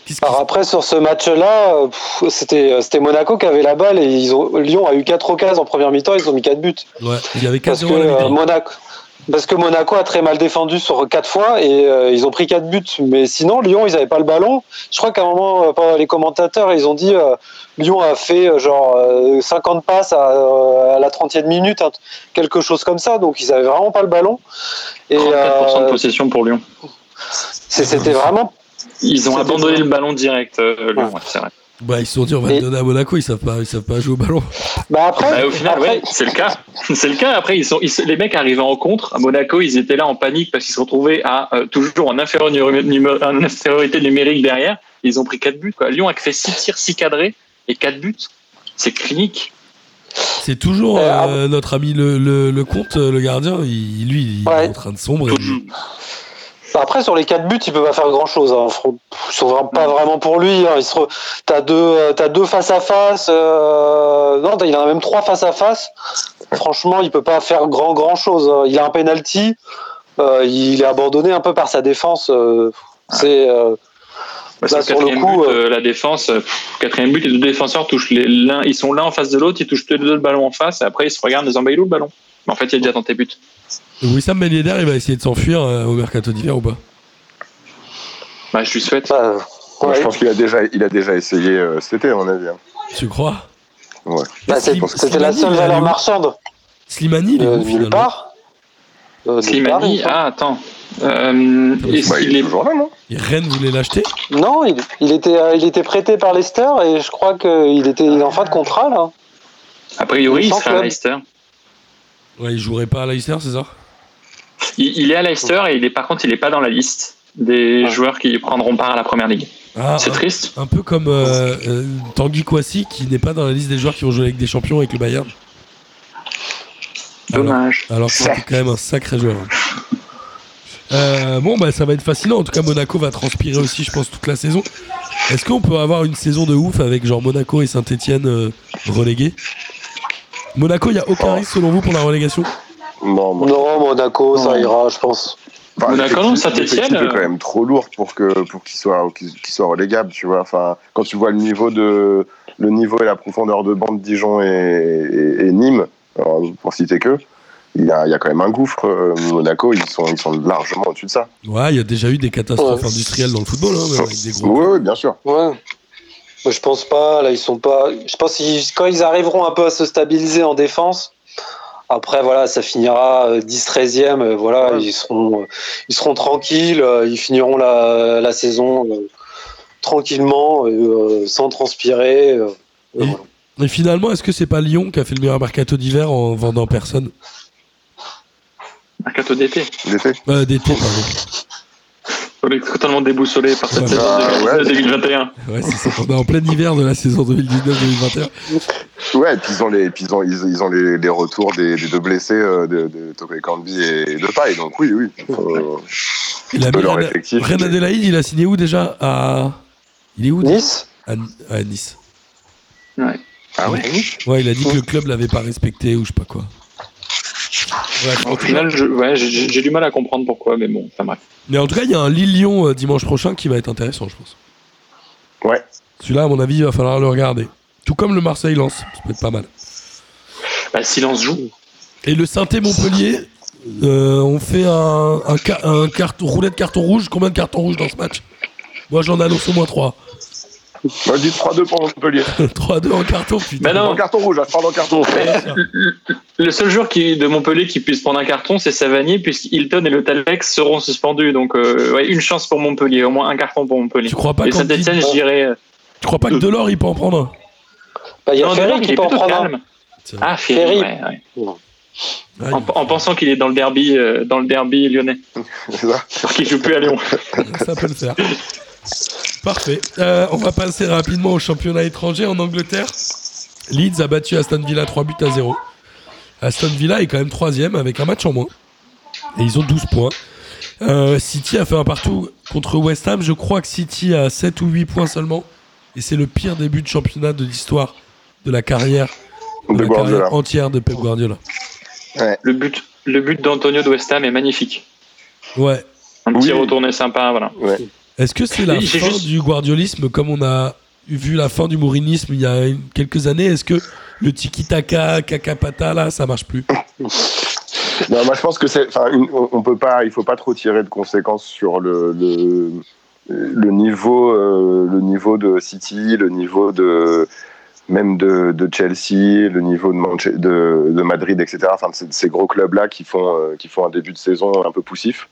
Speaker 2: Qu'est-ce qui
Speaker 4: Alors
Speaker 2: se
Speaker 4: après, sur ce match-là, euh, pff, c'était euh, c'était Monaco qui avait la balle et ils ont, Lyon a eu quatre occasions en première mi-temps, ils ont mis quatre buts.
Speaker 2: Ouais, il y avait
Speaker 4: Parce que,
Speaker 2: 4-0 à la
Speaker 4: euh,
Speaker 2: mi-temps.
Speaker 4: Monaco, parce que Monaco a très mal défendu sur quatre fois et euh, ils ont pris quatre buts. Mais sinon, Lyon, ils n'avaient pas le ballon. Je crois qu'à un moment, euh, pendant les commentateurs, ils ont dit euh, Lyon a fait euh, genre euh, 50 passes à, euh, à la 30e minute, hein, quelque chose comme ça. Donc ils n'avaient vraiment pas le ballon. Et
Speaker 5: 34% de
Speaker 4: euh,
Speaker 5: possession pour Lyon.
Speaker 4: c'est- c'était vraiment.
Speaker 5: Ils ont
Speaker 4: C'était
Speaker 5: abandonné
Speaker 4: ça.
Speaker 5: le ballon direct, euh, Lyon, ouais, c'est vrai.
Speaker 2: Bah, ils se sont dit on va
Speaker 4: Et-
Speaker 2: le donner à Monaco, ils savent pas, ils savent pas jouer au ballon.
Speaker 4: Bah après,
Speaker 5: Bah, au final,
Speaker 4: après-
Speaker 5: ouais, c'est le cas. C'est le cas. Après, ils sont, ils se- les mecs arrivaient en contre. À Monaco, ils étaient là en panique parce qu'ils se retrouvaient à euh, toujours en, inférieur numé- numé- en infériorité numérique derrière. Ils ont pris 4 buts. Quoi. Lyon a fait 6 tirs, 6 cadrés et 4 buts. C'est clinique.
Speaker 2: C'est toujours
Speaker 4: Euh,
Speaker 2: euh,
Speaker 4: ah
Speaker 2: notre ami le, le, le comte, euh, le gardien, il, lui, il
Speaker 4: Ouais.
Speaker 2: est en train de sombrer.
Speaker 5: Tout-
Speaker 4: Bah, Après, sur les quatre buts, il peut pas faire grand chose. Hein. Fr- pff, Ils sont vraiment pas vraiment pour lui. Hein. Il se re- T'as deux, euh, t'as deux face à face. euh, Non, t'as- il en a même trois face à face. Franchement, il peut pas faire grand grand chose. hein. Il a un penalty. euh, il est abandonné un peu par sa défense. euh, C'est euh,
Speaker 5: Parce que
Speaker 4: Bah, sur le
Speaker 5: quatrième
Speaker 4: coup,
Speaker 5: but, euh, la défense, euh, pff, quatrième but, les deux défenseurs touchent les- l'un, ils sont l'un en face de l'autre, ils touchent tous les deux le ballon en face, et après ils se regardent, ils emballent où le ballon Mais en fait, il est déjà dans tes buts.
Speaker 2: Wissam Ben Yedder, il va essayer de s'enfuir euh, au mercato d'hiver ou pas
Speaker 5: Bah, je lui souhaite.
Speaker 4: bah,
Speaker 3: Moi,
Speaker 4: ouais.
Speaker 3: Je pense qu'il a déjà, il a déjà essayé euh, cet été, à mon avis. hein.
Speaker 2: Tu crois
Speaker 3: Ouais.
Speaker 4: Bah, c'est-
Speaker 2: Slim-
Speaker 4: c'était la
Speaker 2: Slimani,
Speaker 4: seule
Speaker 2: il est allé
Speaker 4: valeur
Speaker 2: où
Speaker 4: marchande
Speaker 2: Slimani, il est
Speaker 4: de
Speaker 2: où,
Speaker 4: nulle
Speaker 2: finalement
Speaker 4: part. Euh, nulle part,
Speaker 5: Slimani,
Speaker 4: il-
Speaker 5: ah, attends. Euh, est-ce
Speaker 3: Bah, il
Speaker 5: qu'il
Speaker 3: est
Speaker 5: est
Speaker 3: toujours là, non
Speaker 2: Et Rennes voulait l'acheter
Speaker 4: Non, il, il était euh, il était prêté par Leicester et je crois qu'il était il est en fin de contrat là.
Speaker 5: A priori,
Speaker 4: Il
Speaker 5: il
Speaker 4: sent
Speaker 5: sera
Speaker 4: club.
Speaker 5: à Leicester.
Speaker 2: Ouais, il jouerait pas à Leicester, c'est ça
Speaker 5: Il, il est à Leicester et il est, par contre, il n'est pas dans la liste des
Speaker 4: Ouais.
Speaker 5: joueurs qui prendront part à la première ligue.
Speaker 2: ah,
Speaker 5: C'est
Speaker 2: un-
Speaker 5: triste.
Speaker 2: Un peu comme euh, euh, Tanguy Kouassi qui n'est pas dans la liste des joueurs qui ont joué avec des champions avec le Bayern. Alors-
Speaker 5: Dommage.
Speaker 2: Alors que
Speaker 3: Sac.
Speaker 2: c'est quand même un sacré joueur. hein. Euh, bon, bah, ça va être fascinant. En tout cas, Monaco va transpirer aussi, je pense, toute la saison. Est-ce qu'on peut avoir une saison de ouf avec genre Monaco et Saint-Etienne relégués Monaco, il n'y a aucun risque selon vous pour la relégation
Speaker 3: Non, moi,
Speaker 4: Non, Monaco,
Speaker 5: Non.
Speaker 4: ça ira, je pense.
Speaker 3: Enfin,
Speaker 5: Monaco,
Speaker 3: l'effectif-
Speaker 5: non, Saint-Etienne,
Speaker 3: l'effectif est
Speaker 5: euh.
Speaker 3: quand même trop lourd pour que pour qu'il soit qu'il qu'il soit relégable, tu vois. Enfin, quand tu vois le niveau de le niveau et la profondeur de bande Dijon et, et- et Nîmes, alors, pour citer que, il y a, il y a quand même un gouffre. euh, Monaco, ils sont ils sont largement au-dessus de ça.
Speaker 2: Ouais, il y a déjà eu des catastrophes
Speaker 4: Ouais.
Speaker 2: industrielles dans le football, hein, même avec des gros.
Speaker 3: Oui, oui, bien sûr.
Speaker 4: Ouais. Mais je pense pas, là, ils sont pas. Je pense qu'ils- quand ils arriveront un peu à se stabiliser en défense, après, voilà, ça finira euh, 10-13e, euh, voilà,
Speaker 3: Ouais.
Speaker 4: ils, seront, euh, ils seront tranquilles, euh, ils finiront la, la saison euh, tranquillement, euh, sans transpirer. euh, et
Speaker 2: Et-
Speaker 4: voilà.
Speaker 2: Et finalement, est-ce que c'est pas Lyon qui a fait le meilleur mercato d'hiver en vendant personne
Speaker 5: Mercato d'été.
Speaker 3: L'été.
Speaker 2: euh, D'été, pardon.
Speaker 5: On est totalement déboussolé par cette
Speaker 2: Ouais.
Speaker 5: saison
Speaker 3: Bah, ouais.
Speaker 5: 2021.
Speaker 2: Ouais, c'est ça. On est en plein hiver de la saison 2019-2021.
Speaker 3: Ouais, et puis ils ont les, puis ils ont, ils, ils ont les, les retours des, des deux blessés euh, de, de Toko Ekambi et de Paille. Donc oui, oui, faut-
Speaker 2: Il a
Speaker 3: de
Speaker 2: mis
Speaker 3: leur
Speaker 2: Ren-
Speaker 3: effectif.
Speaker 2: Ren Adélaïde, il a signé où déjà à... Il est où
Speaker 4: Nice
Speaker 2: à, Ni- à Nice.
Speaker 3: Ah ouais.
Speaker 2: Ouais, il a dit que le club l'avait pas respecté ou je sais pas quoi. Bref, en
Speaker 5: Au
Speaker 2: tout cas-
Speaker 5: final, je- ouais, j'ai- j'ai j'ai du mal à comprendre pourquoi, mais bon, ça bref.
Speaker 2: mais en tout cas, il y a un Lille-Lyon euh, dimanche prochain qui va être intéressant, je pense.
Speaker 3: Ouais.
Speaker 2: Celui-là, à mon avis, il va falloir le regarder. Tout comme le Marseille-Lance, ça peut être pas mal.
Speaker 5: Bah, silence joue.
Speaker 2: Et le Saint-Montpellier, euh, on fait un, un, ca- un carton, roulet de carton rouge. Combien de cartons rouges dans ce match Moi, j'en annonce au moins 3.
Speaker 3: Moi, je dis 3-2 pour Montpellier.
Speaker 2: 3-2 en carton, putain.
Speaker 5: Bah non.
Speaker 3: En carton rouge, hein, je parle en carton.
Speaker 5: Le seul joueur qui, de Montpellier qui puisse prendre un carton, c'est Savanier, puisqu'Hilton et le Talex seront suspendus. Donc, euh, ouais, une chance pour Montpellier, au moins un carton pour Montpellier.
Speaker 2: Tu crois pas
Speaker 5: Et
Speaker 2: qu'en
Speaker 5: Saint-Etienne, je dirais. euh,
Speaker 2: Tu crois pas que Delors, il peut en prendre un
Speaker 4: Bah, Il y a
Speaker 5: non,
Speaker 4: Ferry
Speaker 5: Delors, il
Speaker 4: qui
Speaker 5: est
Speaker 4: peut en
Speaker 5: plutôt
Speaker 4: prendre un.
Speaker 5: calme.
Speaker 2: C'est vrai.
Speaker 5: Ah,
Speaker 4: Ferry.
Speaker 5: Ferry, ouais, ouais.
Speaker 2: Ah,
Speaker 5: en, en pensant qu'il est dans le derby, euh, dans le derby lyonnais,
Speaker 3: C'est ça
Speaker 5: alors qu'il joue plus à Lyon.
Speaker 2: Ça peut le faire. Parfait. Euh, on va passer rapidement au championnat étranger en Angleterre. Leeds a battu Aston Villa 3 buts à 0. Aston Villa est quand même troisième avec un match en moins. Et ils ont 12 points. Euh, City a fait un partout contre West Ham. Je crois que City a 7 ou 8 points seulement. Et c'est le pire début de championnat de l'histoire de la carrière, de
Speaker 3: De
Speaker 2: la carrière
Speaker 3: Guardiola.
Speaker 2: entière de Pep Guardiola.
Speaker 5: Le but, le but d'Antonio de West Ham est magnifique.
Speaker 2: Ouais.
Speaker 5: Un petit
Speaker 3: Oui.
Speaker 5: retourné sympa, voilà.
Speaker 2: Est-ce que c'est la
Speaker 5: Oui, j'ai
Speaker 2: fin
Speaker 5: juste-
Speaker 2: du guardiolisme comme on a vu la fin du mourinisme il y a une- quelques années Est-ce que le tiki-taka, kakapata, là, ça marche plus
Speaker 3: Non, moi je pense que c'est. Enfin, une- on on peut pas. Il faut pas trop tirer de conséquences sur le le, le niveau, euh, le niveau de City, le niveau de même de, de Chelsea, le niveau de, Manche- de, de Madrid, etc. Enfin, de ces, de ces gros clubs-là qui font euh, qui font un début de saison un peu poussif.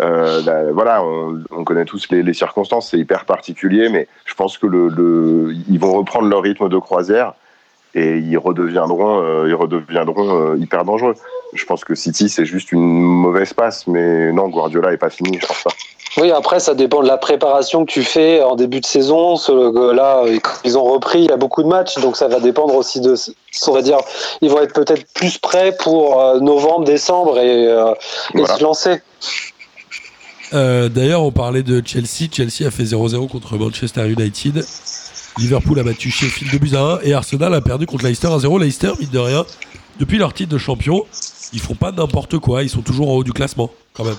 Speaker 3: Euh, là, voilà, on, on connaît tous les, les circonstances, c'est hyper particulier, mais je pense que le, le- ils vont reprendre leur rythme de croisière et ils redeviendront, euh, ils redeviendront euh, hyper dangereux. Je pense que City, c'est juste une mauvaise passe, mais non, Guardiola est pas fini, je pense pas.
Speaker 4: Oui, après, ça dépend de la préparation que tu fais en début de saison. Ce- Là, ils ont repris, il y a beaucoup de matchs, donc ça va dépendre aussi de. On va dire, ils vont être peut-être plus prêts pour euh, novembre, décembre et, euh, et
Speaker 3: Voilà.
Speaker 4: se lancer.
Speaker 2: Euh, D'ailleurs, on parlait de Chelsea. Chelsea a fait 0-0 contre Manchester United. Liverpool a battu Sheffield 2 buts à 1 et Arsenal a perdu contre Leicester 1-0. Leicester, mine de rien, depuis leur titre de champion, ils font pas n'importe quoi. Ils sont toujours en haut du classement, quand même.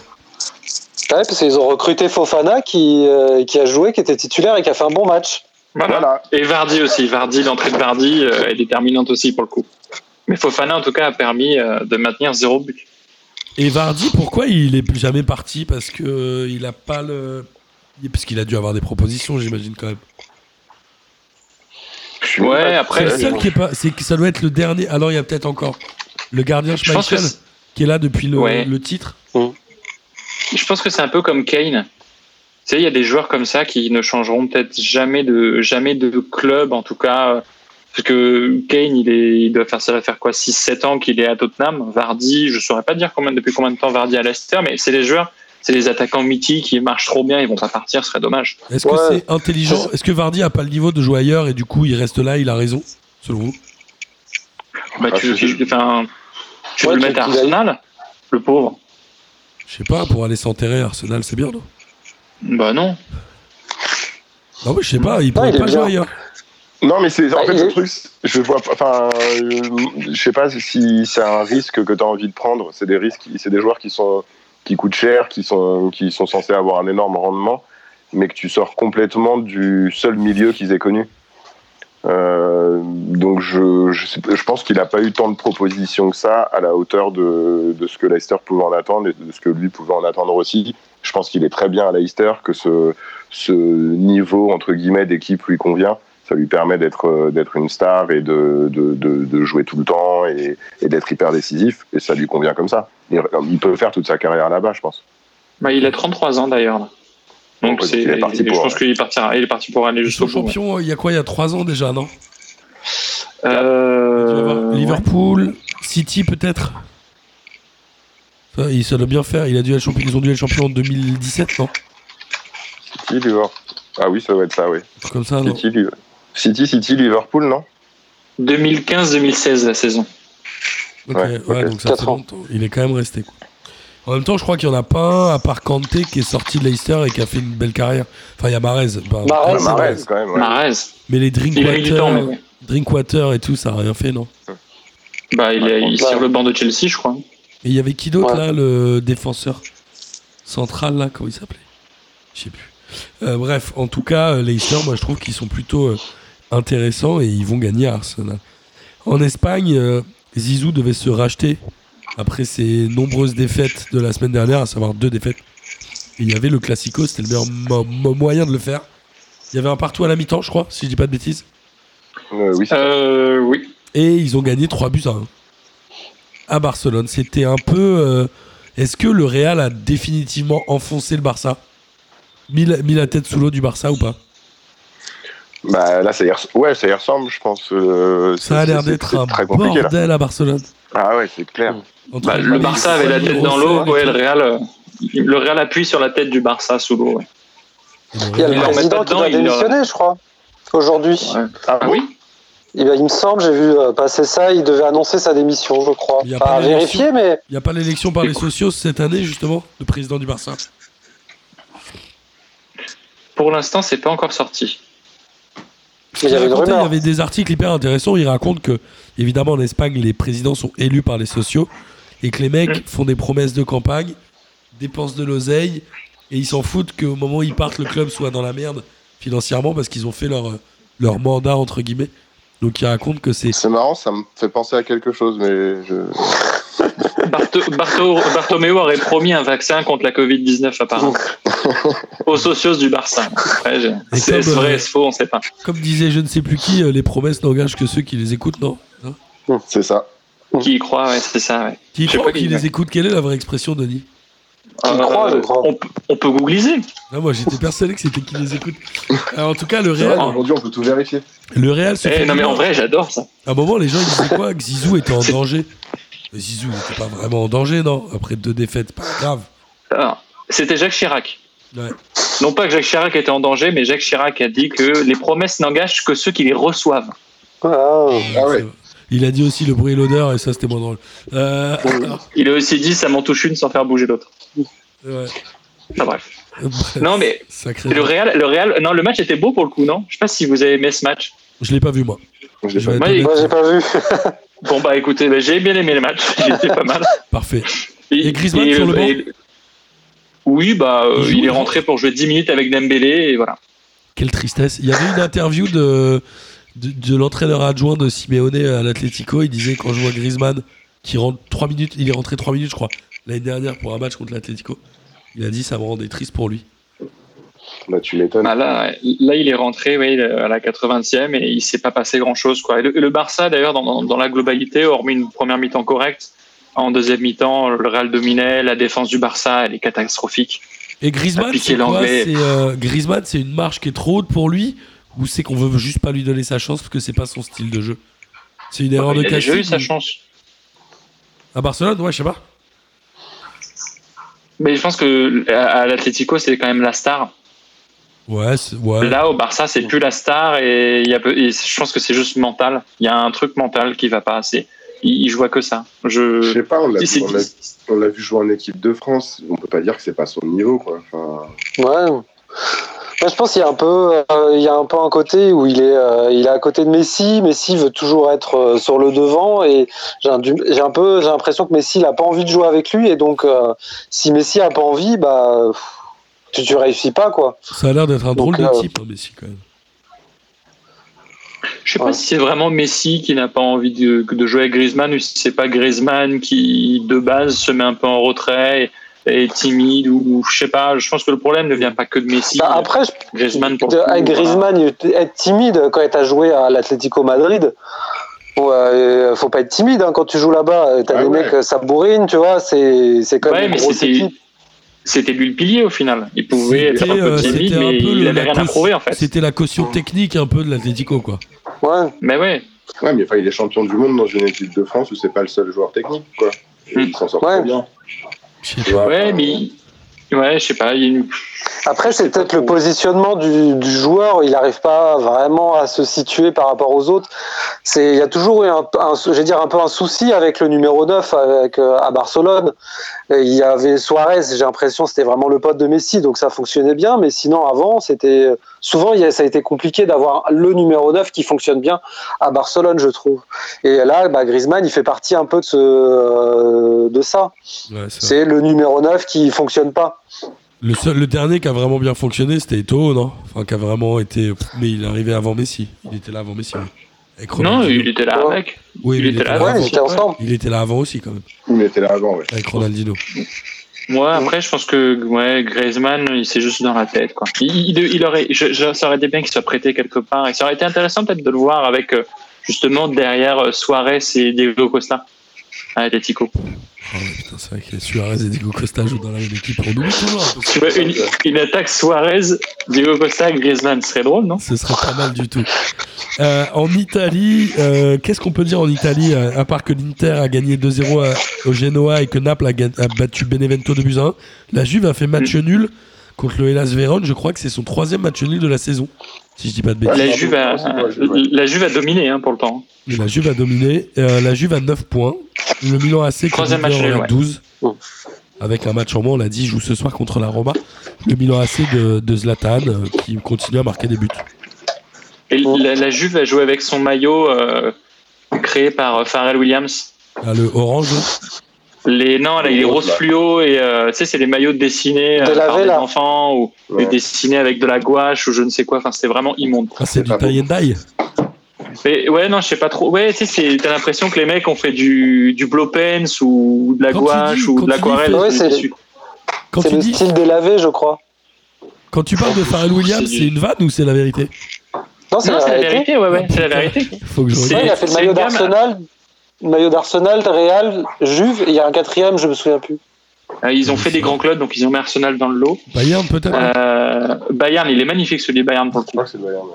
Speaker 4: Ah Ouais, parce qu'ils ont recruté Fofana qui, euh, qui a joué, qui était titulaire et qui a fait un bon match.
Speaker 5: Voilà.
Speaker 3: Voilà,
Speaker 5: Et Vardy aussi. Vardy, l'entrée de Vardy euh, est déterminante aussi pour le coup. Mais Fofana, en tout cas, a permis euh, de maintenir zéro but.
Speaker 2: Et Vardy, pourquoi il est plus jamais parti Parce que euh, il a pas le. Parce qu'il a dû avoir des propositions, j'imagine quand même.
Speaker 3: Je suis
Speaker 5: Ouais,
Speaker 3: même pas-
Speaker 5: après-
Speaker 2: C'est
Speaker 5: euh,
Speaker 2: le
Speaker 5: Ouais,
Speaker 2: seul
Speaker 5: bon.
Speaker 2: qui est pas. C'est que ça doit être le dernier. Alors il y a peut-être encore le gardien
Speaker 5: Je pense que
Speaker 2: Schmeichel
Speaker 5: c'est-
Speaker 2: qui est là depuis le,
Speaker 5: Ouais.
Speaker 2: le titre.
Speaker 5: Je pense que c'est un peu comme Kane. Tu sais, il y a des joueurs comme ça qui ne changeront peut-être jamais de, jamais de club, en tout cas. euh, Parce que Kane, il, est, il doit faire, ça va faire quoi 6-7 ans qu'il est à Tottenham. Vardy, je ne saurais pas dire combien, depuis combien de temps Vardy à Leicester, mais c'est les joueurs, c'est les attaquants mythiques qui marchent trop bien, ils vont pas partir, ce serait dommage.
Speaker 2: Est-ce que
Speaker 4: Ouais.
Speaker 2: c'est intelligent Est-ce que Vardy a pas le niveau de jouer ailleurs et du coup il reste là, il a raison selon vous
Speaker 5: Bah,
Speaker 3: Ah,
Speaker 5: tu,
Speaker 3: c'est-
Speaker 5: tu- enfin, tu
Speaker 4: Ouais,
Speaker 5: veux
Speaker 4: tu-
Speaker 5: le mettre à
Speaker 4: tu l'as eu.
Speaker 5: Arsenal Le pauvre
Speaker 2: Je sais pas. Pour aller s'enterrer, à Arsenal, c'est bien non
Speaker 5: Bah non.
Speaker 2: Non mais je sais pas. Il pourrait
Speaker 4: Ah, il est
Speaker 2: pas jouer
Speaker 4: bien.
Speaker 2: ailleurs.
Speaker 3: Non, mais c'est en
Speaker 4: Bah,
Speaker 3: fait
Speaker 4: il
Speaker 3: le
Speaker 4: est-
Speaker 3: truc, c'est- je vois pas. Enfin, euh, je sais pas si c'est un risque que tu as envie de prendre. C'est des risques, qui- c'est des joueurs qui sont qui coûtent cher, qui sont qui sont censés avoir un énorme rendement, mais que tu sors complètement du seul milieu qu'ils aient connu. Euh, donc je, je, sais pas- je pense qu'il n'a pas eu tant de propositions que ça à la hauteur de, de ce que Leicester pouvait en attendre et de ce que lui pouvait en attendre aussi. Je pense qu'il est très bien à Leicester, que ce, ce niveau entre guillemets d'équipe lui convient. Ça lui permet d'être euh, d'être une star et de, de, de, de jouer tout le temps et, et d'être hyper décisif. Et ça lui convient comme ça. Il, il peut faire toute sa carrière là-bas, je pense.
Speaker 5: Bah, il a 33 ans d'ailleurs. là. Donc
Speaker 3: Ouais,
Speaker 5: c'est,
Speaker 3: bah, il est parti
Speaker 5: je
Speaker 3: pour,
Speaker 5: pense
Speaker 3: ouais.
Speaker 5: qu'il partira. Il est parti pour aller
Speaker 2: Ils sont
Speaker 5: jusqu'au bout.
Speaker 2: champions. euh, Il y a quoi Il y a trois ans déjà, non Tu vas voir,
Speaker 5: Euh,
Speaker 2: Liverpool, City peut-être. Ça, il- ça doit bien faire. Il a dû être champion. Ils ont dû être champions en 2017, non
Speaker 3: City, Liverpool. Ah oui, ça doit être ça, oui.
Speaker 2: Comme ça, non
Speaker 3: City, Liverpool. City, City, Liverpool, non
Speaker 5: 2015-2016 la saison.
Speaker 2: Ok,
Speaker 3: Ouais,
Speaker 2: ouais,
Speaker 3: ok.
Speaker 2: donc ça
Speaker 4: Quatre
Speaker 2: fait
Speaker 4: ans.
Speaker 2: longtemps. Il est quand même resté. quoi. En même temps, je crois qu'il y en a pas un, à part Kanté, qui est sorti de Leicester et qui a fait une belle carrière. Enfin, il y a Marez. bah, ouais,
Speaker 4: Mahrez,
Speaker 3: Ah,
Speaker 4: c'est
Speaker 3: Mahrez, quand même. ouais.
Speaker 5: Mahrez,
Speaker 2: Mais les
Speaker 5: il a eu du
Speaker 2: Drinkwater,
Speaker 5: temps, mais
Speaker 2: Drinkwater et tout, ça a rien fait, non
Speaker 5: bah, il est
Speaker 3: Ouais.
Speaker 5: il est sur le banc de Chelsea, je crois.
Speaker 2: Et il y avait qui d'autre,
Speaker 4: Ouais.
Speaker 2: là, le défenseur central, là, comment il s'appelait Je sais plus. Euh, bref, en tout cas, euh, Leicester, moi, je trouve qu'ils sont plutôt euh, intéressants et ils vont gagner à Arsenal. En Espagne, euh, Zizou devait se racheter après ses nombreuses défaites de la semaine dernière, à savoir deux défaites. Et il y avait le Classico, c'était le meilleur mo- mo- moyen de le faire. Il y avait un partout à la mi-temps, je crois, si je dis pas de bêtises.
Speaker 3: Euh, oui,
Speaker 5: Euh, oui.
Speaker 2: Et ils ont gagné 3 buts à 1 à Barcelone. C'était un peu. euh, Est-ce que le Real a définitivement enfoncé le Barça mis la, mis la tête sous l'eau du Barça ou pas
Speaker 3: Bah, là, ça y, res- ouais, ça y ressemble, je pense. euh, c'est-
Speaker 2: Ça a l'air
Speaker 3: c'est-
Speaker 2: d'être
Speaker 3: c'est
Speaker 2: un
Speaker 3: très compliqué, là.
Speaker 2: bordel à Barcelone.
Speaker 3: Ah ouais, c'est clair.
Speaker 2: Entre
Speaker 5: Bah, le
Speaker 2: Paris,
Speaker 5: Barça avait la
Speaker 2: Saint-Denis,
Speaker 5: tête dans
Speaker 2: Rossel
Speaker 5: l'eau,
Speaker 2: et
Speaker 5: ouais,
Speaker 2: tout.
Speaker 5: le Real, euh, le Real appuie sur la tête du Barça sous l'eau. ouais.
Speaker 4: Il y a le
Speaker 5: Ils leur mettent
Speaker 4: président
Speaker 5: pas
Speaker 4: qui
Speaker 5: dedans,
Speaker 4: doit
Speaker 5: ils leur-
Speaker 4: démissionner, je crois, aujourd'hui.
Speaker 5: Ah oui
Speaker 4: Il, il me semble, j'ai vu euh, passer ça, il devait annoncer sa démission, je crois.
Speaker 2: Il y a
Speaker 4: Enfin,
Speaker 2: pas
Speaker 4: à
Speaker 2: d'élection.
Speaker 4: vérifier, mais
Speaker 2: Il n'y a pas l'élection par les socios cette année, justement, le président du Barça.
Speaker 5: Pour l'instant, c'est pas encore sorti.
Speaker 4: il y avait une
Speaker 2: racontait, il y
Speaker 4: rumeur.
Speaker 2: avait des articles hyper intéressants. Il raconte que, évidemment, en Espagne, les présidents sont élus par les sociaux et que les mecs font des promesses de campagne, dépensent de l'oseille et ils s'en foutent qu'au moment où ils partent, le club soit dans la merde financièrement parce qu'ils ont fait leur, euh, leur mandat, entre guillemets. Donc il raconte que c'est.
Speaker 3: C'est marrant, ça me fait penser à quelque chose, mais je...
Speaker 5: Barto- Barto- Bartomeu aurait promis un vaccin contre la Covid-19 apparemment. Aux socios du Barça. Après, j'ai-
Speaker 2: Et
Speaker 5: c'est
Speaker 2: comme,
Speaker 5: est-ce
Speaker 2: euh,
Speaker 5: vrai, est-ce faux, on sait pas.
Speaker 2: Comme disait je ne sais plus qui, euh, les promesses n'engagent que ceux qui les écoutent, non Hein
Speaker 3: c'est ça.
Speaker 5: Qui y croit, ouais, c'est ça. ouais.
Speaker 2: Qui
Speaker 5: Je sais
Speaker 2: croient,
Speaker 5: pas
Speaker 2: qui
Speaker 5: qui-
Speaker 2: les écoute Quelle est la vraie expression, Denis
Speaker 4: Qui y croit, je crois.
Speaker 5: Euh, on, peut- on peut googliser.
Speaker 2: Là, moi, j'étais persuadé que c'était qui les écoute. Alors, en tout cas, le Real,
Speaker 3: Aujourd'hui, on peut tout vérifier.
Speaker 2: le Real se
Speaker 5: hein. Eh,
Speaker 2: fait
Speaker 5: non mais en
Speaker 2: mal.
Speaker 5: vrai, j'adore ça.
Speaker 2: À un moment, les gens ils disaient quoi Que Zizou était en danger. Mais Zizou n'était pas vraiment en danger, non Après deux défaites, pas grave.
Speaker 5: Alors, C'était Jacques Chirac.
Speaker 2: Ouais.
Speaker 5: Non pas que Jacques Chirac était en danger, mais Jacques Chirac a dit que les promesses n'engagent que ceux qui les reçoivent.
Speaker 4: Ah,
Speaker 3: Ah ouais.
Speaker 2: Il a dit aussi le bruit et l'odeur, et ça c'était moins drôle. Euh,
Speaker 5: Il a aussi dit ça m'en touche une sans faire bouger l'autre.
Speaker 2: ouais.
Speaker 5: Enfin, bref. Non, mais
Speaker 2: Sacré.
Speaker 5: Le Real, le Real, non, le match était beau pour le coup, non Je sais pas si vous avez aimé ce match.
Speaker 2: Je l'ai pas vu, moi.
Speaker 3: Je l'ai
Speaker 2: Je vais
Speaker 3: pas-
Speaker 2: être
Speaker 5: Ouais,
Speaker 2: honnête.
Speaker 4: moi j'ai pas vu.
Speaker 5: Bon bah écoutez, bah, j'ai bien aimé le match, il était pas mal.
Speaker 2: Parfait.
Speaker 5: Et,
Speaker 2: Griezmann sur le banc
Speaker 5: et- Oui, bah euh,
Speaker 2: Il joue,
Speaker 5: il,
Speaker 2: il
Speaker 5: est
Speaker 2: joue.
Speaker 5: rentré pour jouer 10 minutes avec Dembélé et voilà.
Speaker 2: Quelle tristesse. Il y avait une interview de, de, de l'entraîneur adjoint de Simeone à l'Atlético. Il disait quand je vois Griezmann qui rentre 3 minutes, il est rentré 3 minutes, je crois, l'année dernière pour un match contre l'Atlético. Il a dit ça me rendait triste pour lui.
Speaker 3: Bah, tu m'étonnes.
Speaker 5: Bah, là, là, il est rentré, oui, à la 80e et il s'est pas passé grand chose quoi. Et le, et le Barça d'ailleurs dans, dans- dans la globalité, hormis une première mi-temps correcte, en deuxième mi-temps, le Real dominait, la défense du Barça elle est catastrophique.
Speaker 2: Et Griezmann,
Speaker 5: Appliquer
Speaker 2: c'est quoi
Speaker 5: l'anglais.
Speaker 2: C'est, euh, Griezmann, c'est une marche qui est trop haute pour lui ou c'est qu'on veut juste pas lui donner sa chance parce que c'est pas son style de jeu C'est une erreur
Speaker 5: il
Speaker 2: de
Speaker 5: a déjà
Speaker 2: casting
Speaker 5: eu sa
Speaker 2: ou-
Speaker 5: chance.
Speaker 2: À Barcelone, ouais, je sais pas.
Speaker 5: Mais je pense que à à l'Atlético c'est quand même la star.
Speaker 2: Ouais, c'est- ouais.
Speaker 5: Là, au Barça, c'est plus la star et, il y a peu- et je pense que c'est juste mental. Il y a un truc mental qui va pas assez. Il, il joue à que ça.
Speaker 3: Je
Speaker 5: Je.
Speaker 3: sais pas, on l'a
Speaker 5: Il s'est
Speaker 3: vu, on l'a-
Speaker 5: dit-
Speaker 3: on l'a vu jouer en équipe de France. On peut pas dire que c'est pas son niveau, quoi. Enfin,
Speaker 4: Ouais. Moi, je pense qu'il y a un peu, euh, il y a un peu un côté où il est, euh, il est à côté de Messi. Messi veut toujours être euh, sur le devant et j'ai un, du- j'ai un peu, j'ai l'impression que Messi n'a pas envie de jouer avec lui et donc euh, si Messi a pas envie, bah pff, tu, tu réussis pas quoi.
Speaker 2: Ça a l'air d'être un drôle
Speaker 4: Donc,
Speaker 2: de
Speaker 4: euh,
Speaker 2: type, hein, Messi, quand même.
Speaker 5: Je sais pas
Speaker 4: Ouais.
Speaker 5: si c'est vraiment Messi qui n'a pas envie de, de jouer avec Griezmann ou si c'est pas Griezmann qui, de base, se met un peu en retrait et est timide ou, ou je sais pas. Je pense que le problème ne vient pas que de Messi.
Speaker 4: Bah, après, je,
Speaker 5: Griezmann pour hein.
Speaker 4: de-
Speaker 5: le coup,
Speaker 4: avec
Speaker 5: voilà.
Speaker 4: Griezmann, il était- être timide quand t'as joué à l'Atlético Madrid. Ouais, euh, faut pas être timide hein, quand tu joues là-bas. T'as
Speaker 3: Ah
Speaker 4: des
Speaker 3: ouais.
Speaker 4: mecs, ça bourrine, tu vois. C'est, c'est quand
Speaker 5: Ouais,
Speaker 4: même
Speaker 5: mais
Speaker 4: une grosse
Speaker 5: c'était-
Speaker 4: équipe.
Speaker 5: C'était lui le pilier au final. Il pouvait être un
Speaker 2: euh,
Speaker 5: peu timide,
Speaker 2: c'était un
Speaker 5: mais
Speaker 2: peu
Speaker 5: il
Speaker 2: le-
Speaker 5: avait
Speaker 2: la
Speaker 5: rien à
Speaker 2: caution-
Speaker 5: prouver en fait.
Speaker 2: C'était la caution technique un peu de l'Atlético, quoi.
Speaker 4: Ouais.
Speaker 5: Mais ouais.
Speaker 3: ouais, mais enfin, il est champion du monde dans une équipe de France où c'est pas le seul joueur technique, quoi. Et
Speaker 5: Hmm.
Speaker 3: Il s'en sort
Speaker 4: Ouais.
Speaker 3: très bien.
Speaker 2: Je sais
Speaker 3: tu
Speaker 2: pas.
Speaker 3: vois.
Speaker 5: Ouais, mais. il- Ouais, je sais pas. Il y a une
Speaker 4: Après, c'est peut-être le positionnement du, du joueur. Il n'arrive pas vraiment à se situer par rapport aux autres. C'est, il y a toujours eu un, un, je vais dire un peu un souci avec le numéro 9 avec, euh, à Barcelone. Et il y avait Suarez, j'ai l'impression, c'était vraiment le pote de Messi, donc ça fonctionnait bien. Mais sinon, avant, c'était souvent, il y a- ça a été compliqué d'avoir le numéro 9 qui fonctionne bien à Barcelone, je trouve. Et là, bah, Griezmann, il fait partie un peu de, ce, euh, de ça.
Speaker 2: Ouais, c'est vrai.
Speaker 4: C'est le numéro 9 qui fonctionne pas.
Speaker 2: le, seul, le dernier qui a vraiment bien fonctionné, c'était Eto'o, non Enfin, qui a vraiment été. Mais il est arrivé avant Messi. Il était là avant Messi. oui. Avec
Speaker 5: Non,
Speaker 2: Ronaldinho.
Speaker 5: il était là
Speaker 4: Ouais.
Speaker 5: avec.
Speaker 2: Oui,
Speaker 5: il
Speaker 2: mais
Speaker 5: était là
Speaker 2: avant.
Speaker 5: avant.
Speaker 4: Ouais, ils étaient ensemble.
Speaker 2: Il était là avant aussi, quand même.
Speaker 3: Il était là avant, ouais.
Speaker 2: Avec Ronaldinho.
Speaker 5: Moi, après, je pense que ouais, Griezmann, il s'est juste dans la tête. Quoi. Il, il- il aurait, je, je- ça aurait été bien qu'il soit prêté quelque part. Et ça aurait été intéressant peut-être de le voir avec euh, justement derrière euh, Suarez et Diego Costa. à Atletico.
Speaker 2: Oh, ouais, putain, c'est vrai que Suarez et Diego Costa jouent dans la même équipe. On oublie toujours. un peu ça.
Speaker 5: Tu veux une, une attaque Suarez, Diego Costa, Griezmann, ce serait drôle, non
Speaker 2: Ce serait pas mal du tout. Euh, en Italie, euh, qu'est-ce qu'on peut dire en Italie euh, À part que l'Inter a gagné 2-0 à- au Genoa et que Naples a, ga- a battu Benevento de buts à 1, la Juve a fait match nul contre le Hellas Vérone. Je crois que c'est son troisième match nul de la saison, si je dis pas de bêtises.
Speaker 5: La Juve a,
Speaker 3: c'est pas la Juve, ouais.
Speaker 5: la Juve a dominé hein, pour le temps.
Speaker 2: Mais la Juve a dominé. Euh, la Juve a 9 points. Le Milan AC qui
Speaker 5: Troisième
Speaker 2: est leader
Speaker 5: match nul,
Speaker 2: en a
Speaker 5: ouais.
Speaker 2: 12.
Speaker 4: Oh.
Speaker 2: Avec un match en moins, on l'a dit, joue ce soir contre la Roma. Le Milan AC de, de Zlatan euh, qui continue à marquer des buts.
Speaker 5: Et la, la Juve a joué avec son maillot euh, créé par euh, Pharrell Williams.
Speaker 2: Ah, le orange, là.
Speaker 5: Les, non, là, il est rose fluo et euh, tu sais, c'est les maillots dessinés euh,
Speaker 4: De la
Speaker 5: par des
Speaker 4: Vela.
Speaker 5: enfants ou
Speaker 3: Ouais.
Speaker 5: dessinés avec de la gouache ou je ne sais quoi. Enfin, c'était vraiment immonde.
Speaker 2: Ah, c'est
Speaker 3: C'est
Speaker 2: du
Speaker 3: pas beau.
Speaker 2: tie and dye.
Speaker 5: Mais ouais, non, je sais pas trop. Ouais, tu sais, c'est- t'as l'impression que les mecs ont fait du, du blow pens ou de la
Speaker 2: Quand tu
Speaker 5: gouache
Speaker 2: dis- quand
Speaker 5: ou
Speaker 2: tu
Speaker 5: de
Speaker 2: dis
Speaker 5: l'aquarelle.
Speaker 4: fait- Ouais,
Speaker 5: c'est
Speaker 4: c'est-
Speaker 5: dessus.
Speaker 2: Quand
Speaker 4: C'est
Speaker 2: tu,
Speaker 4: le
Speaker 2: dis,
Speaker 4: style délavé, je crois.
Speaker 2: quand tu parles de Pharrell Williams,
Speaker 5: C'est du-
Speaker 2: c'est une vanne ou c'est la vérité
Speaker 4: Non, c'est
Speaker 5: Non,
Speaker 4: la,
Speaker 5: c'est la
Speaker 4: vérité.
Speaker 5: vérité, ouais, ouais, c'est la vérité.
Speaker 2: Faut que je
Speaker 5: C'est-
Speaker 4: Ouais,
Speaker 2: regarde.
Speaker 4: il a fait le
Speaker 5: c'est
Speaker 4: maillot
Speaker 5: une gamme.
Speaker 4: d'Arsenal, le maillot d'Arsenal, de Real, Juve, et il y a un quatrième, je me souviens plus.
Speaker 5: Euh, Ils ont fait des grands clubs, donc ils ont mis Arsenal dans le lot.
Speaker 2: Bayern, peut-être
Speaker 5: Euh, Bayern, il est magnifique celui de Bayern pour le
Speaker 3: Je
Speaker 5: coup.
Speaker 3: crois que c'est le Bayern. ouais.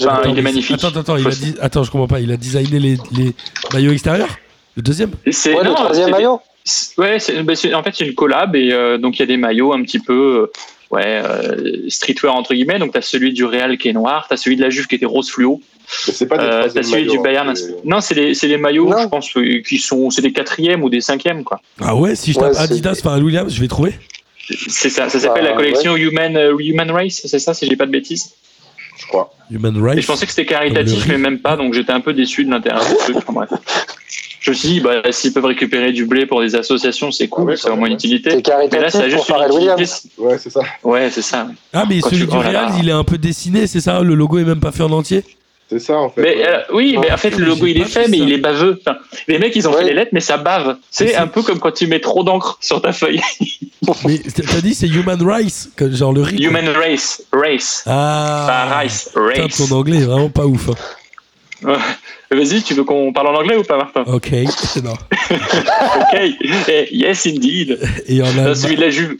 Speaker 5: Enfin,
Speaker 2: Attends,
Speaker 5: il est
Speaker 2: mais-
Speaker 5: magnifique.
Speaker 2: Attends, attends, il a
Speaker 5: Faut-
Speaker 2: dit- attends, je comprends pas. Il a designé les, les maillots extérieurs Le deuxième
Speaker 5: C'est
Speaker 4: Ouais, le
Speaker 5: non,
Speaker 4: troisième
Speaker 5: c'est-
Speaker 4: maillot.
Speaker 5: c'est- Ouais, c'est- bah, c'est- en fait c'est une collab et euh, donc il y a des maillots un petit peu euh, ouais euh, streetwear entre guillemets. Donc t'as celui du Real qui est noir, t'as celui de la Juve qui était rose fluo,
Speaker 3: Mais c'est pas des
Speaker 5: euh, t'as
Speaker 3: troisièmes
Speaker 5: celui du
Speaker 3: maillots,
Speaker 5: Bayern.
Speaker 3: hein, c'est-
Speaker 5: Non, c'est les c'est les maillots,
Speaker 4: Non.
Speaker 5: je pense, euh, qui sont c'est des quatrièmes ou des cinquièmes quoi.
Speaker 2: Ah ouais, si je
Speaker 4: Ouais,
Speaker 2: tape
Speaker 4: c'est-
Speaker 2: Adidas Pharrell Williams, je vais trouver.
Speaker 5: C'est ça, ça s'appelle
Speaker 4: Bah,
Speaker 5: la collection Human euh, Human Race, c'est ça, si j'ai pas de bêtises.
Speaker 3: Je crois.
Speaker 2: Human
Speaker 5: Et
Speaker 2: Rights.
Speaker 5: je pensais que c'était caritatif,
Speaker 2: Le riz.
Speaker 5: mais même pas, donc j'étais un peu déçu de l'intérêt du truc. Enfin, bref. Je me suis dit, bah, s'ils peuvent récupérer du blé pour des associations, c'est
Speaker 3: Ah ouais,
Speaker 5: cool, ça a au
Speaker 3: quand
Speaker 5: moins
Speaker 3: même,
Speaker 5: une utilité.
Speaker 4: C'est
Speaker 5: Mais là,
Speaker 4: caritatif
Speaker 5: ça a
Speaker 4: pour
Speaker 5: juste une
Speaker 4: Pharrell
Speaker 5: utilité.
Speaker 4: Williams.
Speaker 3: Ouais, c'est ça.
Speaker 5: Ouais, c'est ça.
Speaker 2: Ah, mais
Speaker 5: Quand
Speaker 2: celui
Speaker 5: tu-
Speaker 2: du
Speaker 5: oh là
Speaker 2: Real,
Speaker 5: là.
Speaker 2: il est un peu dessiné, c'est ça Le logo est même pas fait en entier
Speaker 3: C'est ça, en fait.
Speaker 5: Mais
Speaker 3: ouais.
Speaker 5: euh, oui, mais en fait, le logo,
Speaker 2: j'ai
Speaker 5: il est
Speaker 2: pas
Speaker 5: fait,
Speaker 2: vu
Speaker 5: mais
Speaker 2: ça.
Speaker 5: il est baveux. Enfin, les mecs, ils ont fait
Speaker 4: Ouais.
Speaker 5: les lettres, mais ça bave.
Speaker 2: Mais
Speaker 5: C'est
Speaker 2: c'est-
Speaker 5: un peu comme quand tu mets trop d'encre sur ta feuille.
Speaker 2: Mais t'as t'as dit c'est Human Rights, que- genre le riz. quoi.
Speaker 5: Human Race, Race.
Speaker 2: Ah
Speaker 5: Pas Rice,
Speaker 2: Putain,
Speaker 5: Race. Euh,
Speaker 2: ton anglais est vraiment pas ouf. hein.
Speaker 5: Vas-y, tu veux qu'on parle en anglais ou pas, Martin
Speaker 2: Ok. Non.
Speaker 5: Ok. Eh, yes, indeed.
Speaker 2: Et en
Speaker 5: Non,
Speaker 2: Allemagne-
Speaker 5: celui de la Juve.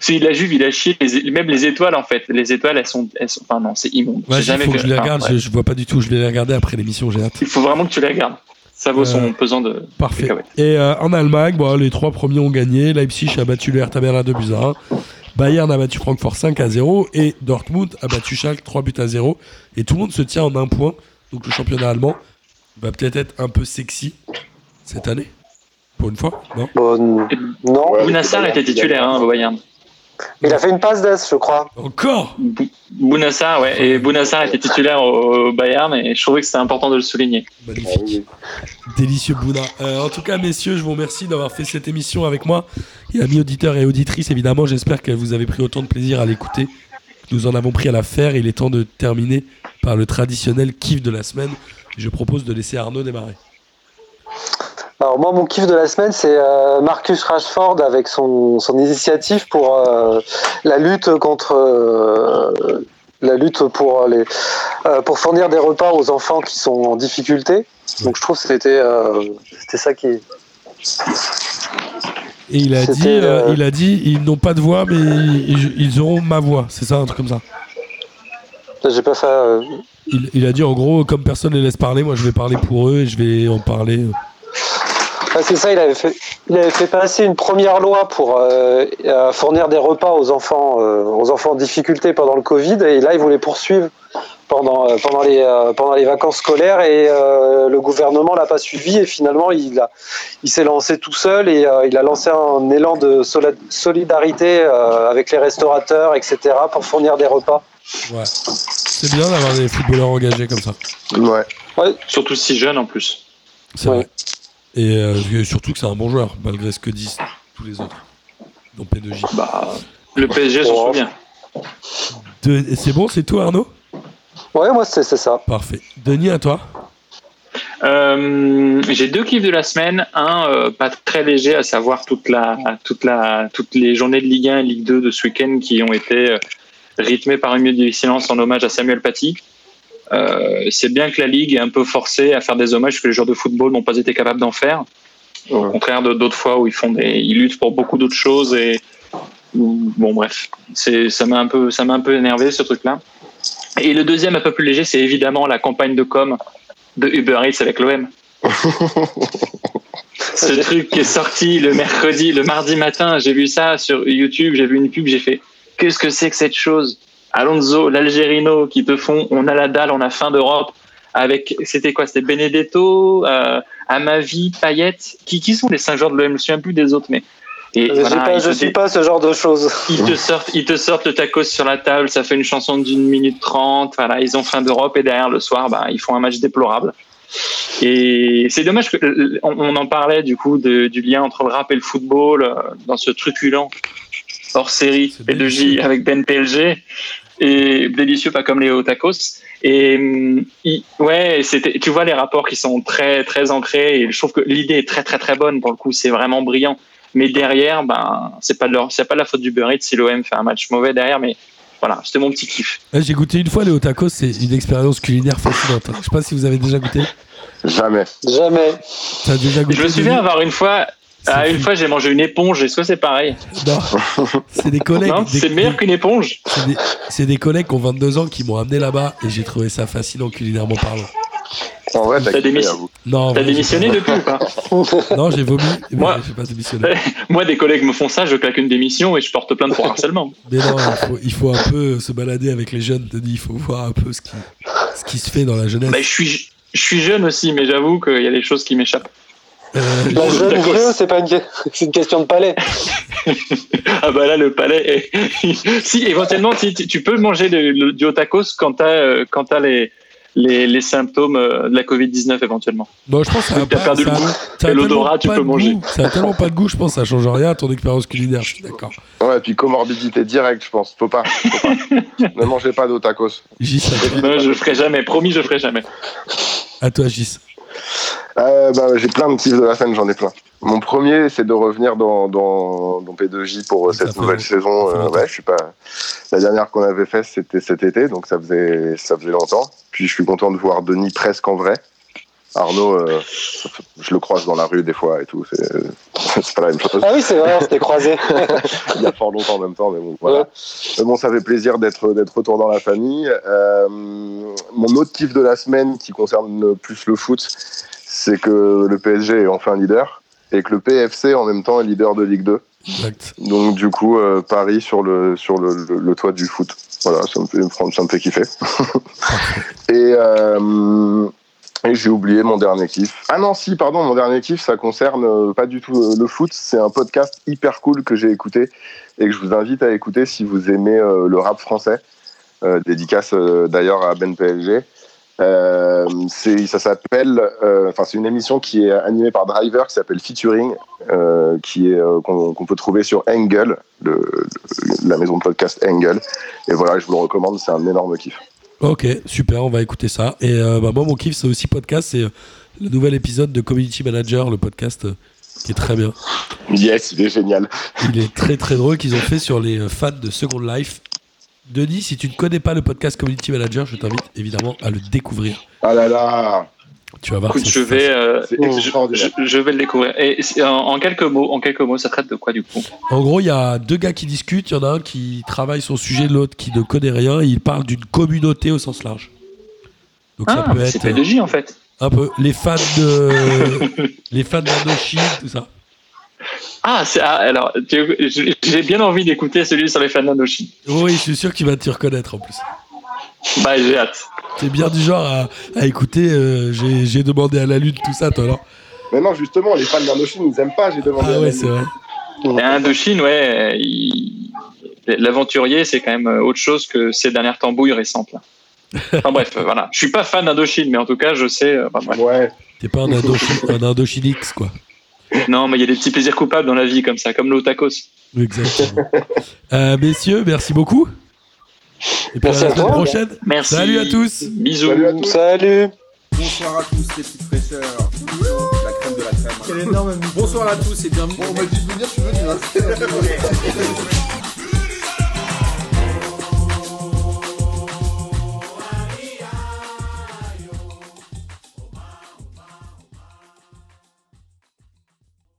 Speaker 5: Celui de la Juve, il a chié les- même les étoiles en fait. Les étoiles, elles sont, elles sont- enfin non, c'est immonde. J'ai
Speaker 2: Vas-y, faut que
Speaker 5: fait-
Speaker 2: je les
Speaker 5: enfin,
Speaker 2: regarde,
Speaker 5: ouais.
Speaker 2: je, je vois pas du tout. Je vais les regarder après l'émission, j'ai hâte.
Speaker 5: Il faut vraiment que tu les regardes. Ça vaut
Speaker 2: Euh,
Speaker 5: son pesant de.
Speaker 2: Parfait.
Speaker 5: Ah ouais.
Speaker 2: Et euh, en Allemagne, bon, les trois premiers ont gagné. Leipzig a battu le Hertha Berlin 2 buts à 1. Bayern a battu Francfort 5 à 0. Et Dortmund a battu Schalke 3 buts à 0. Et tout le monde se tient en un point. Donc le championnat allemand va peut-être être un peu sexy cette année. Pour une fois, non
Speaker 4: Bon, non.
Speaker 3: Ouais,
Speaker 5: Bounassar
Speaker 3: avec le
Speaker 5: était
Speaker 3: Bayern,
Speaker 5: titulaire hein, au Bayern.
Speaker 4: Il a fait une passe d'as, je crois.
Speaker 2: Encore
Speaker 5: Bou- Bounassar, ouais. Et Bounassar était titulaire au au Bayern et je trouvais que c'était important de le souligner.
Speaker 3: Ah,
Speaker 2: Magnifique.
Speaker 3: oui, oui.
Speaker 2: Délicieux Bouna. Euh, en tout cas, messieurs, je vous remercie d'avoir fait cette émission avec moi. Et amis auditeurs et auditrices, évidemment, j'espère que vous avez pris autant de plaisir à l'écouter. que Nous en avons pris à la faire. Il est temps de terminer par le traditionnel kiff de la semaine. Je propose de laisser Arnaud démarrer.
Speaker 4: Alors moi, mon kiff de la semaine, c'est euh, Marcus Rashford avec son, son initiative pour euh, la lutte contre euh, la lutte pour les euh, pour fournir des repas aux enfants qui sont en difficulté. Donc je trouve que c'était euh, c'était ça qui
Speaker 2: Et il a
Speaker 4: C'était,
Speaker 2: dit, euh,
Speaker 4: euh,
Speaker 2: il a dit, ils n'ont pas de voix, mais ils, ils auront ma voix. C'est ça, un truc comme ça.
Speaker 4: j'ai pas fait. euh,
Speaker 2: Il, il a dit en gros, comme personne les laisse parler, moi je vais parler pour eux et je vais en parler.
Speaker 4: Ah, c'est ça, il avait, fait, il avait fait passer une première loi pour euh, euh, fournir des repas aux enfants, euh, aux enfants en difficulté pendant le Covid, et là, il voulait poursuivre pendant, euh, pendant, les, euh, pendant les vacances scolaires, et euh, le gouvernement l'a pas suivi, et finalement, il, a- il s'est lancé tout seul, et euh, il a lancé un élan de sola- solidarité euh, avec les restaurateurs, etc., pour fournir des repas.
Speaker 2: Ouais. C'est bien d'avoir des footballeurs engagés comme ça.
Speaker 3: Ouais.
Speaker 5: Surtout si jeune en plus.
Speaker 2: C'est
Speaker 4: Ouais.
Speaker 2: vrai. Et euh, surtout que c'est un bon joueur, malgré ce que disent tous les autres. Dans P2J.
Speaker 5: Bah, le PSG s'en
Speaker 4: Oh.
Speaker 5: souvient.
Speaker 2: De- C'est bon, c'est tout, Arnaud
Speaker 4: Ouais, moi, c'est c'est ça.
Speaker 2: Parfait. Denis, à toi
Speaker 5: Euh, j'ai deux kiffs de la semaine. Un euh, pas très léger, à savoir toute la, toute la, toutes les journées de Ligue 1 et Ligue 2 de ce week-end qui ont été euh, rythmées par une minute de silence en hommage à Samuel Paty. Euh, c'est bien que la Ligue est un peu forcée à faire des hommages que les joueurs de football n'ont pas été capables d'en faire. Au contraire de d'autres fois où ils font des, ils luttent pour beaucoup d'autres choses et bon bref, c'est ça m'a un peu ça m'a un peu énervé ce truc-là. Et le deuxième un peu plus léger, c'est évidemment la campagne de com de Uber Eats avec l'OM. ce truc qui est sorti le mercredi, le mardi matin, j'ai vu ça sur YouTube, j'ai vu une pub, j'ai fait qu'est-ce que c'est que cette chose Alonso, l'Algerino qui te font on a la dalle, on a faim d'Europe avec c'était quoi C'était Benedetto, euh, Amavi, Payet, qui qui sont les cinq joueurs de l'OM Je me souviens plus des autres mais
Speaker 4: et je ne voilà, suis, suis, Ah, pas ce genre de choses.
Speaker 5: Ils te, sortent, ils te sortent le tacos sur la table, ça fait une chanson d'une minute trente, voilà, ils ont faim d'Europe et derrière le soir, bah, ils font un match déplorable. Et c'est dommage que on, on, en parlait du coup de, du lien entre le rap et le football euh, dans ce truculent hors série P2J avec Ben PLG et délicieux pas comme les hauts tacos. Et mm, il, ouais, c'était tu vois les rapports qui sont très très ancrés et je trouve que l'idée est très très très bonne pour le coup, c'est vraiment brillant. Mais derrière, ben c'est pas de leur, c'est pas de la faute du Burrit si l'OM fait un match mauvais derrière, mais voilà, c'était mon petit kiff.
Speaker 2: Ouais, Eh, J'ai goûté une fois les hauts tacos, c'est une expérience culinaire fascinante. hein. Je sais pas si vous avez déjà goûté.
Speaker 3: Jamais.
Speaker 4: Jamais.
Speaker 2: T'as déjà goûté
Speaker 5: Je me souviens avoir une fois ah, une fois, j'ai mangé une éponge, et soit c'est pareil.
Speaker 2: Non, c'est des collègues.
Speaker 5: Non, c'est meilleur qu'une éponge.
Speaker 2: C'est des, des, collègues qui ont 22 ans qui m'ont amené là-bas et j'ai trouvé ça fascinant culinairement parlant.
Speaker 3: En vrai, t'as hein,
Speaker 5: démis... démissionné depuis ou pas
Speaker 2: Non, j'ai vomi.
Speaker 5: Moi,
Speaker 2: j'ai pas démissionné.
Speaker 5: Moi, des collègues me font ça, je claque une démission et je porte plainte pour harcèlement.
Speaker 2: Mais non, il faut, il faut un peu se balader avec les jeunes, Denis. Il faut voir un peu ce qui, ce qui se fait dans la jeunesse.
Speaker 5: Bah, je, suis, je suis jeune aussi, mais j'avoue qu'il y a des choses qui m'échappent.
Speaker 4: Euh, la jeune vieux, c'est pas une... une... question de palais.
Speaker 5: ah bah là, le palais. Est... si éventuellement, si, tu peux manger le, le, du tacos quand t'as euh, quand as les, les, les symptômes euh, de la Covid 19 éventuellement.
Speaker 2: Bon, je pense que
Speaker 5: t'as perdu
Speaker 2: Ah, bah, ça
Speaker 5: le goût. Ça et l'odorat, tu peux manger.
Speaker 2: Ça a tellement pas de goût, je pense, ça change rien à ton expérience culinaire. Je suis d'accord.
Speaker 3: Ouais, et puis comorbidité directe, je pense. Faut pas. Faut pas. ne mangez pas d'eau tacos.
Speaker 2: Gis,
Speaker 5: non, je ferai jamais. Promis, je ferai jamais.
Speaker 2: À toi, Gis.
Speaker 3: Euh, bah, j'ai plein de tips de la scène, j'en ai plein. Mon premier, c'est de revenir dans, dans, dans P2J pour euh, cette fait, nouvelle saison. Euh, ouais, je suis pas. La dernière qu'on avait faite, c'était cet été, donc ça faisait, ça faisait longtemps. Puis je suis content de voir Denis presque en vrai. Arnaud, euh, je le croise dans la rue des fois et tout. C'est pas la même chose.
Speaker 4: Ah oui, c'est vrai, on s'était croisés.
Speaker 3: Il y a fort longtemps en même temps, mais bon, voilà. Ouais. Mais bon, ça fait plaisir d'être retour dans la famille. Euh, mon autre kiff de la semaine qui concerne plus le foot, c'est que le PSG est enfin leader et que le PFC en même temps est leader de Ligue 2.
Speaker 2: Exact.
Speaker 3: Donc du coup, euh, Paris sur le sur le, le, le, toit du foot. Voilà, ça me fait, ça me fait kiffer. et, euh, et j'ai oublié mon dernier kiff. Ah non, si, pardon, mon dernier kiff, ça concerne euh, pas du tout le foot. C'est un podcast hyper cool que j'ai écouté et que je vous invite à écouter si vous aimez euh, le rap français. Euh, dédicace d'ailleurs à Ben PLG. Euh, ça s'appelle, euh, enfin c'est une émission qui est animée par Driver qui s'appelle Featuring, euh, qui est qu'on qu peut trouver sur Angle, le, le, la maison de podcast Angle. Et voilà, je vous le recommande, c'est un énorme kiff.
Speaker 2: Ok, super, on va écouter ça. Et bah, moi mon kiff c'est aussi podcast, c'est euh, le nouvel épisode de Community Manager, le podcast euh, qui est très bien.
Speaker 3: Yes, il est génial.
Speaker 2: Il est très très drôle qu'ils ont fait sur les euh, fans de Second Life Denis, si tu ne connais pas le podcast Community Manager, je t'invite évidemment à le découvrir.
Speaker 3: Ah là là
Speaker 2: Tu vas voir.
Speaker 5: Écoute, je vais, euh, je, je, vais le découvrir. Et en, en, quelques mots, en quelques mots, ça traite de quoi du coup
Speaker 2: En gros, il y a deux gars qui discutent. Il y en a un qui travaille son sujet, l'autre qui ne connaît rien. Et ils parlent d'une communauté au sens large.
Speaker 5: Donc ah, ça peut être. C'est P2J en fait.
Speaker 2: Un peu. Les fans de. les fans d'Indochine, tout ça.
Speaker 5: Ah, ah, alors, j'ai bien envie d'écouter celui sur les fans d'Indochine.
Speaker 2: Oui, je suis sûr qu'il va te reconnaître en plus.
Speaker 5: Bah, j'ai hâte.
Speaker 2: T'es bien du genre à, à écouter, euh, j'ai demandé à la lutte tout ça, toi, non
Speaker 3: Mais non, justement, les fans d'Indochine, ils aiment pas, j'ai demandé
Speaker 2: ah,
Speaker 3: à
Speaker 2: ouais, c'est vrai.
Speaker 5: Et Indochine, ouais, l'aventurier, il... c'est quand même autre chose que ces dernières tambouilles récentes, là. Enfin bref, euh, voilà. Je suis pas fan d'Indochine, mais en tout cas, je sais. euh, Enfin,
Speaker 3: ouais.
Speaker 2: T'es pas un, Indochine, un Indochinix, quoi.
Speaker 5: Non, mais il y a des petits plaisirs coupables dans la vie comme ça, comme le tacos.
Speaker 2: Exactement. euh, messieurs, merci beaucoup. Et puis merci à la semaine prochaine.
Speaker 5: Merci.
Speaker 2: Salut à tous.
Speaker 5: Bisous.
Speaker 4: Salut. À tous. Salut.
Speaker 1: Bonsoir à tous les petites fraîcheurs. La crème de la crème.
Speaker 6: Quelle énorme.
Speaker 1: Bonsoir à tous et bienvenue.
Speaker 6: Bon, on m'a dit de venir, tu veux, tu vas.